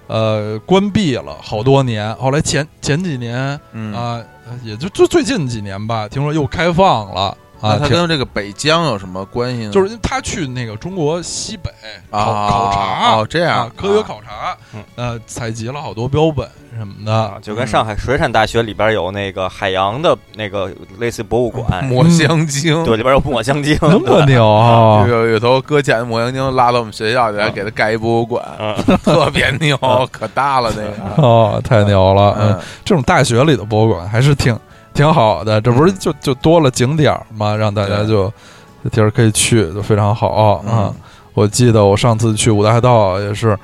S3: 呃关闭了好多年，后来前前几年啊、
S1: 嗯
S3: 呃也就就最近几年吧，听说又开放了啊
S1: 那，它
S3: 挺
S1: 跟这个北疆有什么关系呢？
S3: 就是因为他去那个中国西北考、
S1: 啊
S3: 考察
S1: 哦这样
S3: 啊科学考察，
S2: 嗯
S3: 呃，采集了好多标本什么的
S2: 啊，，就跟上海水产大学里边有那个海洋的那个类似博物馆，
S3: 嗯
S1: 抹香鲸，
S2: *laughs* 对，里边有抹香鲸，
S3: 那么牛
S1: 有
S3: 啊！
S1: 有有头搁浅的抹香鲸拉到我们学校去，还给它盖一博物馆，
S2: 嗯
S1: 特别牛，
S3: 啊
S1: 可大了那个。
S3: 哦，太牛了！嗯，这种大学里的博物馆还是挺挺好的，这不是
S2: 嗯
S3: 就就多了景点儿嘛，让大家
S1: 对
S3: 就这地儿可以去，就非常好啊、
S1: 嗯
S3: 我记得我上次去五大道也是。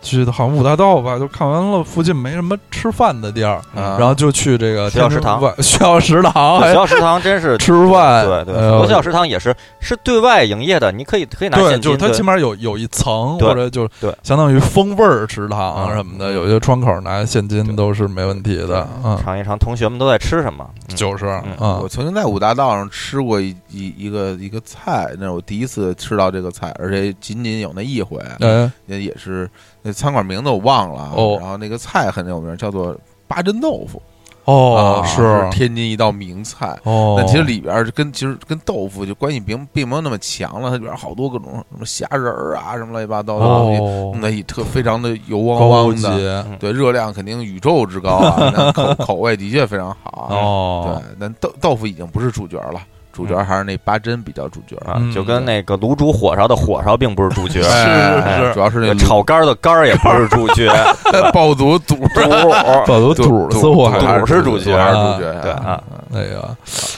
S3: 去的好像五大道吧，就看完了，附近没什么吃饭的地儿，
S1: 啊
S3: 然后就去这个
S2: 嗯学校
S3: 天津
S2: 食堂
S3: 外， *laughs* 学校食堂，
S2: 学
S3: *laughs* 哎
S2: 校食堂真是
S3: 吃饭
S2: 对对，
S3: 哎
S2: 很
S3: 呦
S2: 多学校食堂也是是对外营业的，你可以可以拿
S3: 对，
S2: 现
S3: 就是
S2: 金，
S3: 它
S2: 对
S3: 起码有有一层，
S2: 对
S3: 或者就是
S2: 对
S3: 相当于风味儿食堂
S2: 嗯
S3: 什么的，有些窗口拿现金
S2: 对
S3: 都是没问题的，嗯，
S2: 尝一尝同学们都在吃什么，嗯
S3: 就是
S1: 我
S3: 嗯，
S1: 曾经在五大道上吃过一一一个一个菜，那是我第一次吃到这个菜，而且仅仅有那一回，
S3: 哎，
S1: 也也是那餐馆名字我忘了啊，
S3: 哦
S1: 然后那个菜很有名，叫做八珍豆腐，
S3: 哦
S1: 啊，是天津一道名菜。
S3: 哦，
S1: 但其实里边儿跟其实跟豆腐就关系并并没有那么强了，它里边儿好多各种什么虾仁儿啊，什么乱七八糟的东西，
S3: 哦
S1: 弄，在一特非常的油汪
S3: 高
S1: 汪
S3: 级
S1: 的，对热量肯定宇宙之高啊，那口口味的确非常好啊。
S3: 哦，
S1: 对，但豆豆腐已经不是主角了，主角还是那八珍比较主角，
S2: 啊
S3: 嗯，
S2: 就跟那个卤煮火烧的火烧并不是主角，
S3: *laughs* 是
S1: 哎
S3: 是
S1: 主要是
S2: 那
S1: 那
S2: 个炒肝儿的肝儿也不是主
S1: *laughs*
S2: 角，
S1: 卤爆肚肚
S2: 肚儿
S3: 暴
S1: 肚
S3: 走肚似乎还
S2: 肚
S1: 还
S2: 是主角
S1: 还是主角，
S2: *laughs* 对啊，
S3: 那个，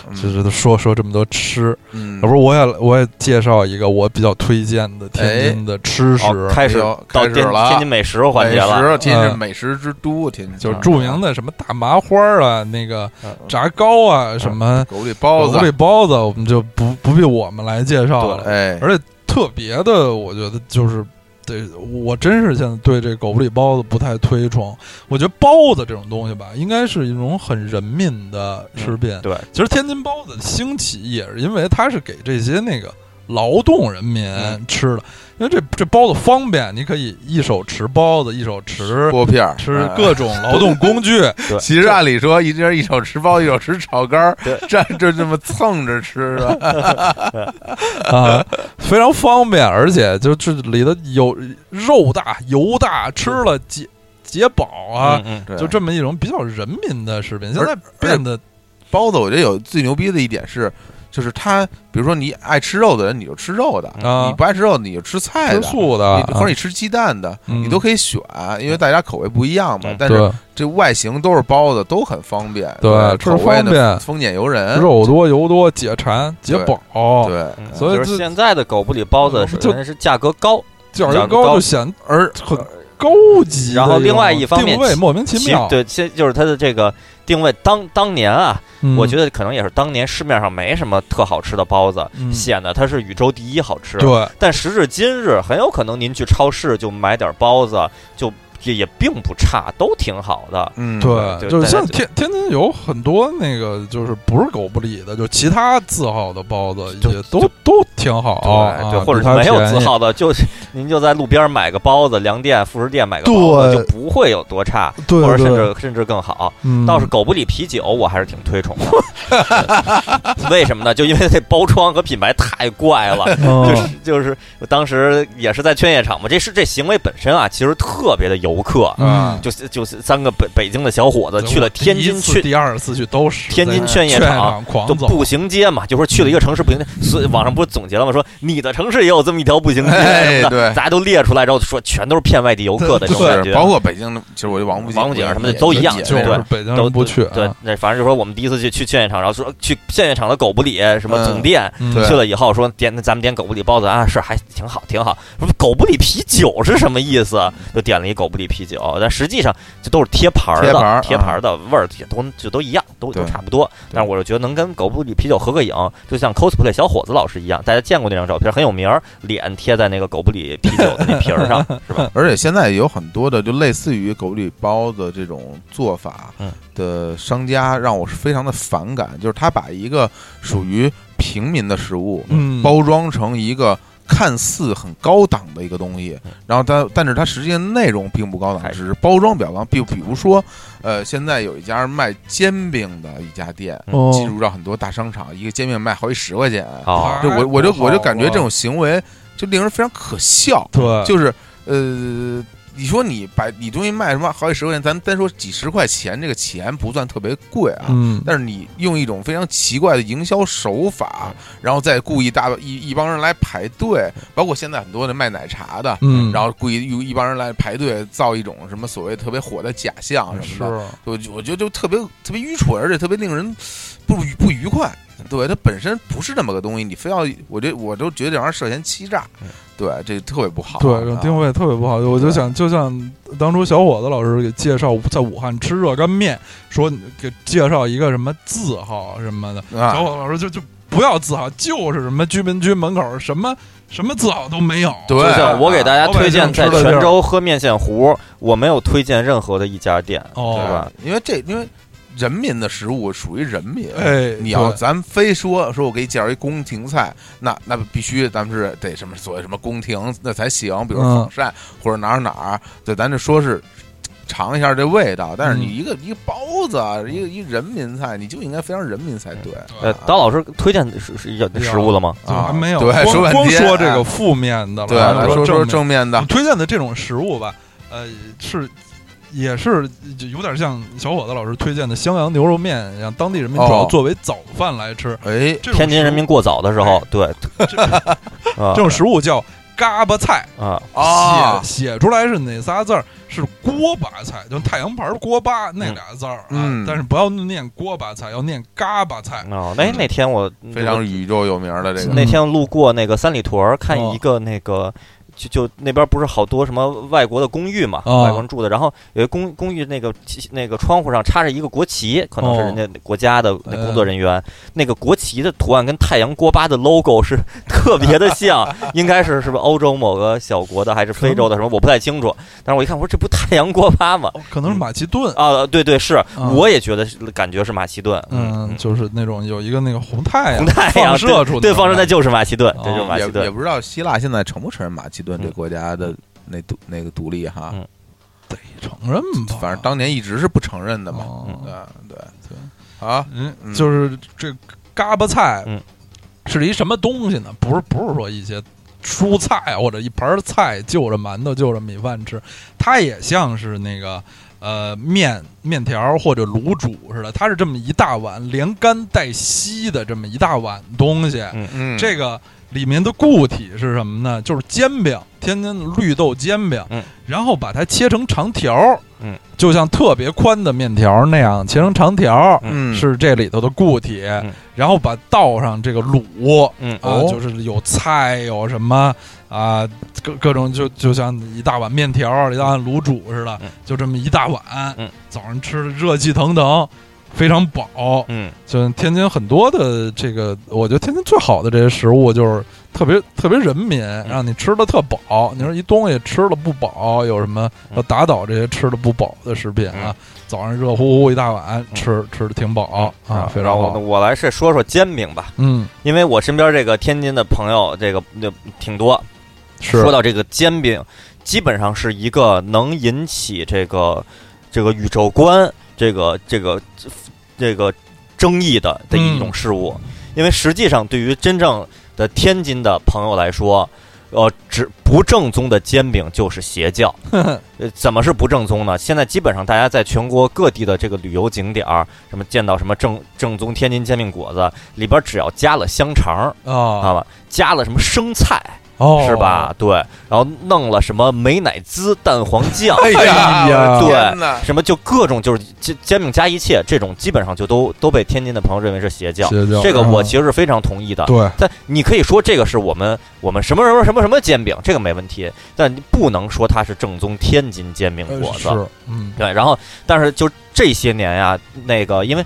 S1: 嗯
S3: 这这都说说这么多吃，
S1: 嗯，
S3: 要不我也我也介绍一个我比较推荐的
S1: 哎
S3: 天津的吃食，
S2: 哦，开始
S1: 哎呦
S2: 到
S1: 开始
S2: 天
S1: 了
S2: 天津美食环节
S1: 美
S2: 了，
S1: 食天津是
S3: 嗯
S1: 美食之都，天津啊
S3: 就是著名的什么大麻花啊，那个
S1: 嗯
S3: 炸糕啊，什么
S1: 狗里包子
S3: 五，里包子，我们就不不必我们来介绍了。
S1: 对，哎，
S3: 而且特别的，我觉得就是。对，我真是现在对这狗不理包子不太推崇。我觉得包子这种东西吧，应该是一种很人民的吃品。
S2: 嗯对，
S3: 其实天津包子的兴起也是因为它是给这些那个劳动人民
S2: 嗯
S3: 吃的，因为这这包子方便，你可以一手持包子，一手
S1: *laughs*
S3: 持
S1: 拨片儿
S3: 吃
S1: 哎 *laughs*
S3: 各种劳动工具。
S1: 其实按理说，一人一手吃包，一手吃炒肝儿
S2: 对，
S1: 这就这么蹭着吃了。
S2: *laughs*
S3: 啊，非常方便，而且就这里头有肉大、油大，吃了解解饱啊
S2: 嗯，嗯，
S1: 对
S3: 就这么一种比较人民的食品，现在变得
S1: 包子，我觉得有最牛逼的一点是，就是它，比如说你爱吃肉的人，你就吃肉的；
S2: 而嗯
S3: 啊
S1: 你，不爱吃肉，你就吃菜
S3: 吃
S1: 的。
S3: 素的
S1: 你或者
S3: 啊
S1: 你吃鸡蛋的，
S3: 嗯
S1: 你都可以选，因为大家口味不一样嘛
S2: 嗯。
S1: 但是
S3: 对
S1: 这外形都是包子，都很方便，
S3: 对
S1: 口
S3: 吃
S1: 味
S3: 方
S1: 呢
S3: 便
S1: 丰俭由人，
S3: 肉多油多解馋解
S1: 对
S3: 饱，
S1: 对，
S2: 嗯
S3: 所以
S2: 就是
S3: 这
S2: 现在的狗不理包子是
S3: 就
S2: 人是价格高，
S3: 价
S2: 价格
S3: 格
S2: 高呃
S3: 高就显而很高级的一种。
S2: 然后另外一方面
S3: 定位莫名其
S2: 其
S3: 妙，
S2: 对，现就是它的这个定位，当当年啊，
S3: 嗯
S2: 我觉得可能也是当年市面上没什么特好吃的包子，
S3: 嗯
S2: 显得它是宇宙第一好吃。
S3: 对
S2: 但时至今日，很有可能您去超市就买点包子，就也也并不差，都挺好的。
S1: 嗯，
S3: 对，
S2: 就
S3: 就是
S2: 大家
S3: 像
S2: 就
S3: 天天津有很多那个就是不是狗不理的，就其他字号的包子
S2: 就
S3: 也都都挺好啊，
S2: 对对，或者
S3: 比它
S2: 是没有
S3: 便宜
S2: 字，号的，就是 *laughs* 您就在路边买个包子，粮店、副食店买个
S3: 对
S2: 包子，就不会有多差，
S3: 对
S2: 或者
S3: 对，
S2: 甚至甚至更好。
S3: 嗯
S2: 倒是狗不理啤酒，我还是挺推崇的。对 *laughs* 为什么呢？就因为这包装和品牌太怪了，
S3: 嗯
S2: 就是就是，我当时也是在劝业场嘛，这是这行为本身啊，其实特别的游客，
S1: 啊
S3: 嗯
S2: 就是就是三个北北京的小伙子
S3: 对
S2: 呃去了
S3: 我第
S2: 天
S3: 一
S2: 津
S3: 次
S2: 劝
S3: 第二次去都是
S2: 天津
S3: 在
S2: 劝业
S3: 劝业
S2: 场
S3: 场狂
S2: 就
S3: 走，
S2: 步行街嘛，就说去了一个城市步行街，所以网上不是总结了吗？说你的城市也有这么一条步行街
S1: 哎
S2: 什么的，
S1: 对
S2: 大家都列出来之后说全都是骗外地游客的这种感
S1: 是
S2: 觉，
S1: 包括北京的，其实我觉得王府
S2: 王府井什么的
S1: 也
S2: 都一样
S1: 也
S3: 就
S2: 对
S3: 是北京
S2: 都
S3: 人不去啊，
S2: 对，那反正就说我们第一次去去劝业场，然后说去劝业场的狗不理什么
S1: 嗯
S2: 总店。
S3: 嗯
S1: 对
S2: 去了以后说点，那咱们点狗不理包子啊，是还挺好，挺好。说狗不理啤酒是什么意思？啊就点了一狗不理啤酒，但实际上这都是贴牌儿
S1: 贴牌儿啊
S2: 的，贴牌儿的味儿也都就都一样，都
S1: 对
S2: 都差不多。但是我就觉得能跟狗不理啤酒合个影，就像 cosplay 小伙子老师一样，大家见过那张照片很有名儿，脸贴在那个狗不理啤酒的那瓶儿
S1: *laughs*
S2: 上，是吧？
S1: 而且现在有很多的，就类似于狗不理包子这种做法
S2: 嗯
S1: 的商家，让我是非常的反感。就是他把一个属于平民的食物，
S3: 嗯
S1: 包装成一个看似很高档的一个东西
S2: 嗯，
S1: 然后它，但是它实际上内容并不高档
S2: 还，
S1: 只是包装比较高档。比比如说，呃，现在有一家卖煎饼的一家店
S2: 嗯
S3: 哦
S1: 进入到很多大商场，一个煎饼卖好几十块钱，
S2: 哦，
S1: 就我我就我就感觉这
S3: 太不好
S1: 种行为就令人非常可笑。
S3: 对嗯
S1: 就是呃，你说你把你东西卖什么好几十块钱，咱单说几十块钱，这个钱不算特别贵啊。
S3: 嗯
S1: 但是你用一种非常奇怪的营销手
S3: 嗯
S1: 法，然后再故意大一一帮人来排队，包括现在很多的卖奶茶的，
S3: 嗯，
S1: 然后故意用一帮人来排队，造一种什么所谓特别火的假象什么的，
S2: 啊
S3: 是
S1: 我我觉得就特别特别愚蠢，而且特别令人不愉不愉快。对，它本身不是那么个东西，你非要，我觉得我都觉得这玩意儿涉嫌欺诈
S2: 嗯，
S1: 对，这特别不好。
S3: 对，这
S1: 啊
S3: 种定位特别不好。我就想，就像当初小伙子老师给介绍在武汉吃热干面，说给介绍一个什么字号什么的，小
S1: 啊，
S3: 伙子老师就就不要字号，就是什么居民区门口什么什么字号都没有。
S1: 对
S2: 就像我给大家推荐在
S3: 老百姓吃的地儿
S2: 泉州喝面线糊，我没有推荐任何的一家店，
S3: 哦
S2: 对吧？
S1: 因为这因为人民的食物属于人民，
S3: 哎，
S1: 你要
S3: 对
S1: 咱非说说我给你介绍一宫廷菜，那那必须咱们是得什么所谓什么宫廷那才行，比如
S3: 嗯
S1: 仿膳、或者哪儿哪儿，对，咱就说是尝一下这味道。但是
S3: 嗯
S1: 你一个、一个包子，啊一个一人民菜，你就应该非常人民才对。
S2: 呃，刀老师推荐是是有食物了吗？
S3: 就还没有，
S1: 啊对说
S3: 光
S1: 半
S3: 光
S1: 天
S3: 说这
S1: 哎
S3: 个
S2: 嗯
S3: 负面的了，
S1: 对，啊
S3: 然后
S1: 来说
S3: 正
S1: 说
S3: 面
S1: 正面的
S3: 我，推荐的这种食物吧，呃，是也是就有点像小伙子老师推荐的襄阳牛肉面一样，当地人民主要
S1: 哦
S3: 作为早饭来吃。
S2: 嗯
S1: 哎，
S3: 这种哎
S2: 天津人民过早的时候，对，啊
S3: 这种食物叫嘎巴菜，
S2: 啊，
S1: 啊，
S3: 写写出来是哪仨字儿？是锅巴菜，就是太阳牌锅巴那俩字儿啊。
S1: 嗯
S3: 但是不要念锅巴菜，要念嘎巴菜。
S2: 哦，哎，那天我
S1: 非常宇宙有名的这个
S2: 那天路过那个三里屯儿，看
S3: 哦
S2: 一个那个。就就那边不是好多什么外国的公寓嘛，
S3: 哦
S2: 外国人住的，然后有一公公寓那个其那个窗户上插着一个国旗，可能是
S3: 哦嗯
S2: 人家国家的那工作人员，那个国旗的图案跟太阳锅巴的 logo 是 *laughs* 特别的
S3: *laughs*
S2: 像，应该是是不是欧洲某个小国的还是非洲的什么，我不太清楚。但是我一看，我说这不太阳锅巴吗？
S3: 哦，可能是马其顿。
S2: 啊，对对是，
S3: 嗯
S2: 我也觉得是感觉是马其顿，
S3: 嗯，就是那种有一个那个红太阳
S2: 红太阳
S3: 放射出的
S2: 对，放射那就是马其顿，
S3: 哦
S2: 这就是马
S1: 也
S2: 其顿
S1: 也。不知道希腊现在承不承认马其顿这
S2: 嗯
S1: 国家的那独那个独立哈
S2: 嗯，
S3: 得承认吧，
S1: 反正当年一直是不承认的嘛，
S3: 哦
S1: 对对啊，
S3: 嗯，
S1: 嗯
S3: 就是这嘎巴菜
S2: 嗯
S3: 是一什么东西呢？不是不是说一些蔬菜啊或者一盘菜就着馒头就着米饭吃，它也像是那个。呃，面面条或者卤煮似的，它是这么一大碗连干带稀的这么一大碗东西。
S1: 嗯，
S3: 这个里面的固体是什么呢？就是煎饼，天津的绿豆煎饼，
S2: 嗯
S3: 然后把它切成长条儿，
S2: 嗯，
S3: 就像特别宽的面条那样切成长条儿，
S1: 嗯
S3: 是这里头的固体，
S2: 嗯
S3: 然后把倒上这个卤。
S2: 嗯
S3: 啊，
S1: 哦
S3: 就是有菜，有什么啊，各各种就就像一大碗面条儿，一大碗卤煮似的
S2: 嗯，
S3: 就这么一大碗，
S2: 嗯
S3: 早上吃的热气腾腾，非常饱，
S2: 嗯
S3: 就天津很多的这个，我觉得天津最好的这些食物就是特别特别人民，让你吃的特饱。你说一东西吃了不饱，有什么
S2: 嗯
S3: 要打倒这些吃的不饱的食品啊
S2: 嗯？嗯
S3: 早上热乎乎一大碗，吃吃的挺饱啊，非
S2: 然
S3: 常
S2: 后呢
S3: 好。
S2: 我来是说说煎饼吧，
S3: 嗯，
S2: 因为我身边这个天津的朋友，这个就挺多。
S3: 是
S2: 说到这个煎饼，基本上是一个能引起这个这个宇宙观这个这个这个争议的的一种事物，
S3: 嗯
S2: 因为实际上对于真正的天津的朋友来说，呃，只不正宗的煎饼就是邪
S3: *laughs*
S2: 教。呃，怎么是不正宗呢？现在基本上大家在全国各地的这个旅游景点儿，什么见到什么正正宗天津煎饼果子，里边只要加了香肠儿，知
S3: 啊，
S2: 道吧？加了什么生菜，
S3: 哦，
S2: 是吧？？对，然后弄了什么美乃滋蛋黄酱，
S1: 哎呀，我
S3: 哎呀
S1: 的
S2: 对
S1: 天哪
S2: 什么就各种就是煎煎饼加一切，这种基本上就都都被天津的朋友认为是邪教。
S3: 邪教
S2: 这个我
S3: 啊
S2: 其实是非常同意的。
S3: 对，
S2: 但你可以说这个是我们我们什么什么什么什么煎饼，这个没问题，但你不能说它是正宗天津煎饼果
S3: 呃
S2: 子。
S3: 是，嗯，
S2: 对，然后但是就这些年呀，那个因为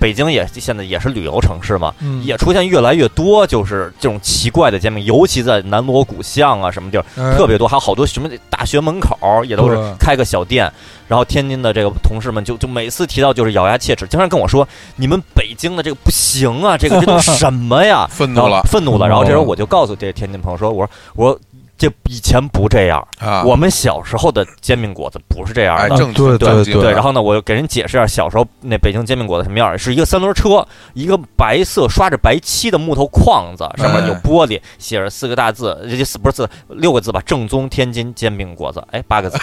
S2: 北京也现在也是旅游城市嘛，
S3: 嗯
S2: 也出现越来越多就是这种奇怪的煎饼，尤其在南锣鼓巷啊什么地儿
S1: 嗯
S3: 哎
S2: 特别多，还有好多什么大学门口儿也都是啊
S3: 对
S2: 开个小店。然后天津的这个同事们就就每次提到就是咬牙切齿，经常跟我说你们北京的这个不行
S1: *laughs*
S2: 啊，这个这都什么呀？
S1: 愤
S2: 然
S1: 怒
S2: 后
S1: 了嗯
S2: 愤怒了。然后这时候
S3: 哦
S2: 我就告诉这天津朋友说，我说我说这以前不这样，
S1: 啊！
S2: 我们小时候的煎饼果子不是这样
S1: 哎，
S2: 的。
S1: 正正
S3: 对对
S1: 经
S2: 对，
S1: 的
S2: 然后呢，我又给人解释一下小时候那北京煎饼果子什么样儿，是一个三轮车，一个白色刷着白漆的木头框子，上面有
S1: 哎
S2: 玻璃，写着四个大字，这四不是四六个字吧？正宗天津煎饼果子，哎，八个字， *laughs*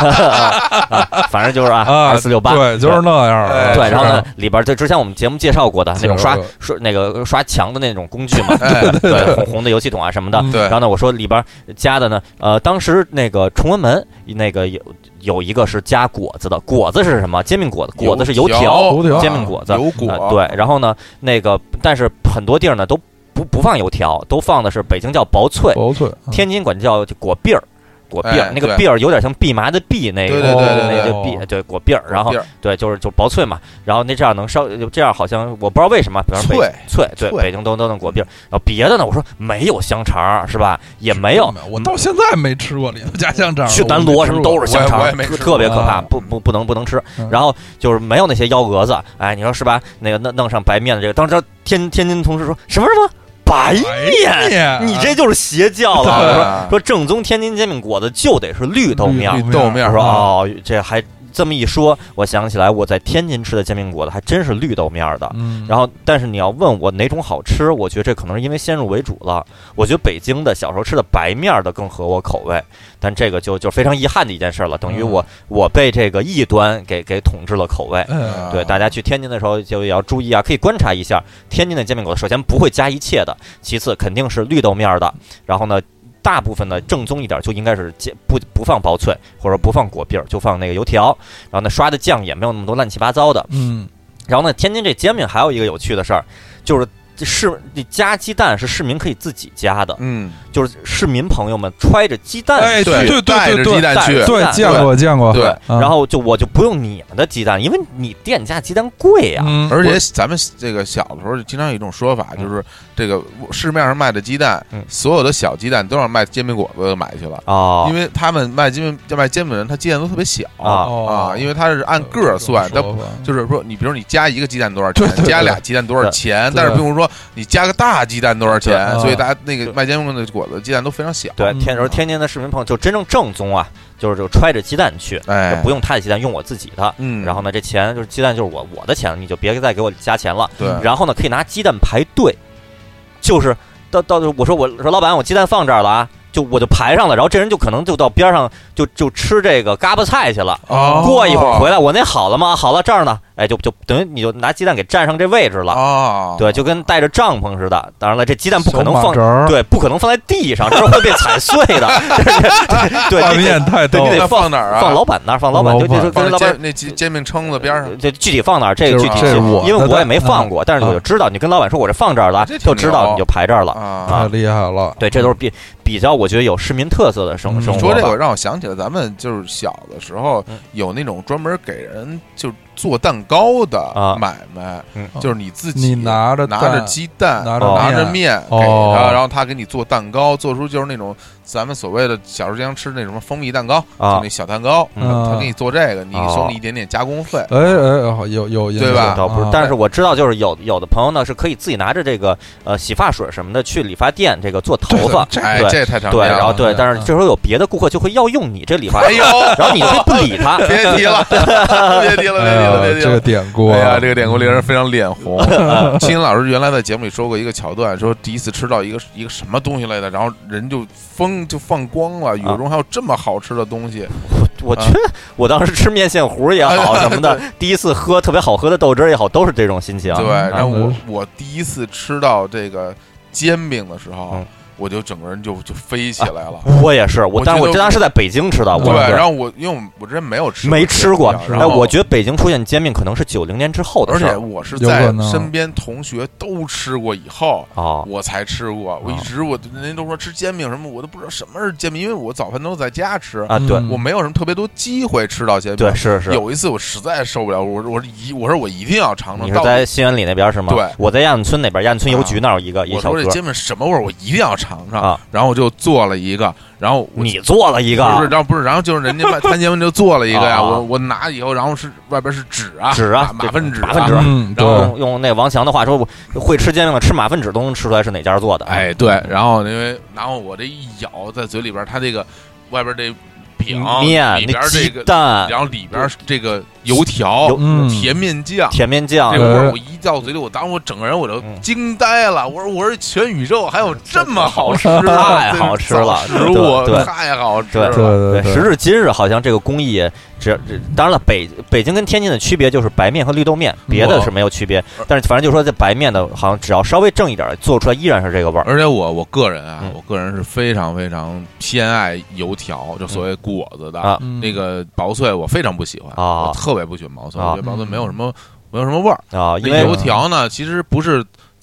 S2: 啊反正就是啊，
S3: 啊
S2: 二四六八，
S3: 对，就是那样儿。啊
S1: 哎
S2: 对，
S3: 是
S2: 然后呢，里边儿就之前我们节目介绍过的那种刷
S3: 介绍过
S2: 刷那个刷墙的那种工具嘛，
S1: 哎
S3: *laughs*
S2: 对，红红的油漆桶啊什么的，
S3: 嗯
S1: 对
S2: 然后呢，我说里边儿加的呢，呃，当时那个崇文门那个有有一个是加果子的，果子是什么？煎饼果子，果子是油条，
S3: 油条
S2: 煎饼果子
S1: 油
S2: 呃
S1: 果
S2: 对，然后呢，那个但是很多地儿呢都不不放油条，都放的是北京叫薄脆，
S3: 薄脆，嗯
S2: 天津管叫果篦儿。果篦儿
S1: 哦哎，
S2: 那
S1: 对
S2: 个篦儿有点像蓖麻的蓖，那个
S1: 对对对对
S2: 那
S3: 对
S2: 就
S3: 哦
S2: 蓖，对果篦儿，然后
S1: 篦儿
S2: 对就是就薄脆嘛，然后那这样能稍就这样好像我不知道为什么，比方说北脆对
S1: 脆
S2: 北京都都弄果篦儿，然后别的呢我说没有香肠儿是吧？也没有，，
S3: 我到现在没吃过里头加香肠儿，
S2: 去
S3: 我
S2: 南
S3: 没
S2: 锣
S3: 吃
S2: 什么
S3: 过
S2: 都是香肠
S1: 我也我也
S2: 儿，
S1: 没
S2: 特
S1: 吃
S2: 特别可
S3: 过
S2: 怕，
S3: 啊
S2: 不不不能不能吃
S3: 嗯。
S2: 然后就是没有那些幺蛾子，哎，你说是吧？那个弄弄上白面的这个，当时天天津同事说什么什么白
S3: 白
S2: 面，*laughs*
S3: 面
S2: 你这就是邪教了。
S1: 对啊
S3: 啊嗯
S2: 我说说正宗天津煎饼果子就得是绿豆面儿
S1: 嗯绿，豆面
S2: 我
S1: 儿
S2: 说哦，这还这么一说，我想起来我在天津吃的煎饼果子还真是绿豆面儿的。
S3: 嗯，
S2: 然后，但是你要问我哪种好吃，我觉得这可能是因为先入为主了。我觉得北京的小时候吃的白面儿的更合我口味，但这个就就非常遗憾的一件事了，等于我我被这个异端给给统治了口味。
S3: 哎
S2: 对，大家去天津的时候就也要注意啊，可以观察一下天津的煎饼果子，首先不会加一切的，其次肯定是绿豆面儿的，然后呢。大部分的正宗一点就应该是煎不不放薄脆或者不放果篦儿，就放那个油条，然后呢刷的酱也没有那么多乱七八糟的。
S3: 嗯
S2: 然后呢，天津这煎饼还有一个有趣的事儿，就是这市你加鸡蛋是市民可以自己加的，
S1: 嗯，
S2: 就是市民朋友们揣着鸡蛋
S3: 哎
S2: 去
S3: 对对
S1: 带着
S3: 对
S1: 鸡蛋
S2: 带
S1: 去
S2: 着，
S3: 对，见过见过，
S1: 对
S3: 嗯
S2: 然后就我就不用你们的鸡蛋，因为你店家鸡蛋贵啊呀、
S3: 嗯
S1: 而且咱们这个小的时候经常有一种说法，
S2: 嗯
S1: 就是这个市面上卖的鸡蛋
S2: 嗯，
S1: 所有的小鸡蛋都让卖煎饼果子的买去了，因
S2: 哦，
S1: 为他们卖煎饼卖煎饼的人，他鸡蛋都特别小
S2: 啊
S3: 哦
S1: 啊，因为他是按个儿算，他就是说，你比如你加一个鸡蛋多少钱，
S3: 对对对
S1: 加俩鸡蛋多少钱，
S3: 对
S1: 但是不用说你加个大鸡蛋多少
S2: 对
S1: 钱，
S3: 啊
S1: 所以大家那个
S2: 对
S1: 卖煎饼的果子鸡蛋都非常小。
S2: 对，
S3: 嗯
S2: 天，然后天津的市民朋友就真正正宗啊，就是就揣着鸡蛋去，
S1: 哎
S2: 就不用他的鸡蛋，用我自己的。
S1: 嗯，
S2: 然后呢，这钱就是鸡蛋就是我我的钱，你就别再给我加钱了。
S1: 对，
S2: 然后呢，可以拿鸡蛋排队，就是到到我说我说老板，我鸡蛋放这儿了啊，就我就排上了，然后这人就可能就到边上就就吃这个嘎巴菜去了。
S1: 哦
S2: 过一会儿回来，我那好了吗？好了，这儿呢，哎，就就等于你就拿鸡蛋给占上这位置了，
S1: 哦，
S2: 对，就跟带着帐篷似的。当然了，这鸡蛋不可能放。
S3: 对，
S2: 对，不可能放在地上，这会被踩碎的。 *laughs* 对，
S3: 画
S2: 你得
S3: 面太
S2: 对
S3: 逗
S2: 你
S1: 那
S2: 得
S3: 了，
S1: 放哪儿啊？
S2: 放老板那儿，放老板
S3: 老
S2: 就就
S3: 板
S2: 是
S1: 放
S2: 跟
S1: 在
S2: 老板
S1: 煎那煎煎饼铛子边上。
S2: 这具体放哪儿？这
S3: 这
S2: 个
S3: 是
S2: 具体
S1: 这是
S3: 我
S2: 因为
S3: 的
S2: 我也没
S3: 嗯
S2: 放过，但是我就知道，你跟老板说我这放这儿了，
S1: 啊这挺
S2: 就知道
S1: 牛
S2: 你就排这儿了。
S1: 啊
S3: 太厉害了，
S2: 对，这都是比比较，我觉得有市民特色的生
S3: 嗯
S2: 生
S1: 你
S2: 活
S1: 说这个
S2: 吧。
S1: 让我想起了咱们就是小的时候
S2: 嗯
S1: 有那种专门给人就做蛋糕的
S2: 啊
S1: 买卖
S2: 嗯，
S1: 就是你自己
S3: 你拿着
S1: 拿
S3: 蛋
S1: 着鸡蛋，
S3: 拿
S2: 哦
S3: 着
S1: 拿
S3: 面
S1: 着面给
S3: 哦
S1: 他，然后他给你做蛋糕，做出就是那种咱们所谓的小时候经常吃那什么蜂蜜蛋糕，
S2: 啊
S1: 就那小蛋糕，
S3: 嗯
S1: 他给你做这个，你
S2: 哦
S1: 收你一点点加工费。
S3: 哎哎，好有有印象
S1: 对吧
S2: 倒不是
S3: 啊，
S2: 但是我知道，就是有有的朋友呢是可以自己拿着这个呃洗发水什么的去理发店这个做头发，
S3: 对
S1: 哎，
S2: 对
S1: 这太常
S2: 对，
S1: 见
S2: 然后
S1: 了。
S2: 对，
S3: 嗯
S2: 但是这时候有别的顾客就会要用你这理发
S1: 哎
S2: 店，
S1: 呦，，
S2: 然后你会不理他
S1: *laughs* 别提了，别提了，别提了，
S3: 哎
S1: 别
S3: 呦
S1: 提
S3: 这个
S1: 了。
S3: 典故
S1: 哎
S3: 啊，
S1: 呀，这个典故令人非常脸红。青青老师原来在节目里说过一个桥段，说第一次吃到一个一个什么东西来的，然后人就疯就放光了，宇中还有这么好吃的东西。
S2: 我去，我当时吃面线糊也好
S1: 哎
S2: 什么的，第一次喝特别好喝的豆汁儿也好，都是这种心情。啊
S1: 对，
S3: 嗯
S1: 然后我
S3: 嗯
S1: 我第一次吃到这个煎饼的时候
S2: 嗯，
S1: 我就整个人就就飞起来了。
S2: 我也是，
S1: 嗯我
S2: 我，但是
S1: 觉
S2: 我
S1: 得
S2: 这当时是在北京吃的，啊我
S1: 对，
S2: 是
S1: 然后我因为我我之前没有吃
S2: 没吃过。
S1: 啊然
S2: 哎，
S1: 后
S2: 我觉得北京出现煎饼可能是九零年之后的
S1: 而
S2: 事
S1: 且
S2: 儿
S1: 我是
S3: 有
S1: 在
S3: 可能
S1: 身边同学都吃过以后，
S2: 哦，
S1: 我才吃过。我一
S2: 哦
S1: 直我人家都说吃煎饼什么，我都不知道什么是煎饼，因为我早饭都在家吃，
S2: 啊，对
S3: 嗯
S1: 我没有什么特别多机会吃到煎饼
S2: 对。是是，
S1: 有一次我实在受不了，我说我说一我说我一定要尝尝
S2: 你是
S1: 到底
S2: 在，新源里那边是吗？
S1: 对啊
S2: 我在亚运村那边，亚运村邮局那儿有一个一
S1: 我
S2: 小
S1: 说
S2: 哥
S1: 这，煎饼什么味儿，我一定要尝尝
S2: 啊。
S1: 然后我就做了一个，然后我
S2: 你做了一
S1: 不是，
S2: 个
S1: 然后不是，然后就是人家
S2: *laughs*
S1: 卖摊煎饼就做了一个呀，
S2: 啊
S1: 我我拿以后，然后是外边是纸啊，
S2: 纸啊
S1: 马马粪纸啊，
S2: 马粪纸
S3: 嗯，
S1: 然
S3: 对
S1: 后，
S2: 用用那王强的话说，我会吃煎饼的吃马粪纸都能吃出来是哪家做的。
S1: 哎，对，然后因为然后我这一咬在嘴里边，它这个外边这饼
S2: 面
S1: 里边
S2: 那
S1: 这
S2: 鸡
S1: 个，
S2: 蛋
S1: 然后里边这个油条
S2: 油、
S3: 嗯，
S1: 甜面酱。
S2: 甜面酱
S1: 这个味儿
S3: 哎
S1: 我一到嘴里，我当时我整个人我就
S2: 嗯
S1: 惊呆了。我说我说全宇宙还有这么好吃的，
S2: 太好吃了
S1: 这种早食
S2: 对
S1: 物啊
S2: 对
S1: 太好吃
S2: 对
S1: 了。
S3: 对
S2: 对，时至今日，好像这个工艺也只只当然了，北北京跟天津的区别就是白面和绿豆
S1: 嗯
S2: 面，别的是没有区别。
S1: 哦
S2: 但是反正就说这白面的，好像只要稍微正一点，做出来依然是这个味儿。
S1: 而且我我个人啊
S2: 嗯，
S1: 我个人是非常非常偏爱油条，就所谓果子的
S2: 啊
S3: 嗯
S1: 那个薄脆，我非常不喜欢，
S2: 啊
S1: 我特别不喜欢薄脆，我
S2: 啊
S1: 觉得薄脆没有什么没有什么味儿。
S2: 啊，因
S1: 那
S2: 为
S1: 油条呢，其实不是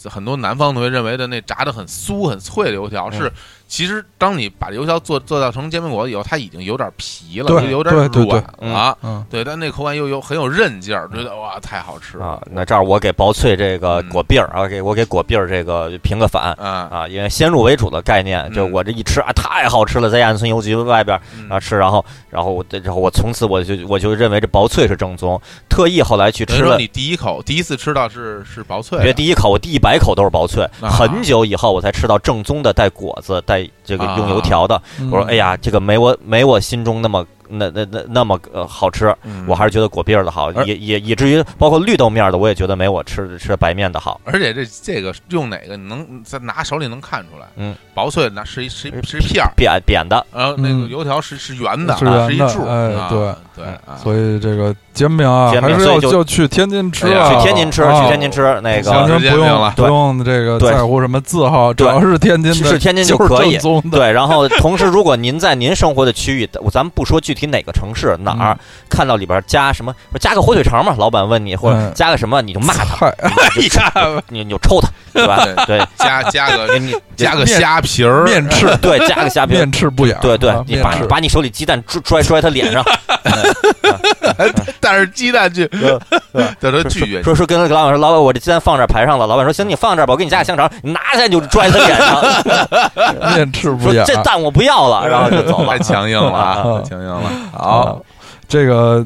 S1: 很多南方同学认为的那炸的很酥很脆的油条，
S2: 嗯
S1: 是其实当你把油条做做到成煎饼果子以后，它已经有点皮了，
S3: 对
S1: 就有点
S3: 对对对
S1: 软了。
S3: 嗯，
S1: 对，但那口感又有很有韧劲儿，觉得哇太好吃了
S2: 啊，那这儿我给薄脆这个
S1: 嗯
S2: 果篦儿啊，给我给果篦儿这个评个反
S1: 啊！
S2: 啊，因为先入为主的概念，就
S1: 嗯
S2: 我这一吃啊，太好吃了，在亚运村邮局外边
S1: 嗯
S2: 啊吃，然后然后我然后我从此我就我就认为这薄脆是正宗，特意后来去
S1: 等于
S2: 吃
S1: 说
S2: 了
S1: 你第一口第一次吃到是是薄脆的，
S2: 别第一口，我第一百口都是薄脆。
S1: 啊
S2: 很久以后，我才吃到正宗的带果子、带这个
S1: 啊
S2: 用油条的。哎
S3: 嗯
S2: 我说：“哎，呀，这个没我没我心中那么那那那那么呃好吃，
S1: 嗯
S2: 我还是觉得果篦儿的好，
S1: 而
S2: 也也以至于包括绿豆面儿的，我也觉得没我吃的吃白面的好。
S1: 而且这这个用哪个你能在拿手里能看出来，
S2: 嗯，
S1: 薄脆拿是一是一是一片儿，
S2: 扁扁的，
S1: 然后那个
S3: 嗯
S1: 油条是是圆的，
S3: 是
S1: 啊
S3: 圆
S1: 一
S3: 的
S1: 柱，
S3: 哎
S1: 啊
S3: 对
S1: 对啊，
S3: 所以这个煎饼啊，
S2: 煎饼
S3: 还是
S2: 所
S3: 要
S2: 以就
S3: 要去天津吃
S1: 哎呀
S3: 啊，
S2: 去天津吃，
S3: 啊
S2: 去天津吃那
S1: 行
S3: 完
S2: 个
S1: 行。
S3: 全不
S1: 煎饼
S3: 用
S1: 了
S3: 不用这个
S2: 对
S3: 在乎什么字号，只
S2: 对
S3: 要是天津的，
S2: 是天津
S3: 就
S2: 就可以
S3: 是正宗的，
S2: 对，然后同时，如果您在您生活的区域，咱们不说具体哪个城市哪
S1: 嗯
S2: 儿，看到里边加什么，说加个火腿肠嘛，老板问你，或者
S3: 嗯
S2: 加个什么，你就骂他，
S3: 菜
S2: 你就
S1: 呀
S2: 你你就抽他，
S1: *laughs*
S2: 对吧？对
S1: 加加个
S2: 你
S1: 加个虾皮儿，
S3: 面翅
S2: *laughs* 对，加个虾皮，
S3: *laughs* 面翅不雅，
S2: 对对
S3: 啊，
S2: 你
S3: 面
S2: 把
S3: 翅
S2: 把你手里鸡蛋拽拽拽
S1: *laughs*
S2: 他脸上，
S1: 但是鸡蛋去，
S2: 对对
S1: 这都拒绝你。
S2: 说说跟老板说，老板我这鸡蛋放这儿排上了，老板说行，你放这儿吧，我给你加个香肠，你拿下来就拽他脸
S3: *laughs*
S2: 上，
S3: 面翅不
S2: 说
S3: 雅，
S2: 这蛋我不要了， *laughs*
S1: *laughs*
S2: 然后就走了
S1: 太。强硬了
S3: *laughs*
S1: 啊！
S3: 嗯
S1: 太强硬了。
S3: 好
S2: 啊
S1: 好，，
S3: 这个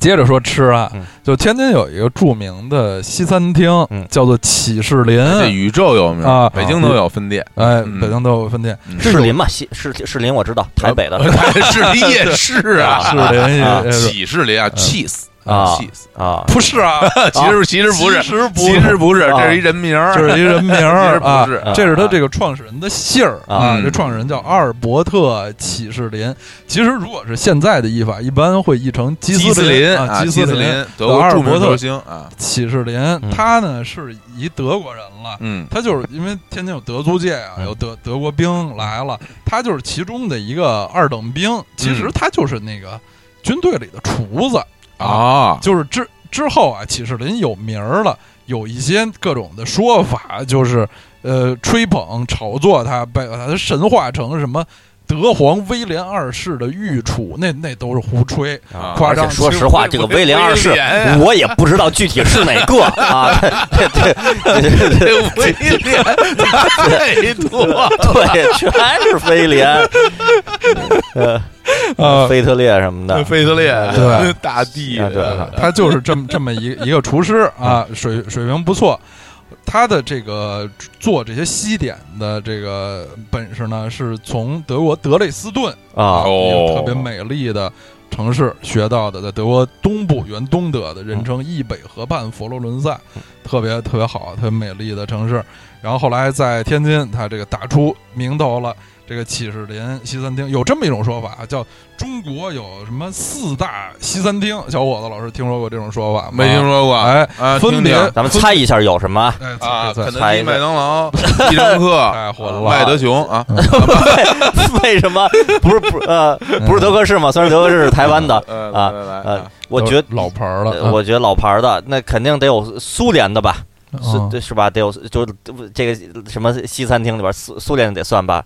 S3: 接着说吃啊
S2: 嗯，
S3: 就天津有一个著名的西餐厅
S2: 嗯，
S3: 叫做启士林，
S1: 哎这宇宙有名
S3: 嗯啊
S1: 北京都有分店，
S3: 哎，
S1: 嗯
S3: 北京都有分店，
S1: 嗯 *laughs*
S2: 士林嘛，西士士林我知道，台
S3: *laughs*
S2: 北的
S3: 呃
S1: 士林夜市啊，
S3: 士林也
S2: 啊
S3: 也是
S1: 启士林啊，cheese
S2: 啊
S1: cheese，
S2: 啊，
S3: 不是啊，
S1: 其实其实不是
S3: 其，实不
S1: 其实不是，
S2: 啊
S1: 这是一人名儿，
S3: *laughs* 就是一
S2: *laughs*
S3: 人名儿啊
S1: 其实不是
S2: 啊，
S3: 这是他这个创始人的姓儿
S2: 啊
S3: 啊，这创始人叫阿尔伯特·启士林。其实如果是现在的译法，一般会译成基
S1: 基斯林
S3: 啊，
S1: 基
S3: 基
S1: 斯
S3: 林
S1: 林，德国著名球星啊，
S3: 启士林，他呢是一德国人了。
S1: 嗯
S3: 他就是因为天津有德租界啊，
S2: 嗯
S3: 有德德国兵来了，他就是其中的一个二等兵。其实他就是那个军队里的厨子啊，
S1: 啊，
S3: 就是之之后啊，启士林有名儿了，有一些各种的说法，就是呃吹捧炒作他，把他神化成什么德皇威廉二世的御厨，那那都是胡吹。
S1: 啊
S3: 夸
S2: 而且
S3: 张
S2: 说
S3: 其实
S2: 实话，
S1: 威
S2: 这个
S1: 威
S2: 威廉二世
S1: 威廉
S3: 啊
S1: 呀，
S2: 我也不知道具体是哪
S3: *laughs*
S2: 个啊。这这这这这
S1: 这威廉太多了，
S2: 对，全是威廉、
S3: 呃，
S2: 腓特烈什么的。
S1: 费德烈
S3: 对
S1: 大帝
S2: 啊对
S1: 啊
S3: 他就是这么这么一个一个厨师啊，水水平不错。他的这个做这些西点的这个本事呢，是从德国德累斯顿
S2: 啊
S1: 哦
S3: 一个特别美丽的城市学到的，在德国东部原东德的，人称易北河畔佛罗伦萨，特别特别好，特别美丽的城市。然后后来在天津，他这个打出名头了。这个启士林西餐厅有这么一种说法，叫中国有什么四大西餐厅？小伙子老师听说过这种说法吗？
S1: 没听说过，
S3: 哎
S1: 啊，
S3: 分
S1: 听
S3: 别
S1: 听
S2: 咱们猜一下有什么？
S3: 哎，
S1: 啊，
S3: 猜
S1: 肯
S3: 猜
S1: 德
S2: 猜
S1: 基、
S2: 一个
S1: 麦当劳、必胜客、
S3: 太火了
S1: 麦德熊啊，
S2: *laughs* 为什么不是不呃不是德克士吗？虽然德克士是台
S1: *laughs*
S2: 湾的，
S1: 呃，
S2: 啊
S1: 来来来
S2: 呃
S1: 啊，，
S2: 我觉得
S3: 都是老牌儿
S1: 嗯
S2: 呃
S3: 了，
S2: 我觉得老牌儿的那肯定得有苏联的吧，
S3: 嗯
S1: 哦
S2: 是对是吧？得有就这个什么西餐厅里边苏苏联得算吧？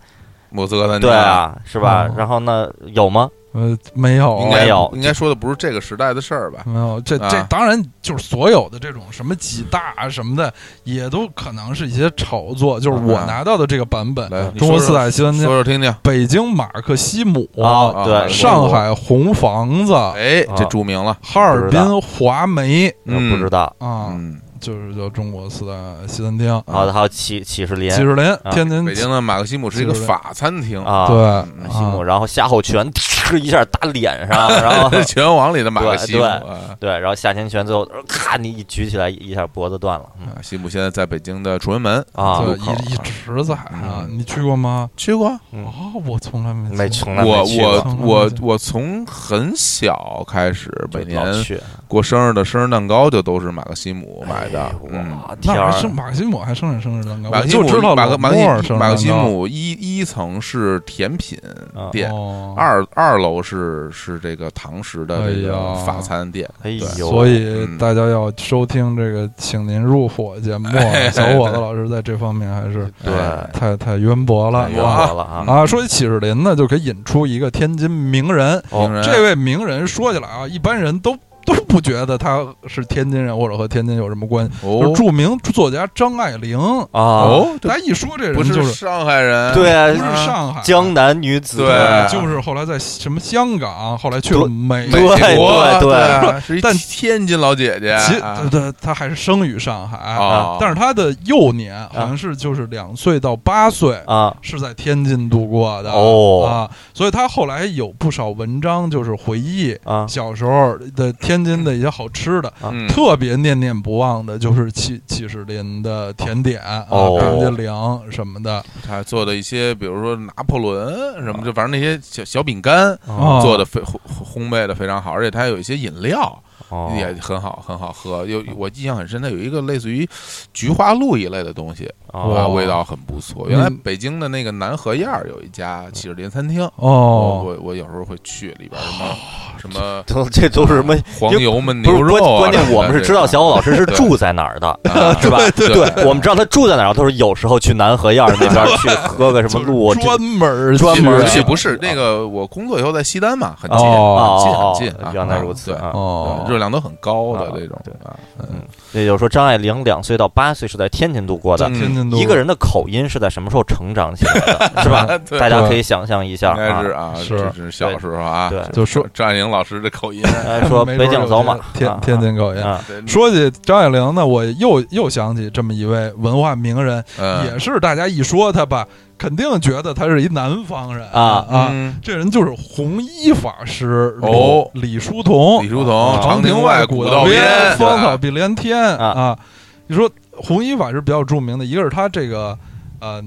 S1: 莫斯科餐厅
S2: 对，啊，是吧
S3: 嗯？
S2: 然后呢，有吗？
S3: 呃没有
S1: 应
S3: 啊
S1: 该
S2: 没有
S1: 应该说的不是这个时代的事儿吧？
S3: 没有，这这
S1: 啊
S3: 当然就是所有的这种什么几大啊什么的，也都可能是一些炒作。就是我
S1: 啊
S3: 拿到的这个版本，
S1: 来，你
S3: 中国
S1: 说
S3: 四大西餐
S1: 说
S3: 厅：
S1: 说听听。
S3: 北京马克西姆、
S2: 啊，对，
S3: 哦上海红房子、
S1: 哎，这
S2: 啊
S1: 著名了，
S3: 哈尔滨华梅
S2: 嗯不知道
S3: 啊，
S1: 嗯，
S3: 就是叫中国四大西餐厅。
S2: 啊，还有启启士林
S3: 几十林、天津
S1: 啊北京的马克西姆是一个
S3: 是的
S1: 法餐厅，
S2: 啊，
S3: 对
S1: 嗯
S2: 西姆，
S3: 啊，
S2: 然后夏侯拳 *laughs* 一下打脸上，然
S1: *laughs*
S2: 后
S1: 拳王里的马克西姆
S2: 对
S1: 啊，
S2: 对，然后夏天拳最后呃咔你一举起来，一下脖子断了嗯
S1: 啊西姆现在在北京的崇文门
S2: 啊
S3: 对
S1: 路口
S3: 一一
S1: 啊
S3: 直在啊。
S2: 嗯
S3: 你去过吗？
S1: 去过，
S2: 嗯
S3: 哦，我从来没
S2: 没
S3: 去过
S2: 从来
S1: 我
S2: 没去过
S1: 我我
S3: 从来没去
S1: 我从很小开始，
S2: 就
S1: 每
S2: 老
S1: 年
S2: 去，
S1: 过生日的生日蛋糕就都是马克西姆买的
S2: 哎，
S1: 嗯。
S2: 哇天
S3: 那
S2: 儿
S3: 还生马克西姆还生日生日蛋糕，
S1: 马
S3: 我
S1: 克西
S3: 就
S1: 姆
S3: 知道
S1: 马克马克
S3: 老莫
S1: 西
S3: 生日
S1: 马克西
S3: 蛋糕
S1: 姆一一层是甜品
S2: 啊
S1: 店，
S3: 哦
S1: 二二楼是是这个堂食的这
S3: 哎
S1: 个
S3: 呀
S1: 法餐店，
S2: 哎呦，
S3: 所以
S1: 嗯
S3: 大家要收听这个，请您入伙节目啊。小伙子老师在这方面还是
S2: 对，
S1: 哎
S3: 太太渊博了
S2: 太冤枉了
S1: 啊
S2: 啊，
S3: 啊。说起启士林呢，就可以引出一个天津名
S1: 名
S3: 人。
S2: 哦，
S1: 人
S3: 这位名人说起来啊，一般人都 *laughs* 都是不觉得他是天津人或者和天津有什么关系。就是
S1: 哦
S3: 著名作家张爱玲，
S2: 啊，
S1: 哦，
S3: 大家一说这人
S1: 不
S3: 就是
S1: 上海人，
S2: 对啊
S3: 不是上海
S2: 江南女子，
S1: 对
S3: 就是后来在什么香港，后来去了美
S1: 美
S2: 对
S1: 国，啊
S2: 对对
S1: 对是一
S3: 但
S1: 天津老姐姐，
S3: 其
S1: 啊
S3: 他他还是生于上海，
S1: 哦
S3: 但是他的幼年好像是就是两岁到八岁
S2: 啊，
S3: 是在天津度过的
S2: 哦
S3: 啊，所以他后来有不少文章就是回忆
S2: 啊
S3: 小时候的天津的一些好吃的。
S1: 嗯
S3: 特别念念不忘的就是七七士林的甜点啊，
S2: 哦
S3: 张家良什么的，
S1: 他做的一些，比如说拿破仑什么，就反正那些小小饼干
S3: 哦
S1: 做的非烘烘焙的非常好，而且它有一些饮料
S2: 哦
S1: 也很好，很好喝。有我印象很深，它有一个类似于菊花露一类的东西，啊，
S2: 哦
S1: 味道很不错。原来
S3: 嗯
S1: 北京的那个南河沿儿有一
S2: 哦
S1: 家喜事林餐厅，我
S3: 哦，
S1: 我我有时候会去里边儿什么什么
S2: 都这哦都是什么？
S1: 黄
S2: 因为
S1: 油焖
S2: 不
S1: 牛
S2: 是
S1: 肉啊，
S2: 关关键，我们是知道小
S1: 伙
S2: 虎老师是住在哪儿的， *laughs* 是吧？
S1: 啊对
S2: 我们知道他住在哪儿，他说有时候去南河沿儿那边儿
S1: *laughs*
S2: 去喝个什么路，
S3: 就是专门儿
S2: 专
S1: 其
S2: 门
S1: 实
S2: 儿
S1: 其
S2: 去
S1: 实不是那个，我工作以后在西单嘛，很近，
S3: 哦
S2: 哦
S1: 很近
S2: 哦
S1: 很近啊。
S2: 原来如此
S1: 对
S2: 啊！
S1: 对
S3: 哦，
S1: 热量都很高的
S2: 啊
S1: 这种
S2: 对
S1: 啊，
S2: 也就是说，张爱玲两岁到八岁是在天津度过的
S1: 嗯。
S3: 天津都
S2: 一个人的口音是在什么时候成长起来的，是吧？
S1: *laughs* 对
S2: 大家可以想象一下
S1: 应该
S2: 啊
S1: 是。啊，
S3: 是
S1: 这是小时候啊，
S2: 对，
S3: 就说
S1: *laughs* 张爱玲老师的口
S2: *laughs*
S1: 音，
S2: 呃说
S3: 没
S2: 北
S3: 准儿
S2: 京
S3: 有
S2: 走
S3: 些
S2: 马，啊
S3: 天天津口音。
S2: 啊，
S1: 对
S3: 说起张爱玲呢，我又又想起这么一位文化名人，也
S1: 嗯
S3: 是大家一说她吧，肯定觉得她是一南方人
S2: 啊
S3: 啊。
S1: 嗯
S3: 这人就是弘一法师李
S1: 哦
S3: 李叔同
S1: 李，叔
S2: 啊
S1: 同，
S3: 长
S1: 长亭
S3: 亭外
S1: 古
S3: 道
S1: 边，对
S3: 芳草碧连天
S2: 啊
S3: 啊。你说弘一法师比较著名的，一个是他这个。呃，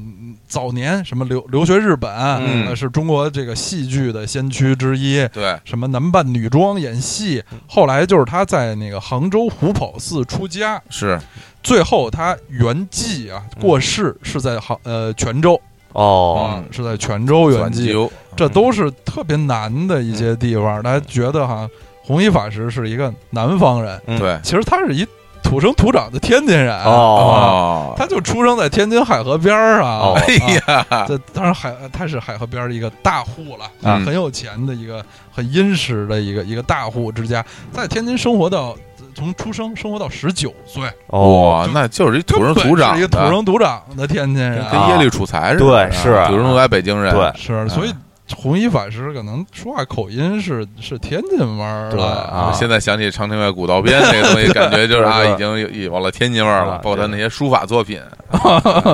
S3: 早年什么留留学日本、
S2: 嗯
S3: 呃是中国这个戏剧的先驱之一，
S1: 对，
S3: 什么男扮女装演戏，后来就是他在那个杭州虎跑寺出家，
S1: 是
S3: 最后他圆寂啊
S2: 嗯
S3: 过世是在杭呃泉州
S2: 哦，
S1: 嗯
S3: 啊，是在泉州嗯圆
S1: 转
S3: 寂，
S1: 九，
S3: 这都是特别难的一些地方。大家觉得哈，弘一法师是一个南方人，
S2: 嗯
S1: 对，
S3: 其实他是一土生土长的天津人
S2: 哦
S3: 啊他就出生在天津海河边儿啊，
S2: 哦
S3: 啊
S1: 哎呀，
S3: 这当然海，他是海河边儿的一个大户了，啊，
S1: 嗯
S3: 很有钱的一个很殷实的一个一个大户之家，在天津生活到从出生生活到十九岁，
S2: 哦，
S1: 哇，那就是一土生
S3: 根
S1: 土
S3: 本
S1: 长
S3: 是
S1: 的，
S3: 一个土生土长的天津人
S1: 跟
S3: 啊，
S1: 跟耶律楚材似的，
S2: 对
S1: 啊
S2: 是啊
S1: 土生土长北京人，
S2: 对
S3: 是，所以弘一法师可能说话口音是是天津味儿
S2: 对
S3: 的
S2: 啊
S1: 现在想起长亭外古道边那个东西，感觉就是啊，
S2: 对对
S1: 已经有有了天津味儿了
S2: 啊。
S1: 包括他那些书法作品，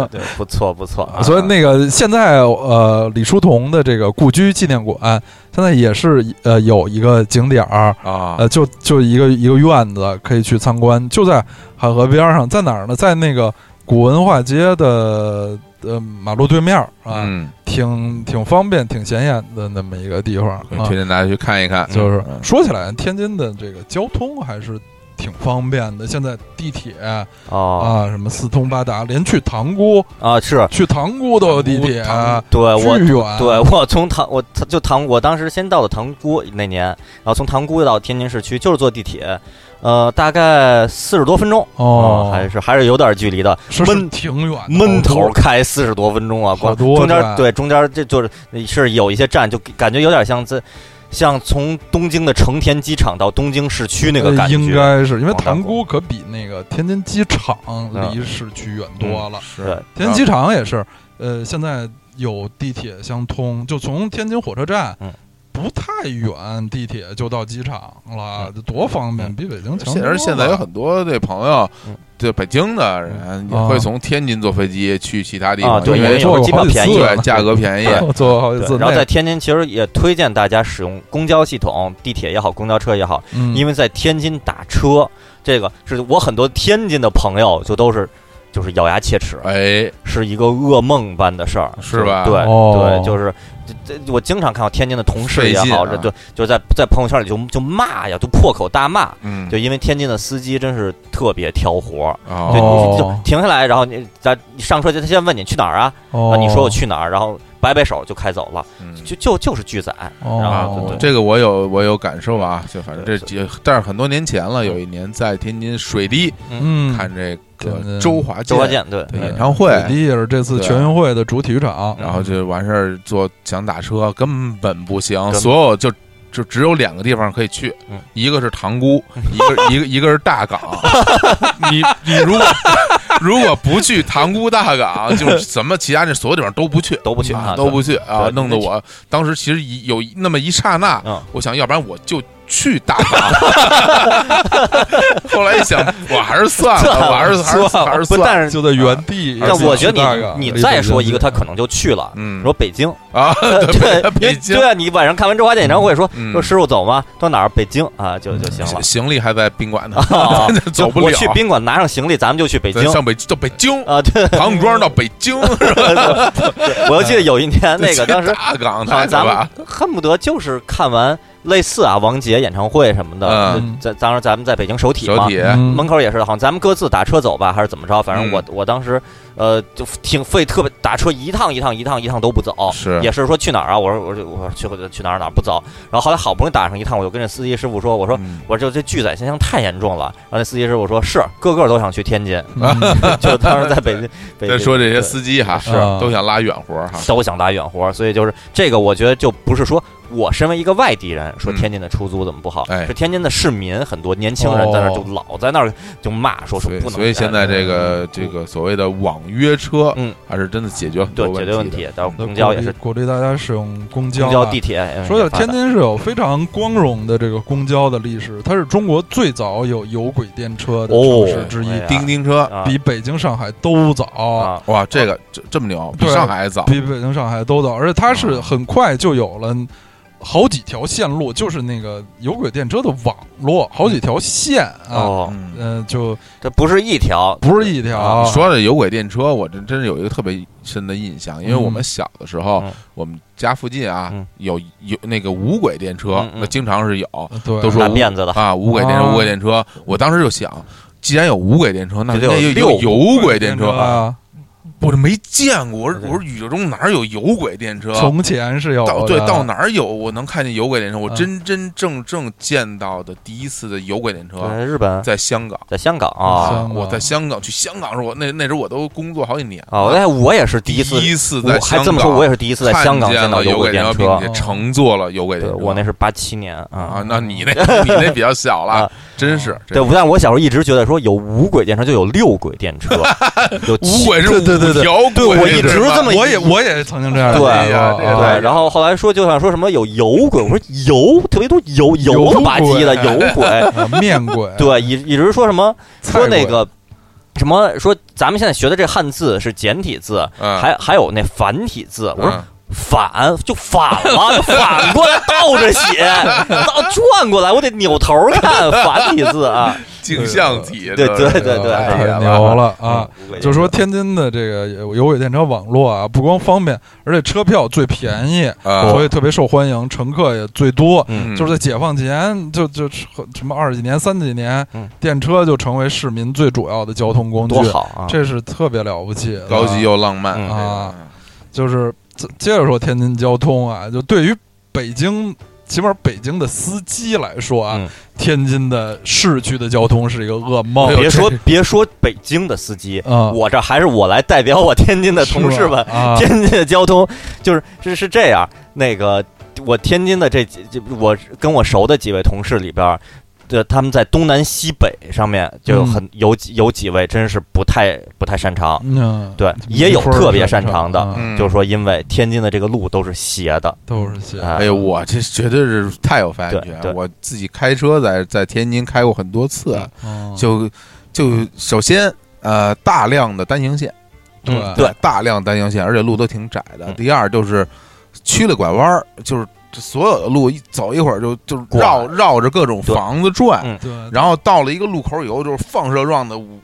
S2: 对，不错不错啊，
S3: 所以那个现在呃，李叔同的这个故居纪念馆，现在也是呃有一个景点儿，
S1: 啊，
S3: 呃，就就一个一个院子可以去参观，就在海河边上，在哪儿呢？在那个古文化街的呃马路对面儿啊，
S1: 嗯，
S3: 挺挺方便、挺显眼的那么一个地方啊
S1: 推。荐大家去看一看。
S3: 就是
S1: 嗯
S3: 说起来，天津的这个交通还是挺方便的，现在地铁
S2: 哦
S3: 啊，什么四通八达，连去塘姑
S2: 啊是，
S3: 去塘姑都有地铁，啊
S1: 塘
S2: 对呃我
S3: 巨远。
S2: 对我从塘我就塘我当时先到的塘沽那年，然后从塘沽到天津市区就是坐地铁，呃，大概四十多分钟
S3: 哦
S2: 啊还是还是有点距离的，
S3: 是
S2: 闷
S3: 是挺远的，
S2: 闷头
S3: 好多
S2: 开四十多分钟啊，
S3: 好
S2: 光
S3: 多
S2: 中
S3: 站
S2: 间对中间这就是是有一些站就感觉有点像这。像从东京的成田机场到东京市区那个
S3: 呃
S2: 感觉，
S3: 应该是因为塘
S2: 广
S3: 沽可比那个天津机场
S2: 啊
S3: 离市区远
S2: 嗯
S3: 多了。
S1: 是
S2: 对
S3: 天津机场也是，呃，现在有地铁相通，就从天津火车站
S2: 嗯，
S3: 不太远，地铁就到机场了，这多方便，
S2: 嗯啊
S3: 比北京强
S1: 现
S3: 多
S1: 而
S3: 了。
S1: 现在有很多这朋友
S2: 嗯，
S1: 对北京的人也
S3: 啊
S1: 会从天津坐飞机去其他地
S2: 啊，
S1: 方，
S2: 对，
S1: 因
S2: 因为
S1: 为
S2: 有
S3: 坐过
S2: 机票
S3: 好几
S2: 便
S3: 次
S2: 宜，
S1: 对价格便宜。
S3: 我 *laughs* 坐过好几次
S2: 对，
S3: 那个，
S2: 然后在天津，其实也推荐大家使用公交系统，地铁也好，公交车也好，
S3: 嗯
S2: 因为在天津打车，这个是我很多天津的朋友就都是就是咬牙切齿，
S1: 哎，
S2: 是一个噩梦般的事儿，
S1: 是吧
S2: 对
S3: 哦
S2: 对，就是这这我经常看到天津的同事
S1: 费
S2: 也
S1: 劲
S2: 好，
S1: 啊
S2: 这对，就是在在朋友圈里就就骂呀，就破口大骂，
S1: 嗯，
S2: 就因为天津的司机真是特别挑活儿。
S1: 哦，
S2: 对，
S3: 哦
S2: 你就停下来，然后你咱你上车就他先问你去哪儿啊？
S3: 哦
S2: 啊，你说我去哪儿，然后摆摆手就开走了。
S1: 嗯
S2: 就就就是拒载，然
S1: 啊
S2: 后
S3: 哦，
S1: 这个我有我有感受啊，就反正这
S2: 对
S1: 几，但是很多年前了，有一年在天津水滴
S3: 嗯，
S1: 看这
S3: 天
S1: 个
S3: 津
S1: 周华
S2: 周华
S1: 健
S2: 健对，嗯
S1: 的演唱会，
S3: 本地也是这次
S1: 对
S3: 全运会
S2: 啊
S3: 的主体育场，
S1: 然后就完事儿，坐想打车根本不行，
S2: 本
S1: 所有就就只有两个地方可以去
S2: 嗯，
S1: 一个是塘沽，一个一个一个是大港。 *laughs* 你你如果如果不去塘沽大港，就是什么其他这所有地方都不去，
S2: 都不去
S1: 啊
S2: 啊
S1: 都不去啊
S2: 对，
S1: 弄得我当时其实一有那么一刹那
S2: 嗯，
S1: 我想要不然我就。去大港，
S2: *laughs*
S1: 后来一想，我还是算了，我还是还是还是
S2: 不，
S1: 算了
S2: 但是
S3: 就在原地。
S2: 啊但我觉
S3: 而且去大
S2: 得
S1: 啊
S3: 港
S2: 你你再说一个，他可能就去了。
S1: 嗯
S2: 说北京， *laughs*
S1: 啊，
S2: 对，因为
S1: 北京
S2: 对啊，你晚上看完周华健演唱会，说
S1: 嗯
S2: 说师傅走吗？到哪儿？北京啊，就就行了
S1: 行。行李还在宾馆呢， *laughs*
S2: 啊
S1: 走不
S2: 我
S1: 了。
S2: 去宾馆拿上行李，咱们就去北京
S1: 咱上北到北京，
S2: 啊。对，
S1: 唐古庄到北京，
S2: 我记得有一
S1: *laughs*
S2: 年 *laughs* 那个当时
S1: 大港
S2: 好
S1: 台
S2: 像咱
S1: 吧，
S2: 们恨不得就是看完类似啊王杰演唱会什么的
S3: 嗯，
S2: 咱当时咱们在北京首体
S1: 手
S2: 嘛，
S1: 体
S3: 嗯
S2: 门口也是，好像咱们各自打车走吧，还是怎么着？反正我、
S1: 嗯
S2: 我当时呃就挺费特别打车一趟一趟一趟一趟都不走，
S1: 是
S2: 嗯也是说去哪儿啊？我说我说我说去去哪儿哪儿不走，然后后来好不容易打上一趟，我就跟这司机师傅说，我说。
S1: 嗯
S2: 我说这这拒载现象太严重了，然后那司机师傅说是个个都想去天津， *laughs*
S3: 嗯
S2: 就当时在北京，北
S1: 再
S2: 京
S1: 说这些
S2: 对啊
S1: 司机哈，
S3: 是
S1: 都想拉远活哈，
S2: 都想打远活，所以就是这个，我觉得就不是说我身为一个外地人说
S1: 嗯
S2: 天津的出租怎么不好，
S1: 哎
S2: 是天津的市民很多年轻人在那儿就
S3: 哦
S2: 老在那儿就骂说说
S1: 所以
S2: 不能
S1: 所以现在这个这个所谓的网约车，
S2: 嗯，
S1: 还是真的解决很多
S2: 对解决问
S1: 问
S2: 题
S1: 的，，
S2: 然后公交也是
S3: *laughs* 鼓励鼓励大家使用公交啊。
S2: 公交地铁。嗯
S3: 说
S2: 也
S3: 起
S2: 发
S3: 天
S2: 达
S3: 津是有非常光荣的这个公交的历史，它是中国最早有有轨电车的城市之一，
S2: 哦哎呀
S1: 叮叮车，
S2: 啊
S3: 比北京、上海都早，
S2: 啊，
S1: 哇，这个这这么牛，比
S3: 对
S1: 上海还早，
S3: 比北京、上海都早，而且它
S2: 啊
S3: 是很快就有了。好几条线路就是那个有轨电车的网络，好几条线啊，
S2: 哦，
S1: 嗯
S3: 嗯、就
S2: 这不是一条，
S3: 不是一条。
S2: 啊
S1: 你说的有轨电车，我真真是有一个特别深的印象，因为我们小的时候
S2: 嗯，
S1: 我们家附近啊
S2: 嗯
S1: 有有那个无轨电车
S2: 嗯，嗯哦
S1: 那经常是有，
S3: 对，
S1: 都说
S2: 大辫子的，
S1: 啊，无轨电车，
S3: 啊
S1: 无轨电车。我当时就想，既然有无轨电车，那
S2: 就
S1: 那
S2: 得有
S1: 也
S2: 六
S1: 有有轨电
S3: 电
S1: 车。
S3: 啊，
S1: 我这没见过，我说
S2: 对
S1: 我说宇宙中哪有有轨电车？
S3: 从前是有
S1: 到
S3: 的
S1: 对到哪儿有我能看见有轨电车？我
S3: 嗯
S1: 真真正正见到的第一次的有轨电车
S2: 对，日本
S1: 在香港
S2: 在香港
S3: 香
S2: 啊
S3: 港
S1: 我在香港去香港的时候，我那那时候我都工作好几年
S2: 啊，我
S1: 了
S2: 哎我也是第
S1: 第
S2: 一
S1: 次
S2: 次，我
S1: 在
S2: 还
S1: 香
S2: 这么说，
S1: 港
S2: 我也是第一次在香港
S1: 看
S2: 见
S1: 见
S2: 到
S1: 了
S2: 有
S1: 有轨
S2: 轨电
S1: 电车，
S2: 车
S1: 并，且乘坐了有轨
S2: 对
S1: 电车。
S2: 我那是八七年啊
S1: 啊，那你那你那比较小了
S2: 啊，
S1: 真是
S2: 对，但我小时候一直觉得说有无轨电车就有六轨
S1: *laughs*
S2: 电车，有
S1: 无
S2: 七
S1: 轨是
S3: 对对对
S1: 五
S3: 对
S1: 条轨，
S2: 对我一直
S1: 是吧
S2: 这么
S3: 我也我也曾经这样
S2: 对
S3: 过
S2: 哎
S1: 呀
S3: 啊
S1: 这
S2: 对
S1: 个
S3: 啊
S1: 太
S2: 然后后来说就想说什么有油 *laughs* 轨，我说油特别多油油了吧唧的油
S1: *laughs*
S2: 轨，
S3: 啊面轨，
S2: 对，一一直说什么
S3: 菜
S2: 说那
S3: 鬼
S2: 个什么说咱们现在学的这汉字是简体字，
S1: 嗯
S2: 还还有那繁体字，我说
S1: 嗯
S2: 反就反了，就反过来倒着写，倒转过来，我得扭头看繁体字啊，
S1: 镜像体，
S2: 对
S1: 这
S2: 对
S1: 是
S2: 对对
S1: 哎
S3: 太
S1: 呀
S3: 牛了啊！
S2: 嗯
S3: 就说天津的这个有有轨电车网络啊，不光方便，而且车票最便宜，
S1: 啊
S3: 所以特别受欢迎，乘客也最多。
S1: 嗯
S3: 就是在解放前，就就什么二十几年、三十几年
S2: 嗯，
S3: 电车就成为市民最主要的交通工具
S2: 多，好啊！
S3: 这是特别了不起的。
S1: 高级又浪漫
S2: 嗯
S3: 啊，就是接接着说天津交通啊，就对于北京，起码北京的司机来说啊
S2: 嗯，
S3: 天津的市区的交通是一个噩梦
S1: 哎呦
S2: 别说别说北京的司机，
S3: 哦啊。
S2: 我这还是我来代表我天津的同事们
S3: 是，吧啊，
S2: 天津的交通就是是是这样，那个我天津的这几这我跟我熟的几位同事里边儿。对，他们在东南西北上面就有很、有几有几位真是不太不太擅长，
S3: 嗯，
S2: 对
S3: 这
S2: 也有
S3: 一会儿
S2: 特别
S3: 就
S2: 擅长的
S3: 啊
S1: 嗯
S2: 就是说因为天津的这个路都是斜的，
S3: 都是写
S2: 哎
S1: 哎呦，我这绝对是太有发言权
S2: 对对
S1: 了。我自己开车在在天津开过很多次，
S2: 嗯
S3: 嗯
S1: 就就首先呃大量的单行线，
S3: 对
S2: 嗯对，
S1: 大量单行线，而且路都挺窄的。
S2: 嗯
S1: 第二就是曲了拐弯儿，就是这所有的路一走一会儿就就
S2: 拐
S1: 绕绕着各种
S2: 对
S1: 房子转
S2: 嗯，
S3: 对，
S1: 然后到了一个路口以后就是放射状的五五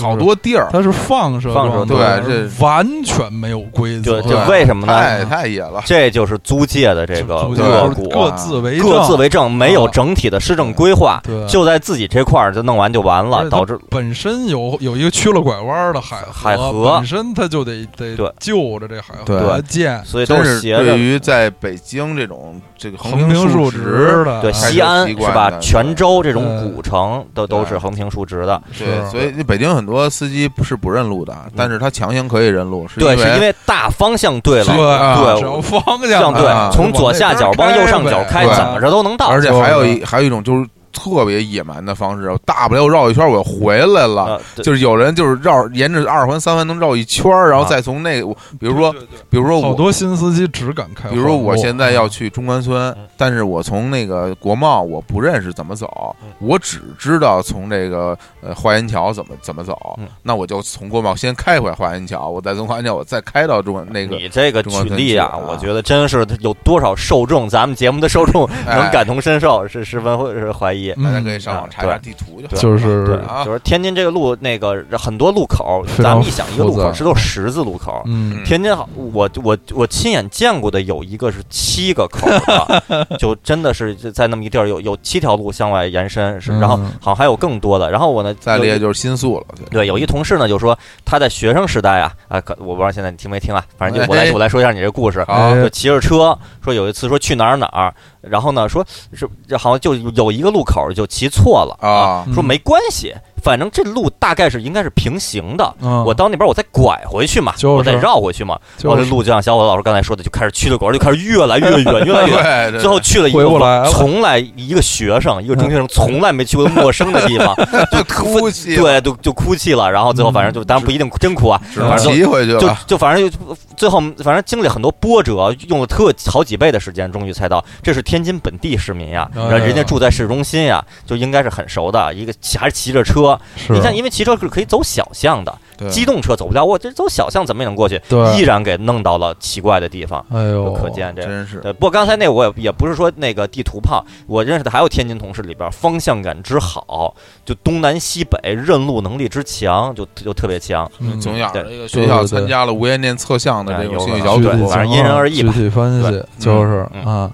S1: 好多地儿，
S3: 它是放射
S2: 放射
S3: 状
S1: 对
S3: 的
S1: 这
S3: 完全没有规
S2: 就
S3: 则，
S2: 就
S1: 对
S2: 为什么呢？
S1: 太太野了。
S2: 这就是租界的这个
S3: 就
S1: 界
S2: 恶
S3: 就
S2: 果，啊
S3: 各自为
S2: 各自
S3: 政
S2: 为政，没有整体的市政规划，
S3: 对
S2: 就在自己这块儿就弄完就完
S3: 而
S2: 了，
S3: 且它
S2: 导致
S3: 本身有有一个曲了拐弯的海河
S2: 海河
S3: 本身它就得得
S2: 对
S3: 就着这海河
S1: 对
S3: 建，
S2: 所以都
S1: 真
S2: 是
S1: 是
S2: 斜的
S1: 对。于在北京这种种这个
S3: 横
S1: 平
S3: 平
S1: 竖
S3: 直的，
S2: 对，
S1: 还是
S2: 西安
S1: 习
S2: 是
S1: 惯
S2: 吧
S1: 的？
S2: 泉州这种
S3: 嗯
S2: 古城都都
S1: 对
S2: 是横平竖直的，
S1: 对，
S3: 是嗯
S1: 所以北京很多司机不是不认路的，但是他强行可以认路，是
S2: 对，是因
S1: 为
S2: 为大方向对
S3: 对
S2: 了，
S3: 啊
S2: 对
S3: 只要方
S2: 向
S3: 向
S2: 对
S1: 啊，
S2: 从左下角往右上角开，
S1: 对
S2: 怎么着都能到。
S1: 而且
S3: 就是
S1: 还有一还有一种就是特别野蛮的方式，大不了绕一圈我又回来了。
S2: 呃，对
S1: 就是有人就是绕沿着二环三环能绕一圈儿，然后
S2: 啊
S1: 再从那个，比如说，
S3: 对对对
S1: 比如说
S3: 好
S1: 我，
S3: 多嗯新司机只敢开，
S1: 比如说我现在要，去中关村
S2: 嗯，
S1: 但是我从那个国贸我不认识怎么走
S2: 嗯，
S1: 我只知道从这个呃花园桥怎么怎么走
S2: 嗯，
S1: 那我就从国贸先开回花园桥，我再从花园桥我再开到中关那个
S2: 你这个
S1: 中
S2: 举
S1: 关村
S2: 例
S1: 去
S2: 啊，
S1: 啊
S2: 我觉得真是有多少受众，咱们节目的受众能
S1: 哎
S2: 感同身受，是十分会是怀疑。
S1: 大家
S3: 嗯
S1: 可以上网
S2: 嗯
S1: 查一查
S2: 对
S1: 地图就好
S2: 对
S3: 就是
S2: 对，
S1: 啊
S2: 就是天津这个路，那个很多路口，
S3: 非
S2: 咱
S3: 常
S2: 们一想一个路
S3: 复
S2: 口
S3: 杂
S2: 是都是十字路口。
S3: 嗯，
S2: 天津好，我我我亲眼见过的有一个是七个口的，就真的是在那么一地儿有有七条路向外延伸，是
S3: 嗯
S2: 然后好像还有更多的。然后我呢，
S1: 再
S2: 有
S1: 列就是新宿了，对
S2: 对，有一同事呢，就说他在学生时代啊，啊，可我不知道现在你听没听啊，反正就我来
S1: 哎
S2: 我来说一下你这故事。
S1: 好
S3: 哎
S2: 就骑着车，说有一次说去哪儿哪儿，然后呢说是这好像就有一个路口就骑错了，
S1: 啊，
S3: 嗯
S2: 说没关系，反正这路大概是应该是平行的，
S3: 嗯，
S2: 我到那边我再拐回去嘛，
S3: 就是
S2: 我再绕回去嘛。
S3: 就
S2: 然后
S3: 是
S2: 这路就像小伙子老师刚才说的，就开始曲的狗就开始越来越远，越来越远。
S1: *laughs* 对，对
S2: 最后去了一
S3: 回
S2: 个
S3: 不来了嗯
S2: 从来一个学生，一个中学生从来没去过陌生的地方，
S1: 就哭泣，，
S2: 对，就就哭泣了。然后最后反正就，当然不一定真哭啊，
S1: 只能
S2: 反正
S1: 骑回去
S2: 就就
S1: 了。
S2: 就反正就最后反正经历很多波折，用了特好几倍的时间，终于猜到这是天津本地市民呀，
S3: 哎呀
S2: 然后人家住在市中心呀，就应该是很熟的。一个骑还是骑着车，
S3: 是啊
S2: 你像因为骑车是可以走小巷的，
S1: 对
S2: 机动车走不了，我这走小巷怎么也能过去，
S3: 对
S2: 依然给弄到了奇怪的地方，
S3: 哎呦，
S2: 就可见这。
S1: 真是
S2: 对，不过刚才那我也也不是说那个地图炮，我认识的还有天津同事里边方向感之好，就东南西北认路能力之强，就就特别强。
S3: 嗯
S1: 总眼
S2: 对
S1: 这个学校
S3: 对对对
S1: 参加了无烟电测项的这种
S2: 哎
S3: 啊
S1: 兴趣
S2: 有
S1: 小
S2: 可
S1: 组
S2: 能，对反正因人而异吧
S3: 具体啊分析
S2: 对
S3: 就是
S2: 嗯
S3: 啊，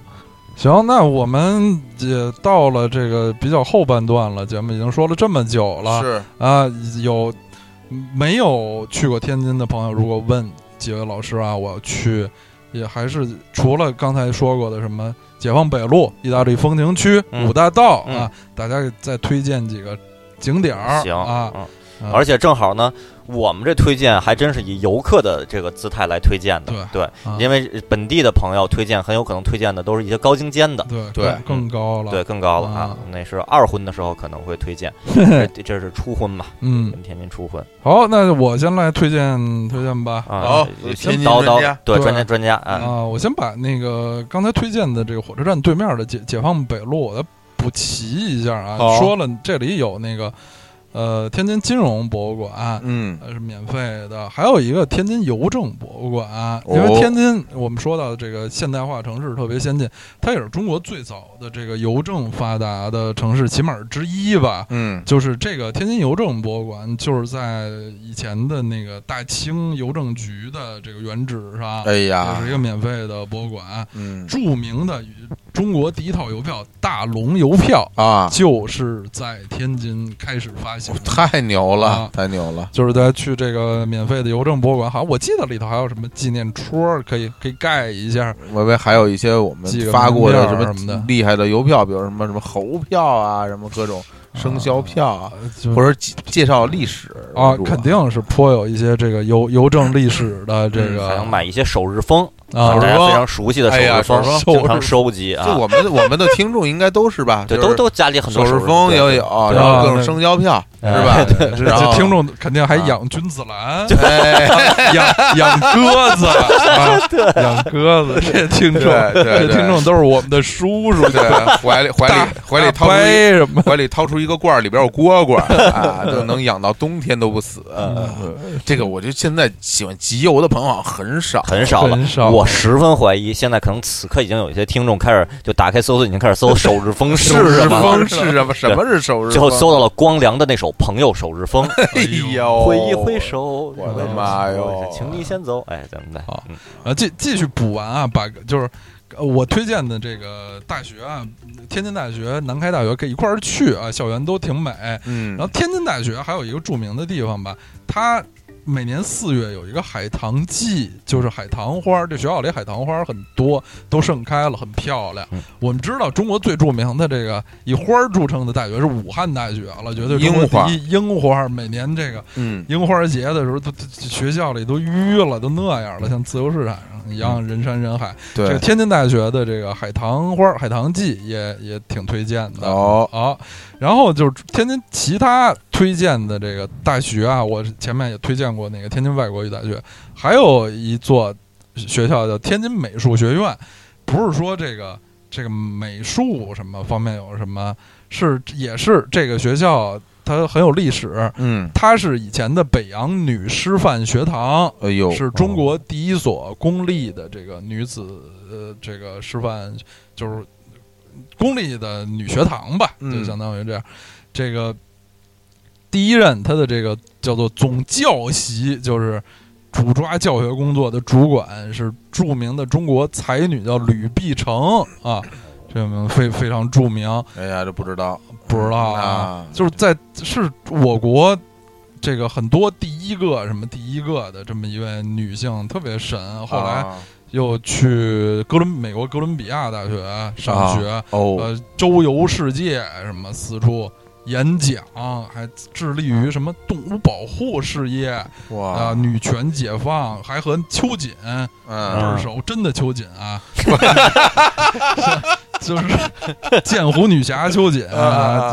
S3: 行，那我们也到了这个比较后半段了，节目已经说了这么久了
S1: 是
S3: 啊，有没有去过天津的朋友，如果问几位老师啊，我要去，也还是除了刚才说过的什么解放北路、意大利风情区、
S2: 嗯
S3: 五大道
S2: 嗯
S3: 啊，大家再推荐几个景点儿
S2: 行
S3: 啊，
S2: 嗯
S3: 啊
S2: 而且正好呢，我们这推荐还真是以游客的这个姿态来推荐的，对，
S3: 啊
S2: 因为本地的朋友推荐很有可能推荐的都是一些高精尖的，
S3: 对
S1: 对
S3: 更更高了，
S2: 对，更高了啊
S3: 啊，
S2: 那是二婚的时候可能会推荐，这这是初婚嘛，
S3: 嗯
S2: 我。们天津初婚
S3: 好，那我先来推荐推荐吧。
S2: 啊
S1: 好，
S2: 先
S1: 天津
S2: 叨
S1: 专
S2: 叨
S1: 家，
S2: 对，
S3: 对
S2: 专家专家啊，
S3: 啊，我先把那个刚才推荐的这个火车站对面的解解放北路，我再补齐一下啊。
S1: 好
S3: 说了，这里有那个呃天津金融博物馆。
S1: 嗯
S3: 呃是免费的，还有一个天津邮政博物馆，
S1: 哦
S3: 因为天津我们说到的这个现代化城市特别先进，它也是中国最早的这个邮政发达的城市，起码是之一吧。
S1: 嗯
S3: 就是这个天津邮政博物馆，就是在以前的那个大清邮政局的这个原址上，
S1: 哎呀
S3: 也是一个免费的博物馆。
S1: 嗯
S3: 著名的中国第一套邮票大龙邮票，
S1: 啊，
S3: 就是在天津开始发行的。
S1: 哦太牛了
S3: 啊，
S1: 太牛了，
S3: 就是大家去这个免费的邮政博物馆，好像我记得里头还有什么纪念戳，可以可以盖一下。
S1: 我以为还有一些我们
S3: 寄个
S1: 发过的
S3: 门面儿
S1: 什
S3: 什么
S1: 么
S3: 的
S1: 厉害的邮票，比如什么什么猴票啊，什么各种生肖票啊，
S3: 呃就
S1: 或者介介绍历史
S3: 啊
S1: 为主，
S3: 肯定是颇有一些这个邮邮政历史的这
S1: 嗯
S3: 个
S2: 还能买一些首日封，大
S3: 啊
S1: 手指
S2: 家
S1: 封
S2: 非常熟悉的首
S1: 哎呀
S2: 日封
S1: 手指，
S3: 封
S2: 经常收集啊
S1: 就，我们的我们的听众应该都是吧，
S2: 对，
S1: 就是
S2: 都都家里很多
S1: 手
S2: 首
S1: 指
S2: 日
S1: 风
S2: 对
S1: 也
S2: 对
S1: 有，
S3: 对
S1: 然后各
S3: 啊
S1: 种生肖票是
S2: 哎
S1: 吧？
S3: 对这
S1: 然后
S3: 这听众肯定还
S1: 啊
S3: 养君子
S1: *laughs*
S3: 兰，
S1: 哎，
S3: 养养鸽子，啊、
S1: *laughs*
S3: 养鸽子，这听众，
S1: 对对
S3: 这听众都是我们的叔叔，
S1: 对，怀里怀
S3: 大
S1: 里怀里掏
S3: 大
S1: 出一
S3: 伯什么，
S1: 怀里掏出一个罐儿，里边有蝈蝈
S3: *laughs*
S1: 儿啊，就能养到冬天都不死。啊这个我觉得现在喜欢集邮的朋友好像很少，
S2: 很少了
S3: 很。少
S2: 我十分怀疑，现在可能此刻已经有一些听众开始就打开搜索，已经开
S1: *laughs*
S2: 始搜首日封是
S1: 是
S2: 什么，
S1: 风是什
S2: *laughs*
S1: 么？什么是首日？
S2: 最后搜到了光良的那首《朋友首
S1: *laughs*
S2: 日封》，
S1: 哎呦，
S2: 挥一挥，手，
S1: 我的妈哟
S2: 请你先走，哎，咱们再
S3: 好
S2: 嗯
S3: 啊，继继续补完啊，把就是。呃我推荐的这个大学啊，天津大学、南开大学可以一块儿去啊，校园都挺美。
S1: 嗯
S3: 然后天津大学还有一个著名的地方吧，它每年四月有一个海棠季，就是海棠花儿。这学校里海棠花儿很多，都盛开了，很漂亮。
S2: 嗯
S3: 我们知道中国最著名的这个以花儿著称的大学是武汉大学了，绝对中国
S1: 樱花
S3: 第一樱花儿每年这个
S1: 嗯，
S3: 樱花节的时候，都都学校里都淤了，都那样了，像自由市场上一样人山人海。这个
S1: 对，
S3: 天津大学的这个海棠花、海棠季也也挺推荐的。
S1: 哦，
S3: 啊，然后就是天津其他推荐的这个大学啊，我前面也推荐过那个天津外国语大学，还有一座学校叫天津美术学院，不是说这个这个美术什么方面有什么，是也是这个学校它很有历史，
S1: 嗯，
S3: 它是以前的北洋女师范学堂，
S1: 哎呦，
S3: 是中国第一所公立的这个女子呃这个师范就是公立的女学堂吧，
S1: 嗯
S3: 就相当于这样。这个第一任他的这个叫做总教习，就是主抓教学工作的主管是著名的中国才女叫吕碧城啊，这名非非常著名。
S1: 哎呀，这不知道，
S3: 不知道
S1: 啊
S3: 就是在是我国这个很多第一个什么第一个的这么一位女性特别神，后来
S1: 啊
S3: 又去哥伦美国哥伦比亚大学上学，
S1: 哦，
S3: 呃，周游世界什么四处。演讲还致力于什么动物保护事业啊、
S1: 哇，
S3: 女权解放，还和秋瑾
S1: 嗯，
S3: 啊二手真的秋瑾啊，就是剑湖女侠秋瑾啊，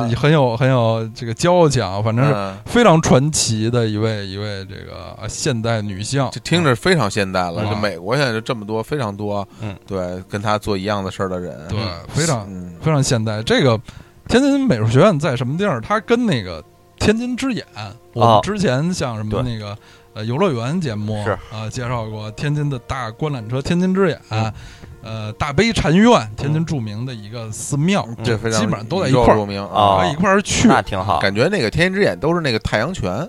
S1: 啊
S3: 很有很有这个交情，反正是
S1: 嗯
S3: 非常传奇的一位一位这个啊现代女性。
S1: 这听着非常现代了，
S3: 啊
S1: 这美国现在就这么多，非常多，
S2: 嗯，
S1: 对，跟他做一样的事儿的人，
S3: 对，非常
S1: 嗯，
S3: 非常现代。这个天津美术学院在什么地儿？它跟那个天津之眼，我们
S2: 哦
S3: 之前像什么
S2: 对
S3: 那个呃游乐园节目
S2: 是
S3: 啊、介绍过天津的大观览车天津之眼，
S2: 嗯
S3: 呃大悲禅院，天津著名的一个寺庙，
S2: 嗯
S1: 这非常
S3: 基本上都在
S1: 宇
S3: 一
S1: 宙
S3: 块
S1: 著
S3: 儿。
S1: 名
S2: 啊
S3: 可以一块儿去，
S2: 那挺好。
S1: 感觉那个天津之眼都是那个太阳
S2: *laughs*
S1: 拳，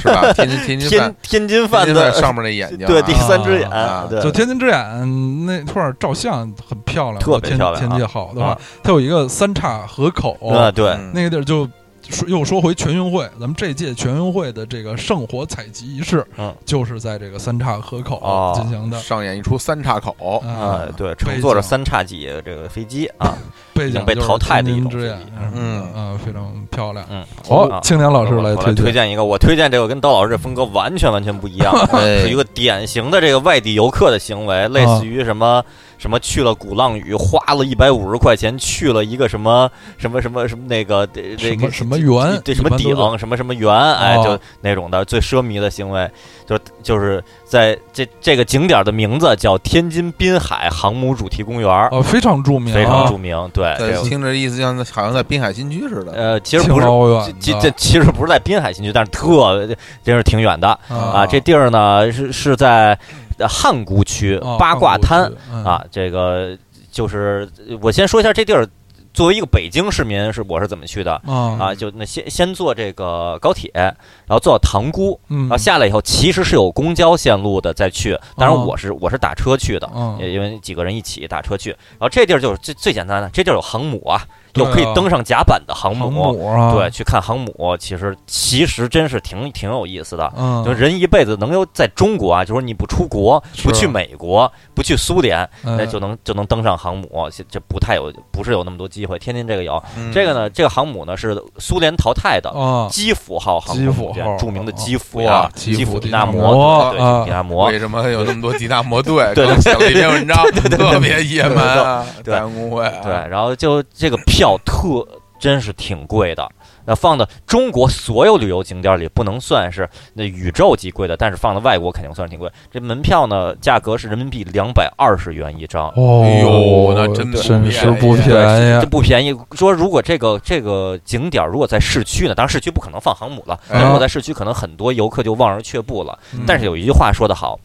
S1: 是吧？天津天津
S2: 天
S1: 饭
S2: 天津
S1: 天
S2: 饭
S1: 津饭
S2: 的
S1: 上面那眼睛啊，
S2: *laughs* 对第三只眼
S1: 啊，
S2: 对
S3: 就天津之眼那块儿照相很漂亮，
S2: 特别
S3: 天
S2: 漂亮啊
S3: 天气好的话
S2: 啊，
S3: 它有一个三岔河口，
S2: 啊对，
S1: 嗯
S3: 那个地儿就说又说回全运会，咱们这届全运会的这个圣火采集仪式，
S2: 嗯
S3: 就是在这个三岔河口
S2: 哦
S3: 进行的。
S1: 上演一出三岔口，
S2: *laughs* 啊
S3: 啊，
S2: 对，
S3: 背
S2: 乘
S3: 景
S2: 坐着三叉戟这个飞机啊，
S3: 背景
S2: 被淘汰的一种
S3: 之眼
S2: 记忆，
S1: 嗯
S3: 啊，非常漂亮。
S1: 哦
S2: 嗯，
S3: 好，
S2: 啊
S3: 青年老师来
S2: 我推
S3: 荐。
S2: 荐一个，我推荐这个跟刀老师这风格完全完全不一样，
S3: *laughs*
S1: 哎
S2: 是一个典型的这个外地游客的行为，类
S3: 啊
S2: 似于什么什么去了鼓浪屿，花了一百五十块钱去了一个什么什么什么什么那个这
S3: 什
S2: 这
S3: 么
S2: 个
S3: 什么园
S2: 对什么
S3: 一般都
S2: 顶什么什么园，哎，
S3: 哦
S2: 就那种的最奢靡的行为，就就是在这这个景点的名字叫天津滨海航母主题公园，
S3: 啊，非常著名啊，
S2: 非常著名，对，这
S1: 对
S2: 个
S1: 听着意思像在好像在滨海新区似的，
S2: 呃，其实
S3: 挺
S2: 不是
S3: 老远的
S2: 其这其实不是在滨海新区，但是特真是挺远的
S1: 啊
S2: 啊。这地儿呢是是在呃汉沽区
S3: 啊
S2: 八卦滩
S3: 嗯
S2: 啊，这个就是我先说一下这地儿，作为一个北京市民是我是怎么去的
S3: 啊，
S2: 啊？就那先先坐这个高铁，然后坐到塘沽，
S3: 嗯
S2: 然后啊下来以后其实是有公交线路的再去，当
S3: 哦
S2: 然我是我是打车去的，
S3: 嗯
S2: 也因为几个人一起打车去。然后这地儿就是最最简单的，这地儿有航母啊，有可以
S3: 对啊
S2: 登上甲板的航
S3: 航母啊，
S2: 对，，去看航母，其实其实真是挺挺有意思的。
S3: 嗯，
S2: 就人一辈子能有在中国啊，就说你不出国，
S3: 是
S2: 不去美国，不去苏联，那
S3: 嗯
S2: 就能就能登上航母，这这不太有，不是有那么多机会。天津这个有，
S1: 嗯
S2: 这个呢，这个航母呢是苏联淘汰的
S3: 啊，
S2: 基辅号航
S3: 基
S2: 母
S3: 辅
S2: 母舰
S3: 号，啊哦
S2: 著名的基辅
S1: 哇
S2: 呀，
S3: 基
S2: 基
S3: 辅
S2: 辅
S3: 迪
S2: 迪纳
S3: 纳摩
S2: 摩，对，基
S3: 啊
S2: 辅迪纳摩，
S1: 为什么有那么多吉他
S2: *laughs*
S1: 魔队？
S2: 对
S1: 刚写了一篇文章，特别野蛮啊，
S2: 对
S1: 太阳公会啊，
S2: 对，然后就这个票特真是挺贵的，那放到中国所有旅游景点里不能算是那宇宙级贵的，但是放到外国肯定算是挺贵。这门票呢，价格是人民币两百二十元一张。
S3: 哦，
S1: 哎呦那真的不
S3: 真是
S1: 便宜
S3: 不便
S2: 这
S3: 宜，啊
S2: 不便宜。说如果这个这个景点如果在市区呢，当然市区不可
S3: 嗯
S2: 能放航母了。但如果在市区，可能很多游客就望而却步了。但是有一句话说得好，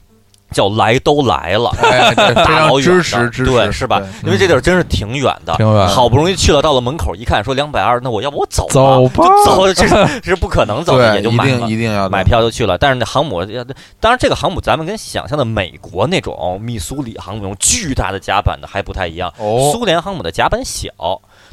S2: 叫“来都来了”， *laughs*
S1: 哎，这非
S2: 大
S1: 常
S2: 老远
S1: 支
S2: 的
S1: 持支持，
S2: 对，是吧？因为这地儿真是挺远的，
S3: 嗯挺远
S2: 好不容易去了，到了门口一看，说两百二，那我要不我走吧，
S3: 走吧
S2: 就 *laughs* 走，这是这是不可能走
S1: 哦
S2: 的，
S1: 对，
S2: 也就
S1: 一
S2: 买
S1: 定
S2: 了
S1: 一。定要的
S2: 买。票就去了，但是那航母，呃当然这个航母咱们跟想象的美国那种密苏里航母那种巨大的甲板的还不太一样。
S1: 哦，
S2: 苏联航母的甲板小，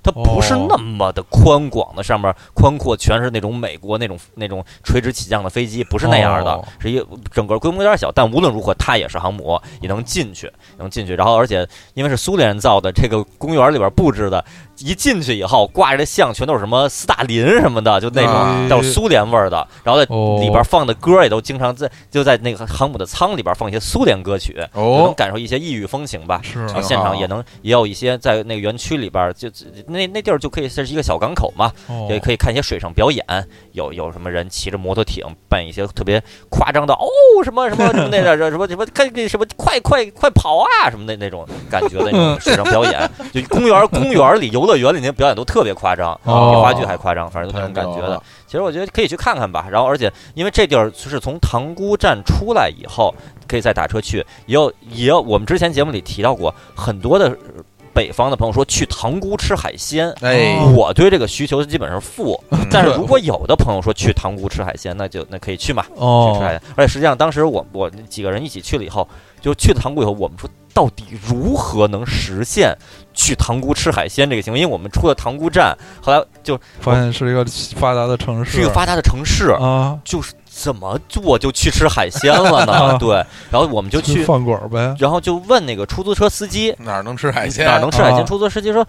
S2: 它不是
S3: 哦
S2: 那么的宽广的，上面宽阔全是那种美国那种那种垂直起降的飞机，不是那样的
S3: 哦，
S2: 是一个整个规模有点小，但无论如何它也是航母，也能进去，能进去。然后而且因为是苏联人造的，这个公园里边布置的，一进去以后挂着的像全都是什么斯大林什么的，就那种
S1: 啊
S2: 都是苏联味儿的，然后在
S3: 哦
S2: 里边放的歌也都经常在就在那个航母的舱里边放一些苏联歌曲，就能
S1: 哦，
S2: 感受一些异域风情吧。
S3: 是
S2: 然
S1: 挺
S2: 后啊现
S1: 好
S2: 场也能也有一些在那个园区里边儿，就就那那地儿就可以，这是一个小港口嘛，
S3: 哦
S2: 也可以看一些水上表演，有有什么人骑着摩托艇办一些特别夸张的哦什么什么什么那点儿什么什么看什么快快快跑啊什么的那种感觉的那种水上表
S3: *laughs*
S2: 演，就公园公园里游乐园里那表演都特别夸张，比
S3: 哦
S2: 话剧还夸张，反正就那种
S1: 太
S2: 感
S1: 牛
S2: 觉的
S1: 了。
S2: 其实我觉得可以去看看吧。然后而且因为这地儿是从塘沽站出来以后，可以再打车去，也有也有我们之前节目里提到过很多的。呃北方的朋友说去塘沽吃海鲜，
S1: 哎，
S2: 我对这个需求基本上是负，哦
S1: 嗯
S2: *laughs* 但是如果有的朋友说去塘沽吃海鲜，那就那可以去嘛，去吃海
S3: 哦
S2: 鲜。而且实际上当时我我几个人一起去了以后，就去了塘沽以后，我们说到底如何能实现去塘沽吃海鲜这个行为？因为我们出了塘沽站，后来就
S3: 发现是一个发达的城市，
S2: 是一个发达的城市，
S3: 啊，
S2: 就是怎么我就去吃海鲜了
S3: *laughs*
S2: 呢？对，然后我们就
S3: 去
S2: 去，
S3: 饭馆呗，
S2: 然后就问那个出租车司机，
S1: 哪儿能吃海鲜？
S2: 哪儿能吃海
S3: 啊
S2: 鲜？出租车司机说，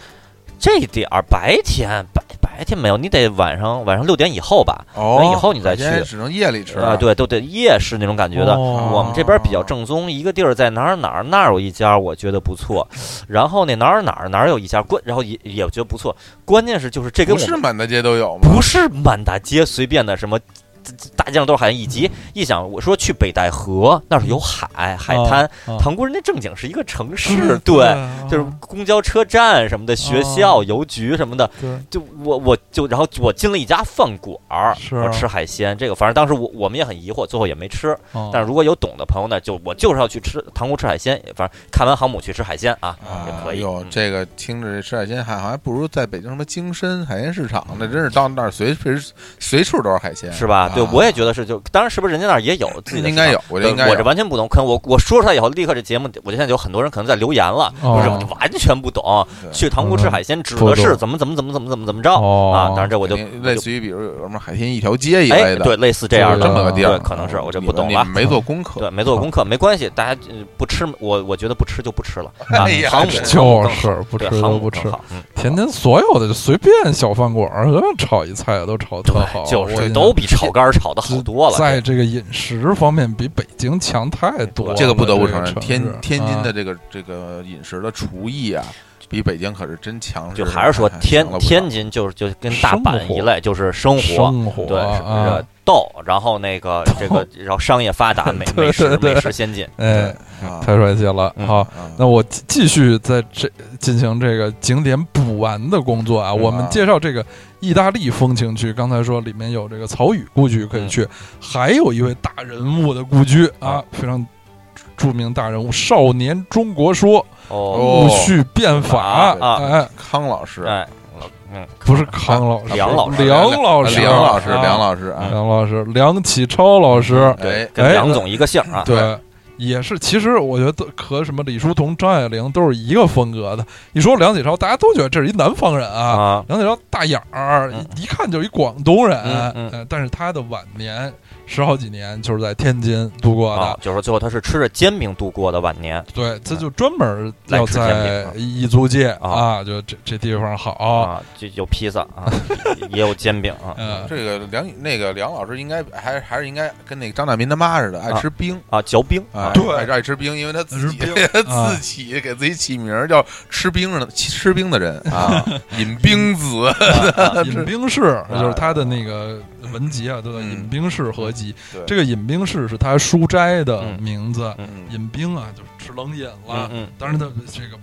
S2: 这点儿白天白白天没有，你得晚上晚上六点以后吧。
S1: 哦，
S2: 以后你再去
S1: 海鲜只能夜里吃
S2: 啊，对，都得夜市那种感觉的。
S3: 哦
S2: 我们这边比较正宗，一个地儿在哪儿哪儿那儿有一家，我觉得不错。然后那哪儿哪儿哪儿有一家，关然后也也觉得不错。关键是就是这跟
S1: 不
S2: 我
S1: 是
S2: 们
S1: 满大街都有吗？
S2: 不是满大街随便的什么。大酱都是海，以及一想，我说去北戴河那儿是有海海滩，
S3: 啊
S2: 塘沽人家正经是一个城市，对，
S3: 啊
S2: 就是公交车站什么的，学校、邮局什么的，
S3: 哦对
S2: 就我我就然后我进了一家饭馆儿，
S3: 是啊
S2: 我吃海鲜，这个反正当时我我们也很疑惑，最后也没吃。
S3: 哦
S2: 但是如果有懂的朋友呢，就我就是要去吃塘沽吃海鲜，反正看完航母去吃海鲜啊，也
S1: 啊，
S2: 可以。
S1: 哟
S2: 嗯，
S1: 这个听着这吃海鲜还好，还不如在北京什么京深海鲜市场呢，真是到那儿随随随处都是海鲜，
S2: 是吧？对，
S1: 啊
S2: 我也觉得是，就当然是不是人家那儿也有自己的
S1: 应
S2: 市场，
S1: 该有，我觉得
S2: 对
S1: 应该
S2: 呃我这
S1: 有。
S2: 完全不懂，可能我我说出来以后，立刻这节目，我现在有很多人可能在留言了，
S3: 哦嗯
S2: 就是完全不懂，
S1: 对
S2: 去塘沽吃海鲜指
S3: 不
S2: 的
S3: 懂
S2: 是怎么怎么怎么怎么怎么怎么着
S3: 哦
S2: 啊？当然这我就
S1: 肯定
S2: 我
S1: 类
S2: 就
S1: 似于比如有什么海鲜一条街一
S2: 哎，
S1: 类的，
S2: 对，类似这样
S1: 有
S2: 的
S1: 这么个地
S2: 对
S1: 儿，
S2: 可能是我就
S1: 你
S2: 不
S1: 们
S2: 懂
S1: 你
S2: 了
S1: 们。没做功课，
S2: 对，没做功课没关系，大家呃不吃我，我觉得不吃就不吃了。
S3: *laughs*
S2: 啊
S1: 哎呀
S2: 航母
S1: 这
S3: 就是不
S2: 对
S3: 吃
S2: 航
S3: 都
S2: 母
S3: 不
S2: 更
S3: 吃，
S2: 好嗯
S3: 天天所有的就随便小饭馆儿，随便炒一菜都炒特好，
S2: 就是
S3: 我
S2: 都比炒肝儿炒的好多了。
S3: 在这个饮食方面比北京强太多了，
S1: 这个不得不
S3: 这
S1: 承认，
S3: 城
S1: 天
S3: 市
S1: 天津的
S3: 啊
S1: 这个这个饮食的厨艺啊，比北京可是真强，
S2: 就还是说天
S1: 强了不少
S2: 天津就是就跟大阪一类，就是生活，
S3: 生活
S2: 对，是
S3: 啊
S2: 是，豆，然后那个这个，然后商业发达，美
S3: 对
S2: 美食
S3: 对
S2: 美食先进，
S3: 哎，
S1: 啊
S3: 太帅气了，
S2: 嗯
S3: 好。
S1: 啊
S3: 那我继继续在这进行这个景点补完的工作啊。我们介绍这个意大利风情区，刚才说里面有这个曹禺故居可以去，还有一位大人物的故居啊，非常著名大人物，少年中国说，
S2: 哦，
S1: 哦
S3: 戊戌变法
S2: 啊
S3: 哎，
S1: 康老师，
S2: 哎，嗯，
S3: 不是康老师，
S2: 梁老师
S3: 梁老师，
S1: 梁老师，
S3: 啊
S1: 梁老师啊，
S3: 梁老师，梁启超老师，
S2: 对，
S1: 哎
S2: 跟
S3: 哎
S2: 梁总一个姓儿啊，
S3: 对，也是。其实我觉得都和什么李叔同、张爱玲都是一个风格的。一说梁启超，大家都觉得这是一南方人啊。
S2: 啊，
S3: 梁启超大眼儿，
S2: 嗯
S3: 一一看就是一广东人。
S2: 嗯嗯
S3: 呃但是他的晚年十好几年就是在天津度过的。
S2: 啊，就是说最后他是吃着煎饼度过的晚年，
S3: 对，这就专门
S2: 来
S3: 要
S2: 吃煎饼
S3: 在
S2: 啊
S3: 彝族界
S2: 啊
S3: 就这这地方好。
S2: 啊，就有披萨啊，也有煎饼
S3: *laughs*
S2: 啊，
S3: 呃，
S1: 这个梁那个梁老师应该还还是应该跟那个张大民他妈似的，爱吃冰。
S2: 啊，嚼冰
S1: 哎
S2: 啊，
S3: 对
S1: 爱爱吃冰，因为他自己
S3: 爱吃
S1: *laughs*
S3: 啊
S1: 他自己给自己起名儿叫吃冰的吃冰的人
S3: *laughs*
S1: 啊，饮冰子。
S2: 呃
S3: 饮冰室
S2: 啊
S3: 就是他的那个文集啊，都叫《
S1: 嗯
S3: 饮冰室合集》
S1: 对
S3: 这个饮冰室是他书斋的
S2: 嗯
S3: 名字。
S1: 嗯
S3: 饮冰啊，就是吃冷饮了
S2: 嗯。嗯，
S3: 当然，它这个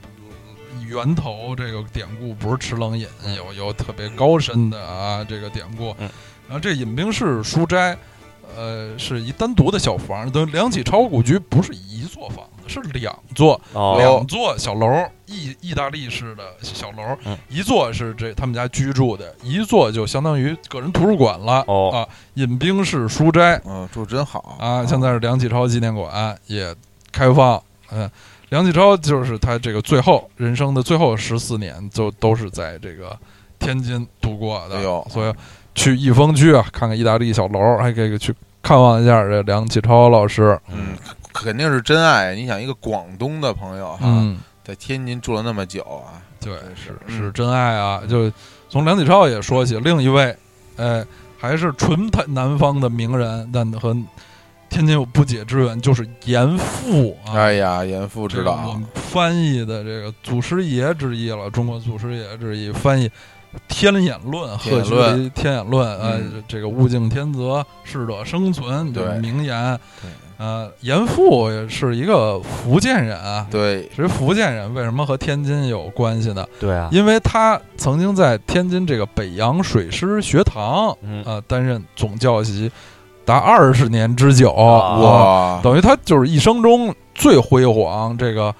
S3: 源头这个典故不是吃冷饮，有有特别高深的啊这个典故。
S2: 嗯
S3: 然后这饮冰室书斋呃，是一单独的小房。等梁启超故居不是一座房子，是两座，
S2: 哦，
S3: 两座小楼，意意大利式的小楼，
S2: 嗯
S3: 一座是这他们家居住的，一座就相当于个人图书馆了。
S2: 哦
S3: 啊，饮冰室书斋
S1: 嗯，住真好
S3: 啊，现在是梁启超纪念馆也开放。嗯，梁启超就是他这个最后人生的最后十四年，就都是在这个天津度过的。
S1: 哎呦
S3: 所以去益丰区啊，看看意大利小楼，还可以去看望一下这梁启超老
S2: 啊
S3: 师。
S1: 嗯，肯定是真爱。你想，一个广东的朋友哈，
S3: 嗯，
S1: 在天津住了那么久啊，
S3: 对，
S1: 是
S3: 是真爱啊！就从梁启超也说起，另一位，哎，还是纯台南方的名人，但和天津有不解之缘，就是严复啊。
S1: 哎呀，严父
S3: 这
S1: 知
S3: 个
S1: 道
S3: 我
S1: 啊
S3: 们，翻译的这个祖师爷之一了，中国祖师爷之一，翻译《天演论》
S1: 天
S3: 赫
S1: 演
S3: 胥
S1: 论
S3: 黎《天演论》呃
S1: 嗯，
S3: 这个物竞天择，适者生存，这
S1: 对
S3: 名言
S1: 对。
S3: 呃，严复也是一个福建人啊。
S1: 对，
S3: 其实福建人为什么和天津有关系呢？
S2: 对啊，
S3: 因为他曾经在天津这个北洋水师学堂
S2: 嗯，
S3: 呃担任总教习达二十年之久，
S2: 啊
S3: 啊
S1: 哇，
S3: 等于他就是一生中最辉煌这个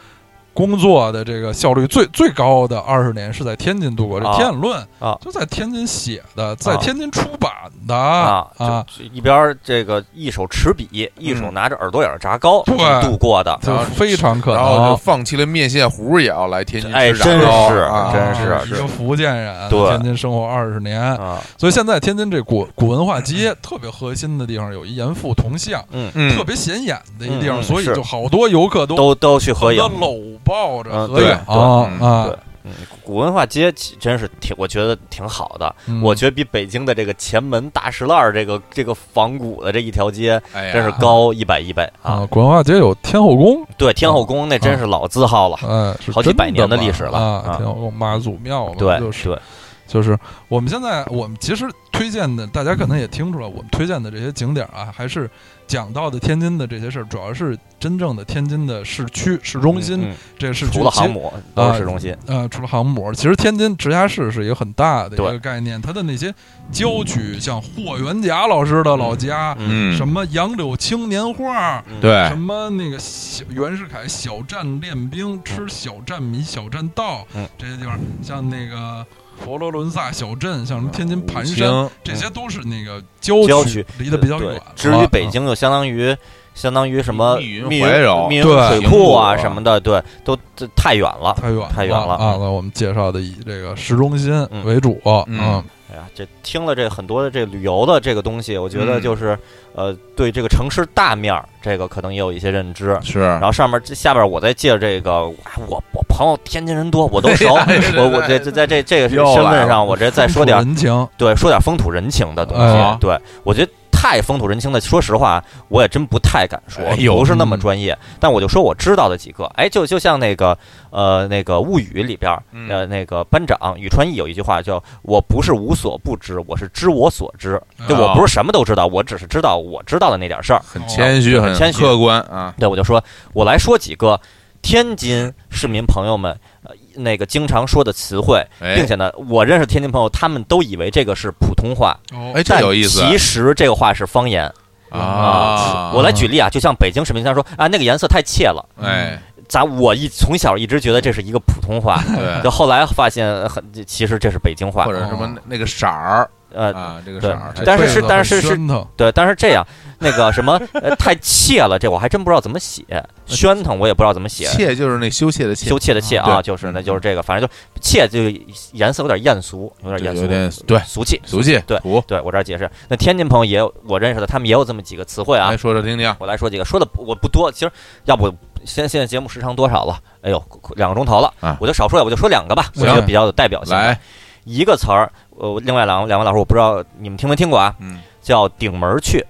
S3: 工作的这个效率最最高的二十年是在天津度过。这
S2: 啊
S3: 《天演论》
S2: 啊
S3: 就在天津写的，在
S2: 啊
S3: 天津出版的
S2: 啊
S3: 啊，
S2: 就一边儿这个一手持笔，一手拿着耳朵眼儿炸糕
S3: 对
S2: 度过的，
S3: 就非常可
S1: 然后就
S3: 能。
S1: 放弃了面线糊，也要来天津
S2: 哎
S1: 吃炸糕啊，
S2: 真
S3: 啊
S2: 是
S3: 一个福建人，
S2: 对
S3: 天津生活二十年，
S2: 啊，
S3: 所以现在天津这古古文化街特别核心的地方有一严复铜像，
S2: 嗯，
S1: 嗯
S3: 特别显眼的一地
S2: 嗯
S3: 方，
S2: 嗯
S3: 所以
S2: 是
S3: 就好多游客都
S2: 都都去合影
S3: 嗯都。搂抱着
S2: 嗯
S3: 合
S2: 对
S3: 影
S1: 对嗯
S3: 啊
S2: 对。嗯，古文化街其真是挺，我觉得挺好的。
S3: 嗯
S2: 我觉得比北京的这个前门大石烂儿这个这个仿古的这一条街，
S1: 哎呀，
S2: 真是高一百一倍啊
S3: 啊，！古文化街有天后宫，
S2: 对，天后宫那真是老字号了。
S3: 哎，是
S2: 好几
S3: 真
S2: 百年的
S3: 嘛
S2: 历史了
S3: 啊！
S2: 啊
S3: 挺好，妈祖庙嘛，
S2: 对
S3: 就是
S2: 对，
S3: 就是我们现在我们其实推荐的，大家可能也听出来，我们推荐的这些景点啊，还是讲到的天津的这些事儿，主要是真正的天津的市区市中心
S2: 嗯嗯
S3: 这个市区
S2: 除了
S3: 其实
S2: 航母都是市中心。
S3: 呃，除了航母，其实天津直辖市是一个很大的一个
S2: 对
S3: 概念，它的那些郊区，像霍元甲老师的老家，
S2: 嗯
S3: 什么杨柳青年画，
S2: 嗯
S1: 对
S3: 什么那个小袁世凯小站练兵吃小站米、小站稻、
S2: 嗯
S3: 这些地方，像那个佛罗伦萨小镇，像什么天
S2: 嗯
S3: 津盘
S1: 五
S3: 山
S1: 星，
S3: 这些都是那个郊
S2: 郊区
S3: 离得比较
S2: 对
S3: 远。啊
S2: 至于北，京，就相当于相当于什么
S1: 密云
S2: 密
S1: 怀柔
S2: 密云
S3: 对
S2: 水库啊
S1: 平谷啊
S2: 什么的，对，都这太远了。
S3: 太远
S2: 太远了
S3: 啊！那我们介绍的以这个市中心
S2: 嗯
S3: 为主，啊
S1: 嗯
S2: 哎呀，这听了这很多的这旅游的这个东西，我觉得
S1: 嗯
S2: 就是呃，对这个城市大面儿这个可能也有一些认知。
S1: 是，
S2: 然后上面这下边我再借着这个，啊我我朋友天津人多，我都熟，
S1: 哎呀
S2: 我我这这在这这个
S1: 又来了
S2: 身份上，我这再说点
S3: 人情，
S2: 对，说点风土人情的东西。
S3: 哎
S2: 对我觉得太风土人情的，说实话，我也真不太敢说，
S1: 哎呦
S2: 不是那么
S3: 嗯
S2: 专业。但我就说我知道的几个，哎，就就像那个呃那个《物语》里边儿，
S1: 嗯
S2: 呃那个班长宇川一有一句话叫“我不是无所不知，我是知我所知”，就
S1: 哦
S3: 啊
S2: 我不是什么都知道，我只是知道我知道的那点事儿。
S1: 很谦虚，
S2: 很谦虚
S1: 客观啊，
S2: 对，我就说我来说几个天津市民朋友们。呃那个经常说的词汇，
S1: 哎
S2: 并且呢，我认识天津朋友，他们都以为这个是普通话，
S3: 哦
S1: 哎，这
S2: 但
S1: 有意思
S2: 其实这个话是方言
S1: 啊，
S2: 我来举例啊，就像北京市民他说啊，那个颜色太怯了。
S1: 哎，
S2: 咱我一从小一直觉得这是一个普通话，
S1: 对
S2: 就，后来发现很其实这是北京嗯话
S1: 或。者什么那那个色儿
S2: 呃，
S1: 啊，这个色
S2: 对
S1: 儿，
S3: 这
S2: 但是
S3: 辈子
S2: 是但
S3: 很
S2: 是是
S3: 喧腾
S2: 对，但是这样那个什么呃太怯了，这我还真不知道怎么写，
S1: 呃
S2: 喧腾我也不知道怎么写，
S1: 妾就是那羞怯的妾
S2: 羞，怯的怯
S1: 啊
S2: 啊，
S1: 对
S2: 就是那就是这个，反正就怯就颜色有点艳俗，有点
S1: 对
S2: 艳
S1: 有
S2: 俗，
S1: 点对
S2: 俗气。
S1: 俗气，
S2: 对
S1: 土，
S2: 对我这儿解释，那天津朋友也有我认识的，他们也有这么几个词汇啊
S1: 来，说说听听，
S2: 我来说几个，说的我不多，其实要不现现在节目时长多少了？哎呦，两个钟头了，
S1: 啊
S2: 我就少说点，我就说两个吧，
S1: 行
S2: 我觉得比较有代表性。
S1: 来，，
S2: 一个词儿，呃，另外两两位老师我不知道你们听没听过啊，
S1: 嗯，
S2: 叫顶门儿去，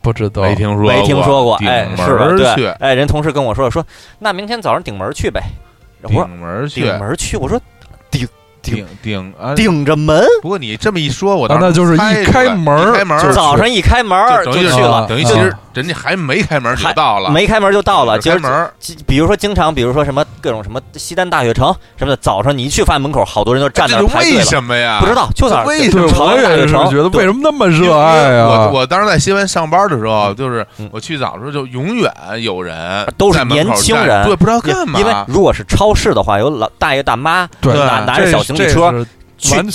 S3: 不知道
S1: 没听说，
S2: 没听说过，
S1: 顶
S2: 哎，
S1: 门
S2: 是吧？
S1: 儿
S2: 对
S1: 去，，
S2: 哎，人同事跟我说说，那明天早上顶门儿去呗，我说
S1: 顶门儿去
S2: 顶，门儿去，我说顶
S1: 顶顶啊！
S2: 顶着门，
S1: 不过你这么一说，我
S3: 啊
S1: 倒
S3: 那就是一
S1: 猜出
S3: 开
S1: 来
S3: 门儿
S1: 一开门
S3: 就
S1: 儿
S3: 是
S2: 早上一开门儿
S1: 就
S2: 就
S1: 等于
S2: 去
S1: 是
S2: 了，嗯
S1: 等于其实人家还没开门儿就
S2: 还
S1: 到了，
S2: 没开门就到了。
S1: 开
S2: 其实
S1: 门儿
S2: 就，比如说经常，比如说什么各种什么西单大悦城什么的，早上你一去发现门口好多人都站
S1: 这
S2: 那儿
S1: 是
S2: 排队
S1: 为
S2: 了，
S1: 什么呀？
S2: 不知道就想
S1: 为什
S3: 对，
S1: 么
S2: 长
S3: 我
S2: 安大
S3: 也
S2: 悦
S3: 是
S2: 城
S3: 觉得为什么那么热爱
S1: 我
S3: 啊？
S1: 我当时在新闻上班的时候，就是
S2: 嗯
S1: 我去早的时候，就永远有人
S2: 都
S1: 在
S2: 是
S1: 门口
S2: 年轻
S1: 站
S2: 人，
S1: 对，不知道干嘛，
S2: 因为如果是超市的话，有老大爷大妈
S3: 对
S2: 拿拿
S3: 这
S2: 着小行李
S3: 这
S2: 车
S3: 是
S2: 去
S3: 完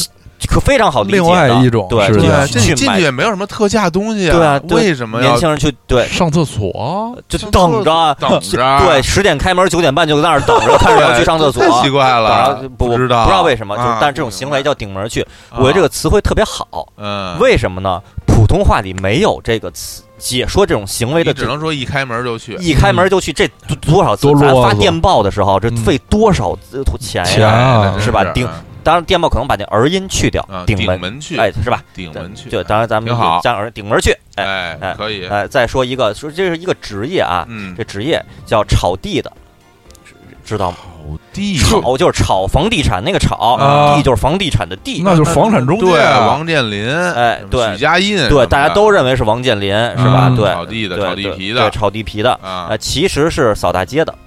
S2: 可非常好理解的。
S3: 另外一种
S2: 对
S3: 是
S1: 对
S3: 的
S1: 这你
S2: 去
S1: 进去
S2: 买
S1: 也没有什么特价东西
S2: 对啊对
S1: 为什么
S2: 年
S1: 要
S2: 轻人去对
S3: 上厕所，
S2: 就
S1: 上
S2: 等
S1: 厕
S2: 着啊
S1: 等着？啊
S2: 对，十点开门，九点半就在那儿等
S1: *laughs*
S2: 着，看着要去上厕所。
S1: 太奇怪了
S2: 等着，不
S1: 知道
S2: 不知道为什么，就是
S1: 啊
S2: 但是这种行为叫顶门去。
S1: 啊
S2: 我觉得这个词汇特别好，
S1: 嗯，
S2: 为什么呢？普通话里没有这个词解说这种行为
S1: 你
S2: 的
S1: 只
S2: 指，
S1: 能说嗯一开门就去，
S2: 一开门就去，这多多少次
S3: 多？
S2: 咱
S3: 啰嗦
S2: 发电报的时候，这
S3: 嗯
S2: 费多少呃钱
S1: 哎
S3: 钱
S2: 呀？
S3: 啊
S1: 那真
S2: 是吧顶当然，电报可能把那儿音去掉
S1: 啊，，
S2: 顶门，
S1: 门去，
S2: 哎，是吧？
S1: 顶门去，哎
S2: 就当然咱们
S1: 挺好
S2: 加儿顶门去，哎
S1: 哎
S2: 哎，
S1: 可以，
S2: 哎，再说一个，说这是一个职业啊，
S1: 嗯，
S2: 这职业叫炒地的，知知道吗？
S1: 好地
S2: 炒就是炒房地产那个炒，
S3: 啊
S2: 地就是房地产的地。
S3: 那就是房产中介
S1: 对，
S3: 啊，
S1: 王健林，
S2: 哎
S1: 什么
S2: 对
S1: 许家印什么的，
S2: 对，大家都认为是王健林是吧？
S3: 嗯
S2: 对，
S1: 炒地的
S2: 对
S1: 炒地
S2: 对
S1: 皮
S2: 对
S1: 的
S2: 炒地皮的，
S1: 啊
S2: 呃，其实是扫大街的、
S1: 啊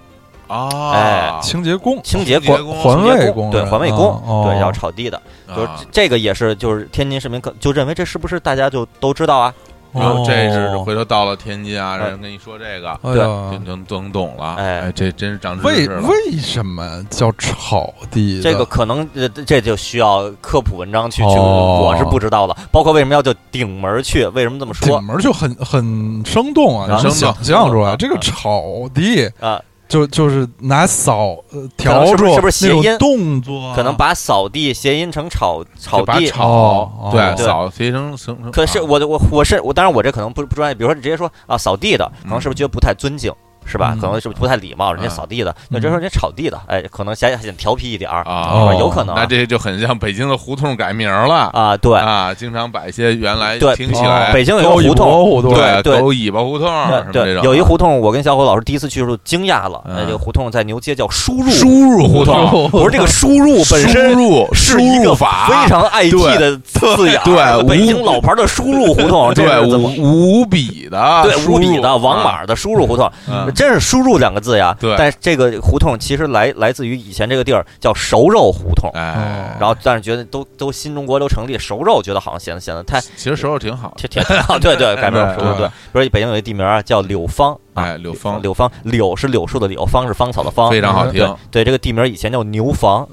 S2: 哎，
S3: 清洁工、
S2: 清洁
S1: 清
S2: 工
S1: 洁、工
S3: 环
S2: 清洁
S3: 卫工
S2: 对，
S3: 人
S2: 环卫
S3: 啊
S2: 工，
S3: 哦
S2: 对，要炒地的，就是
S1: 啊
S2: 这个也是，就是天津市民可就认为这是不是大家就都知道啊？
S1: 然后这是
S3: 哦
S1: 回头到了天津啊，
S2: 哎
S1: 人跟你说这个，
S3: 哎
S2: 对
S1: 就
S3: 呀
S1: 能能懂了。
S2: 哎
S1: 哎，这真是长知
S3: 为
S1: 识了。
S3: 为什么叫草地的？
S2: 这个可能呃这就需要科普文章去去，
S3: 哦
S2: 我是不知道的。包括为什么要叫顶门去？为什么这么说
S3: 顶门就很很生动啊，
S2: 很
S3: 能
S1: 生动
S3: 想象出来
S2: 嗯
S3: 这个草地
S2: 啊？
S3: 就就是拿扫呃
S2: 可能
S3: 笤
S2: 是不是
S3: 帚
S2: 是不是
S3: 那
S2: 谐
S3: 种
S2: 音
S3: 动作，
S2: 可能把扫地谐音成炒炒
S1: 就把
S2: 地，
S1: 草
S3: 哦哦
S1: 对
S2: 对
S1: 扫提成成成，
S2: 可是
S1: 啊
S2: 我我我是我，当然我这可能不不专业，比如说你直接说啊扫地的，可能是不是觉得不太尊敬，是吧
S3: 嗯？
S2: 可能是不是不太礼貌，人家
S1: 嗯
S2: 扫地的，那直接说人家炒地的，哎，可能显显调皮一点儿，是
S1: 啊
S2: 吧？，有可能
S1: 那这就很像北京的胡同改名了
S2: 啊，对
S1: 啊，经常把一些原来
S2: 对
S1: 哎听起
S3: 哦
S1: 来
S2: 北京有一个
S3: 高
S2: 胡同。
S3: 胡同，
S1: 对
S2: 对
S1: 狗尾巴胡同什么
S2: 对
S1: 这
S2: 对，
S1: 种，啊
S2: 有一胡同，我跟小伙老师第一次去的时候惊讶了。
S1: 嗯
S2: 那这个胡同在牛街叫输入，
S1: 输入胡同，
S2: 我说这个输入本身
S1: 输入输
S2: 是一个
S1: 入法
S2: 非常 IT 的字眼儿，
S1: 对
S2: 北京
S1: 无
S2: 老牌的输入胡同，这
S1: 对
S2: 是怎么？
S1: 无无比的
S2: 对，
S1: 输
S2: 无
S1: 入啊
S2: 比的王码的输入胡同，
S1: 嗯
S2: 真是输入两个字呀。
S1: 对
S2: 但是这个胡同其实来来自于以前这个地儿叫熟肉胡同，
S1: 哎，
S3: 哦
S2: 然后但是觉得都都新中国都成立熟肉，觉得好像显得显得太
S1: 其实时候挺好的，
S2: 挺挺挺好。对对，改名
S1: 对
S2: 熟肉
S1: 对
S2: 对。比如北京有一地名啊叫柳芳啊，
S1: 嗯哎，柳芳
S2: 柳芳柳是柳树的柳，芳是芳草的芳，
S1: 非常好听
S2: 对，对，这个地名以前叫牛房，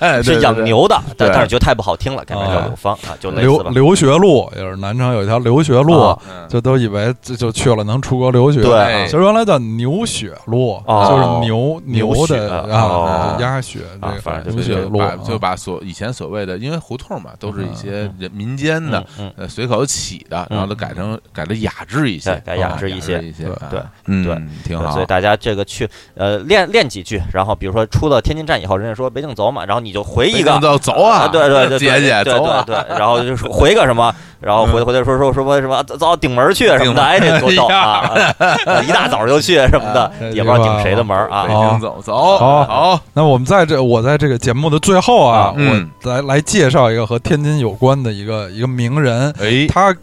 S1: 哎 *laughs* 对
S2: 是
S1: 对
S2: 养
S1: 对
S2: 牛的，但
S1: 对
S2: 但是觉得太不好听了，改名叫
S1: 哦
S2: 柳芳啊，就类
S3: 留
S2: 似吧。
S3: 留学路也是南昌有一条留学路
S2: 啊，
S1: 嗯
S3: 就都以为这就去了能出国留学。啊
S2: 对
S3: 其实原来叫牛血路，
S2: 哦
S3: 就是牛
S2: 牛
S3: 牛
S2: 血
S3: 的
S2: 哦
S3: 啊，鸭血这
S2: 啊
S3: 个
S2: 反正就
S3: 牛血
S2: 是
S3: 路
S1: 把
S3: 啊，
S1: 就把所以前所谓的，因为胡同嘛，都是一些人民间的
S2: 嗯，嗯，
S1: 呃，随口起的，然后都改成改的雅致一些，
S2: 对改雅
S1: 啊
S2: 致一些
S1: 一些，
S3: 对
S1: 啊
S2: 对，
S1: 嗯，
S2: 对，
S1: 挺
S2: 对
S1: 好
S2: 所以，大家这个去呃练练几句，然后比如说出了天津站以后，人家说北京走嘛，然后你就回一个
S1: 走走啊，
S2: 对对对，
S1: 姐姐
S2: 对
S1: 走
S2: 对
S1: 啊，嗯
S2: 对，然后就是回个什么，然后回回头说说什么什么走顶门去什么的，哎，这多逗啊！一大早就去什么的，
S1: 哎
S2: 也不知道顶谁的门
S1: 北
S2: 啊。
S1: 京走走，
S3: 好
S1: 好，
S3: 那我们在这，我在这个节目的最后啊
S2: 啊，
S1: 嗯
S3: 我来来介绍一个和天津有关的一个一个名人，
S1: 哎，
S3: 他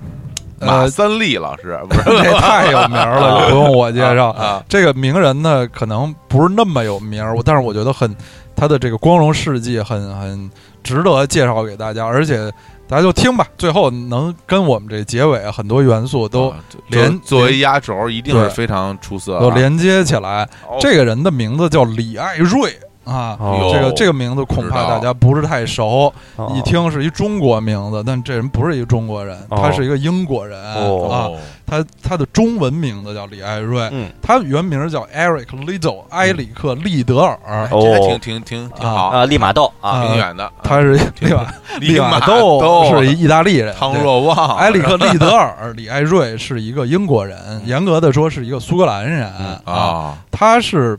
S1: 马
S3: 呃，
S1: 三立老师不
S2: *laughs*
S1: 是
S3: 这太有名了，就不用我介绍。
S1: 啊，
S3: 这个名人呢，可能不是那么有名儿，我但是我觉得很他的这个光荣事迹很很值得介绍给大家，而且大家就听吧，最后能跟我们这结尾很多元素都、
S1: 啊
S3: 连
S1: 作为压轴，一定是
S3: 对
S1: 非常出色
S3: 都
S1: 啊，
S3: 连接起来。
S1: 哦
S3: 这个人的名字叫李爱瑞啊。
S1: 哦
S3: 这个这个名字恐怕大家不是太熟，
S2: 哦
S3: 一听是一中国名字，但这人不是一中国人，
S2: 哦
S3: 他是一个英国人、啊。
S1: 哦，
S3: 他他的中文名字叫李爱瑞，
S2: 嗯
S3: 他原名叫 Eric Liddell，埃里克·利德尔
S1: 哎，这还
S2: 哦
S1: 挺挺挺挺好，
S2: 啊，利马豆啊，
S1: 挺远的，
S3: 他是
S2: 哦
S3: 利瓦 *laughs* 利瓦豆是一意大利人，
S1: 汤
S3: 对
S1: 若望，
S2: 哎
S3: 埃里克·利德尔 *laughs* 李艾瑞是一个英国
S2: 嗯
S3: 人，严格的说是一个苏格兰人啊。
S1: 啊，
S3: 他是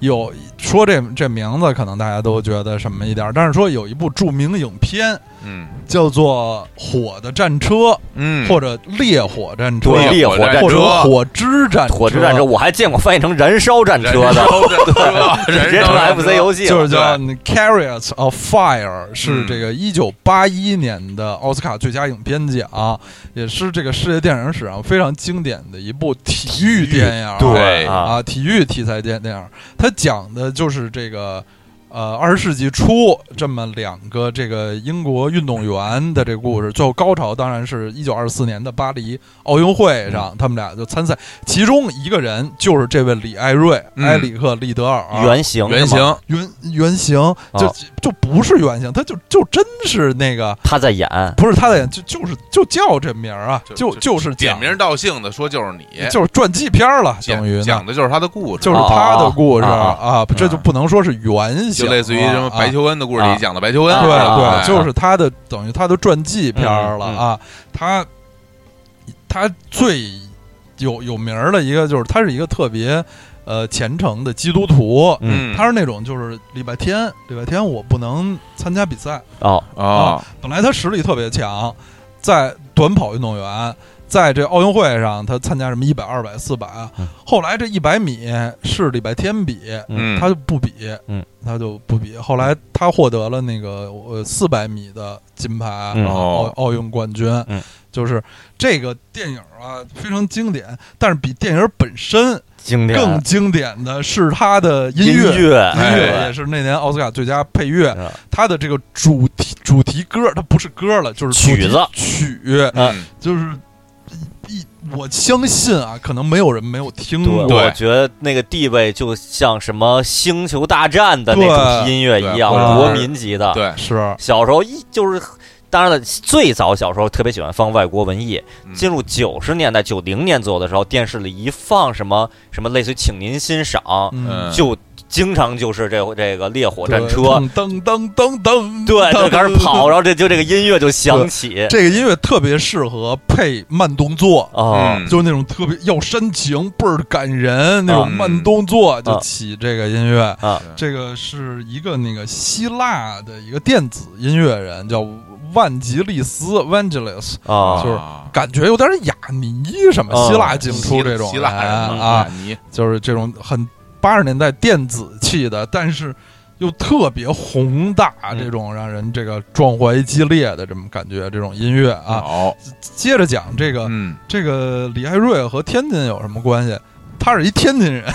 S3: 有说这这名字，可能大家都觉得什么一点儿，但是说有一部著名影片
S1: 嗯，
S3: 叫做火的战车，
S1: 嗯，
S3: 或者烈火战车，
S2: 对
S1: 烈
S2: 烈
S1: 火
S2: 火
S1: 战
S2: 战
S1: 车
S3: 或者火之战车，
S2: 火之战车，我还见过翻译成燃烧战
S1: 哎燃
S2: 车的，
S1: 烧战车，燃
S2: 直接成
S1: 烧战
S2: FC 游戏
S3: 就
S2: 了。
S3: 是叫《Carriers of Fire》，是
S1: 嗯
S3: 这个一九八一年的奥斯卡最佳影片奖，也是这个世界电影史上非常经典的一部体育电影啊。
S1: 对
S2: 啊，
S3: 啊，体育题材电电影，它讲的就是这个。呃，二十世纪初这么两个这个英国运动员的这个故事，最后高潮当然是一九二四年的巴黎奥运会
S2: 嗯
S3: 上，他们俩就参赛，其中一个人就是这位李艾瑞、
S1: 嗯
S3: 埃里克利德尔，啊
S2: 原型
S1: 原
S2: 是吗，
S1: 型，
S3: 原原型就、就不是原型，他就就真是那个，
S2: 他在演，
S3: 不是他的，就就是就叫这名儿啊，
S1: 就
S3: 就就是
S1: 点
S3: 讲
S1: 名道姓的说就是你，
S3: 就是传记片儿了，
S1: 讲
S3: 等于呢
S1: 讲的就是他的故事，
S3: 就是他的故事
S2: 啊啊
S3: 啊，这就不能说是原型
S1: 就
S3: 啊，
S1: 类似于什么白
S3: 啊
S1: 求恩的故事
S2: 啊
S1: 里讲的白求恩，
S2: 啊
S3: 对
S2: 啊
S3: 对，
S1: 哎
S3: 就是他的等于他的传记片儿了
S2: 嗯嗯
S3: 啊，他他最有有名儿的一个就是他是一个特别呃虔诚的基督徒。
S1: 嗯，
S3: 他是那种就是礼拜天，礼拜天我不能参加比赛。
S2: 哦，
S1: 哦，
S3: 本来他实力特别强，在短跑运动员，在这奥运会上他参加什么一百、二百、四百
S2: 嗯，
S3: 后来这一百米是礼拜天比，
S1: 嗯，
S3: 他就不比，
S2: 嗯，
S3: 他就不比。后来他获得了那个呃四百米的金牌，
S2: 嗯
S3: 奥
S1: 哦，
S3: 奥运冠军，
S2: 嗯，
S3: 就是这个电影啊非常经典，但是比电影本身
S2: 经典
S3: 更经典的是他的音
S2: 啊音
S3: 乐，音
S2: 乐
S1: 哎
S3: 乐也是那年奥斯卡最佳配乐，
S2: 哎
S3: 他的这个主题主题歌，它不是歌了，就是主题
S2: 曲子
S3: 曲，
S1: 嗯，
S3: 就是一一我相信啊，可能没有人没有听
S2: 对，
S3: 过，
S1: 嗯对
S2: 我觉得那个地位就像什么《星球大战》的那
S3: 对
S2: 主题音乐一样
S3: 对，对
S2: 国民级的。
S1: 对，
S3: 是
S2: 小时候一就是，当然了，最早小时候特别喜欢放外国文艺。
S1: 嗯
S2: 进入九十年代、九零年左右的时候，电视里一放什么什么，类似于请您欣赏，
S1: 嗯
S2: 就经常就是这这个烈火战车，
S3: 对噔噔噔噔噔，
S1: 嗯
S3: *laughs*
S2: 对，就开始跑，
S3: 了。
S2: 然后这就这个音乐就响起，
S3: 这个音乐特别适合配慢动作，
S2: 哦，
S1: 嗯
S3: 就那种特别要煽情、倍儿感人那种慢动作，就起这个音乐。
S2: 啊
S3: 这个是一个那个希腊的一个电子音乐人，叫万吉利斯 （Vangelis），
S2: 啊，
S3: 就是
S1: 啊
S3: 感觉有点雅尼什么
S2: 哦
S3: 希腊进出这种
S1: 希希腊人嗯
S3: 人
S1: 嘛
S3: 啊，，
S1: 你
S3: 就是这种很八十年代电子气的，但是又特别宏大，
S2: 嗯
S3: 这种让人这个壮怀激烈的这么感觉，这种音乐啊。
S1: 好，
S3: 接着讲这个，
S1: 哦嗯，
S3: 这个李艾瑞和天津有什么关系？他是一天
S1: *laughs*
S3: 津人， *laughs*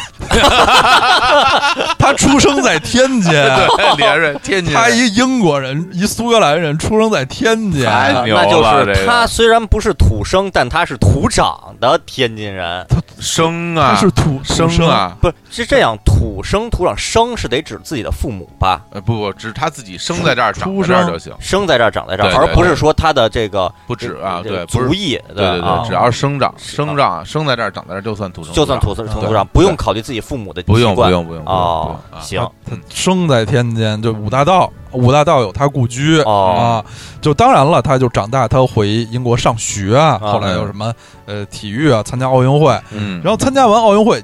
S3: 他出生在天
S1: *laughs*
S3: 津。
S1: 对，连着天津人，
S3: 呃他一英国人，一苏格兰人，出生在天津，
S1: 太
S2: 啊
S1: 牛
S2: 那就
S1: 了这
S2: 是
S1: 个
S2: 他虽然不是土生，但他是土长的天津人，
S1: 生
S3: 他
S1: 啊，
S3: 是土
S1: 生
S3: 土生，
S1: 啊，
S2: 不是是这样，土生土长，生是得指自己的父母吧，
S1: 呃，不不，只是他自己生在这儿，长
S3: 出
S1: 在这儿
S3: 生
S1: 就行，
S2: 生在这儿，长在这
S1: 对
S2: 儿，
S1: 对
S2: 而不是说他的这个
S1: 不止
S3: 呃
S1: 啊，
S2: 这个
S1: 对，不是
S2: 族，裔，
S1: 对对
S2: 啊
S1: 对，只要生长
S2: 是
S3: 啊
S1: 生长生在这儿，长在这儿就算土生
S2: 就算
S1: 土长，
S2: 土生
S3: 对
S2: 土长，不用考虑自己父母的
S1: 不
S2: 习
S1: 用不
S2: 惯
S1: 用不用不用
S2: 哦，
S1: 不用啊
S2: 行
S3: 他生在天津，就五大道，五大道有他故居
S2: 哦
S3: 啊。就当然了，他就长大，他回英国上学啊，
S2: 啊
S3: 后来有什么呃体育啊，参加奥运会，
S1: 嗯，
S3: 然后参加完奥运会，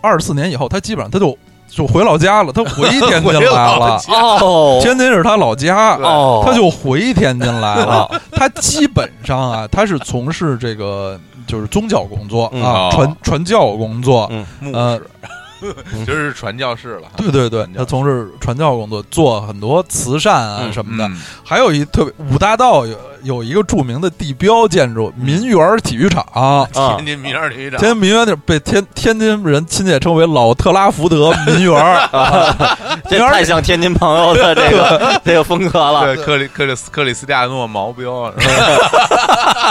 S3: 二十四年以后，他基本上他就就回老家了，他回天津
S1: 回
S3: 来
S1: 老
S3: 了
S1: 家，
S2: 哦
S3: 天津是他老家。
S1: 对
S2: 哦，
S3: 他就回天津来了。他基本上啊，他是从事这个就是宗教工作
S2: 嗯
S3: 啊，
S1: 哦
S3: 传传教工作。
S2: 嗯
S1: 牧
S3: 呃
S1: 师，今儿是传教士了哈，
S3: 对对对
S1: 传，教
S3: 他从事传教工作，做很多慈善啊
S2: 嗯
S3: 什么的。
S1: 嗯，
S3: 还有一特别五大道有有一个著名的地标建筑
S1: 嗯
S3: 民园体育场。
S2: 啊
S1: 天津民二局长
S3: 天津民园就被天天津人亲切称为老特拉福德民园儿，
S1: *laughs*
S2: *laughs* 这太像天津朋友的这个这个风格了，
S1: 对，克里克里斯克里斯蒂亚诺毛标，
S3: *laughs*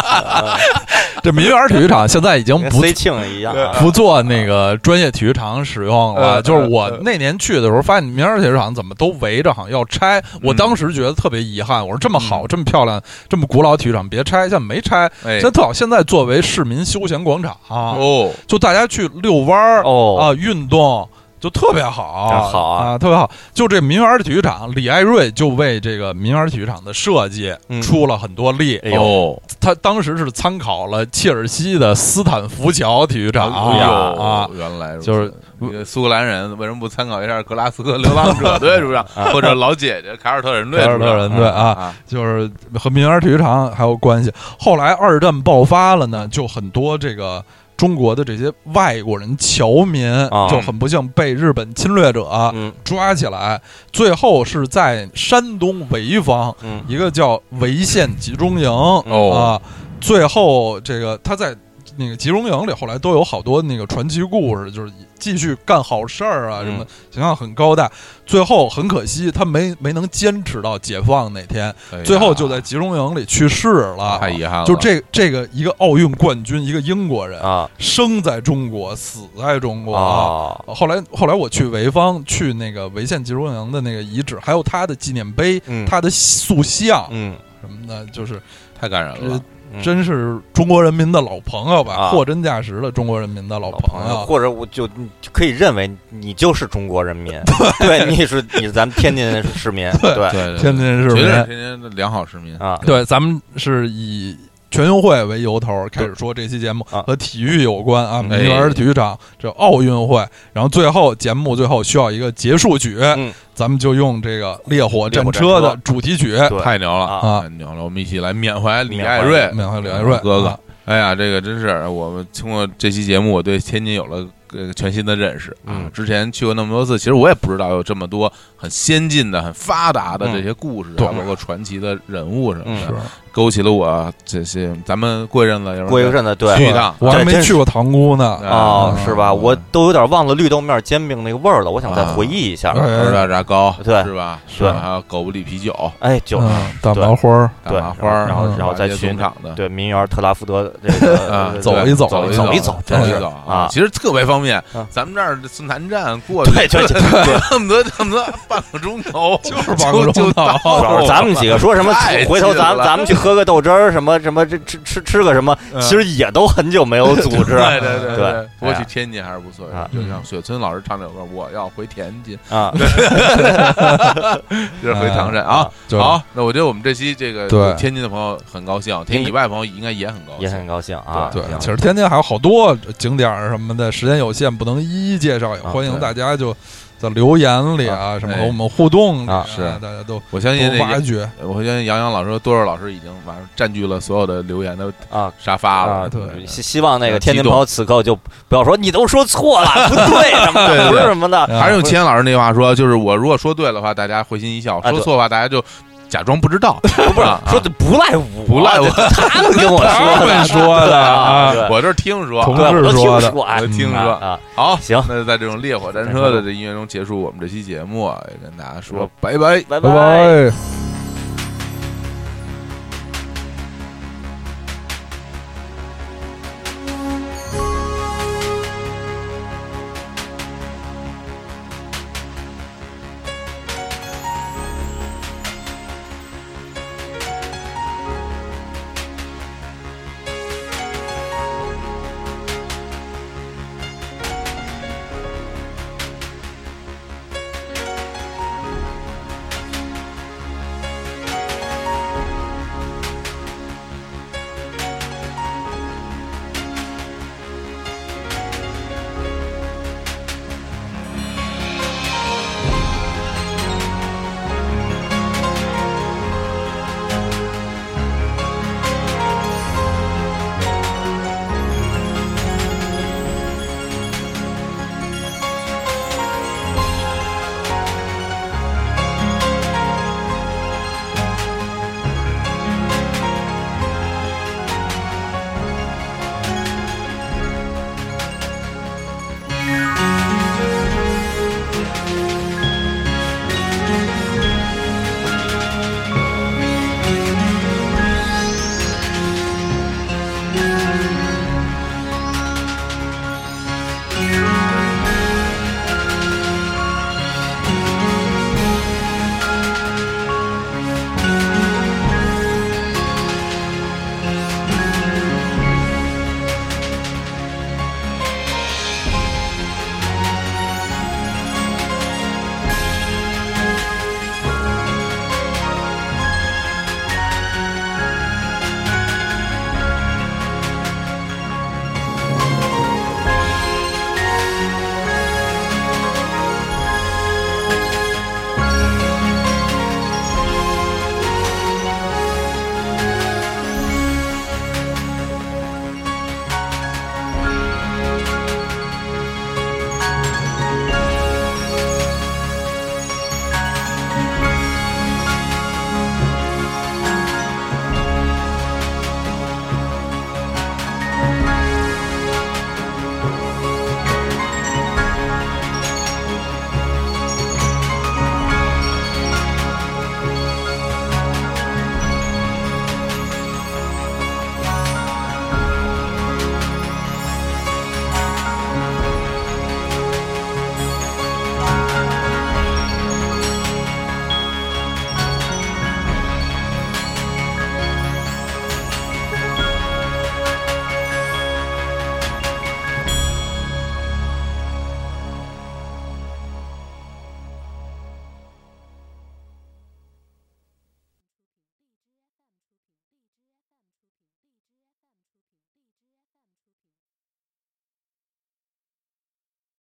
S3: 这民园体育场现在已经
S2: 跟
S3: 不
S2: C 庆一样啊，
S3: 不做那个专业体育场使用了。
S1: 呃
S3: 就是我
S1: 呃呃
S3: 那年去的时候，发现民园体育场怎么都围着，好像要拆。
S1: 嗯
S3: 我当时觉得特别遗憾，我说这么好、这么漂亮、这么古老体育场别拆，现在没拆，
S1: 哎
S3: 现在特好。现在作为市民休闲广场，
S1: 哦，
S3: 就大家去遛弯儿
S2: 哦
S3: 啊，运动。就特别好，
S2: 真好啊
S3: 啊，特别好。就这民园体育场，李艾瑞就为这个民园体育场的设计
S2: 嗯
S3: 出了很多力。
S2: 哎呦
S1: 哦，
S3: 他当时是参考了切尔西的斯坦福桥体育场
S1: 哎呦
S3: 啊，
S1: 原来如此
S3: 就是
S1: 你这苏格兰人为什么不参考一下格拉斯哥流浪者队主场，或者老姐姐凯尔特人队
S3: 凯啊尔
S1: 主
S3: 特人
S1: 场？
S3: 队啊，
S1: 啊，
S3: 就是和民园体育场还有关系。后来二战爆发了呢，就很多这个。中国的这些外国人侨民
S2: 啊
S3: 就很不幸被日本侵略者
S2: 嗯
S3: 抓起来，最后是在山东潍坊
S2: 嗯
S3: 一个叫潍县集中营
S1: 哦，
S3: 啊，最后这个他在那个集中营里，后来都有好多那个传奇故事，就是继续干好事儿啊
S2: 嗯
S3: 什么的，形象很高大。最后很可惜，他没没能坚持到解放那天，
S1: 哎呀哎
S3: 最后就在集中营里去世了，
S1: 太遗憾了，
S3: 就这这个一个奥运冠军，一个英国人，
S2: 啊
S3: 生在中国，死在中国。
S2: 啊
S3: 后来后来我去潍坊，去那个潍县集中营的那个遗址，还有他的纪念碑、
S2: 嗯
S3: 他的塑像、
S2: 嗯
S3: 什么的，就是
S1: 太感人了
S3: 这。真是中国人民的老朋友吧，
S2: 啊
S3: 货真价实的中国人民的老朋友。
S2: 或者我就就可以认为你就是中国人民，对，你是你是咱们天津市民，对
S1: 对，对
S3: 天津市
S1: 绝对是
S3: 民，
S1: 天津的良好市民
S2: 啊
S3: 对，咱们是以全运会为由头开始说这期节目
S2: 啊嗯
S3: 和体育有关啊，
S1: 哎
S3: 民园体育场这奥运会，然后最后节目最后需要一个结束曲，
S2: 嗯
S3: 咱们就用这个《烈
S2: 烈
S3: 火
S2: 火
S3: 战
S2: 战
S3: 车》的
S2: 车
S3: 主题曲
S2: 对
S1: 太牛了，
S3: 啊
S1: 太牛了！我们一起来缅怀李艾瑞，
S3: 缅怀李艾瑞
S1: 哥
S3: 啊
S1: 哥。哎呀，这个真是我们通过这期节目，我对天津有了个全新的认识啊
S2: 嗯！
S1: 之前去过那么多次，其实我也不知道有这么多很先进的、很发达的这些故事啊，
S3: 对
S1: 包括传奇的人物什么
S2: 嗯
S1: 的
S3: 是，
S1: 勾起了我这些。咱们过一阵子，要不然
S2: 过一阵子对
S1: 去一趟
S3: 我还没
S2: 真是
S3: 去过塘沽呢
S1: 啊。
S2: 啊，
S3: 嗯
S2: 是吧？我都有点忘了绿豆面煎饼那个味儿了，我想再
S1: 啊
S2: 回忆一下。
S3: 哎
S1: 二道炸糕，
S2: 对
S1: 是吧？
S2: 是
S1: 吧还有狗不理啤酒、
S2: 哎，就是
S3: 嗯，大麻花儿，
S1: 大
S2: 对
S1: 麻花儿，
S2: 然
S3: 后然
S2: 后再
S1: 这些
S2: 去
S1: 农场的，
S2: 对民园特拉福德这
S1: 啊
S2: 个
S1: 走
S2: 对
S3: 一走
S2: 走
S1: 走
S2: 一
S1: 一
S2: 走，
S1: 走
S2: 真
S1: 一
S2: 是
S1: 走
S2: 啊
S1: 其实特别方便
S2: 啊。
S1: 咱们这儿从南站过去，
S2: 对，
S1: *laughs*
S2: 就就对。
S1: 恨不得恨不得半个钟
S2: *laughs*
S1: 头，
S3: 就是半个
S1: 就
S3: 钟头
S1: 就到
S2: 主要
S1: 了。
S2: 是咱们几个说什么
S1: 哦太，
S2: 回头咱
S1: 近了
S2: 咱们去喝个豆汁儿，什么什么这吃吃吃个什么，
S3: 嗯
S2: 其实也都很久没有组织
S1: 对对对
S2: 对
S1: 不过
S2: 哎
S1: 去
S2: 呀
S1: 天津还是不错
S2: 啊
S1: 的，就像雪村老师唱这首歌，我要回天津，
S2: 啊。
S1: 这是回唐山啊。
S3: 就是
S1: 好，那我觉得我们这期这个
S3: 对
S1: 天津的朋友很高兴，天津以外的朋友应该也很高
S2: 也
S1: 兴。
S2: 很高兴啊。
S3: 对
S2: 行，
S3: 其实天津还有好多景点儿什么的，时间有限，不能一一介绍，也
S2: 啊
S3: 欢迎
S1: 对
S3: 大家就在留言里啊，什么
S1: 哎
S3: 和我们互动里
S2: 啊
S1: 是
S3: 大家都
S1: 我相信
S3: 都
S1: 那
S3: 挖
S1: 个，
S3: 掘。
S1: 我相信杨洋老师、和多多老师已经完占据了所有的留言的
S2: 啊
S1: 沙发
S2: 啊，
S1: 了。
S3: 对
S2: 希希望那个
S1: 嗯
S2: 天
S1: 激
S2: 津
S1: 动
S2: 朋友此刻就不要说你都说错了，不对什么
S1: 对对对
S2: 的，
S1: 嗯
S2: 不是什么的，
S1: 还是用千老师那话说，就是我如果说对了的话，大家会心一笑；
S2: 啊
S1: 说
S2: 对
S1: 错的话，大家就假装不知道。
S2: *laughs* 不不是
S1: 啊
S2: 说的不赖我，
S1: 不赖我，
S2: 他们跟我
S3: 他
S2: 说的
S3: 们说
S2: 对
S3: 的
S2: 啊，
S3: *laughs* 啊，
S2: 对
S1: 我这是听说，
S3: 同
S2: 对
S3: 事
S2: 我都
S3: 说
S2: 听
S3: 的
S2: 说，哎
S1: 我听
S2: 啊
S1: 说
S2: 啊，
S1: 好，
S2: 行
S1: 那就在这种烈火战车的这音乐中结束我们这期节目，也跟大家说拜拜。
S2: 拜
S3: 拜。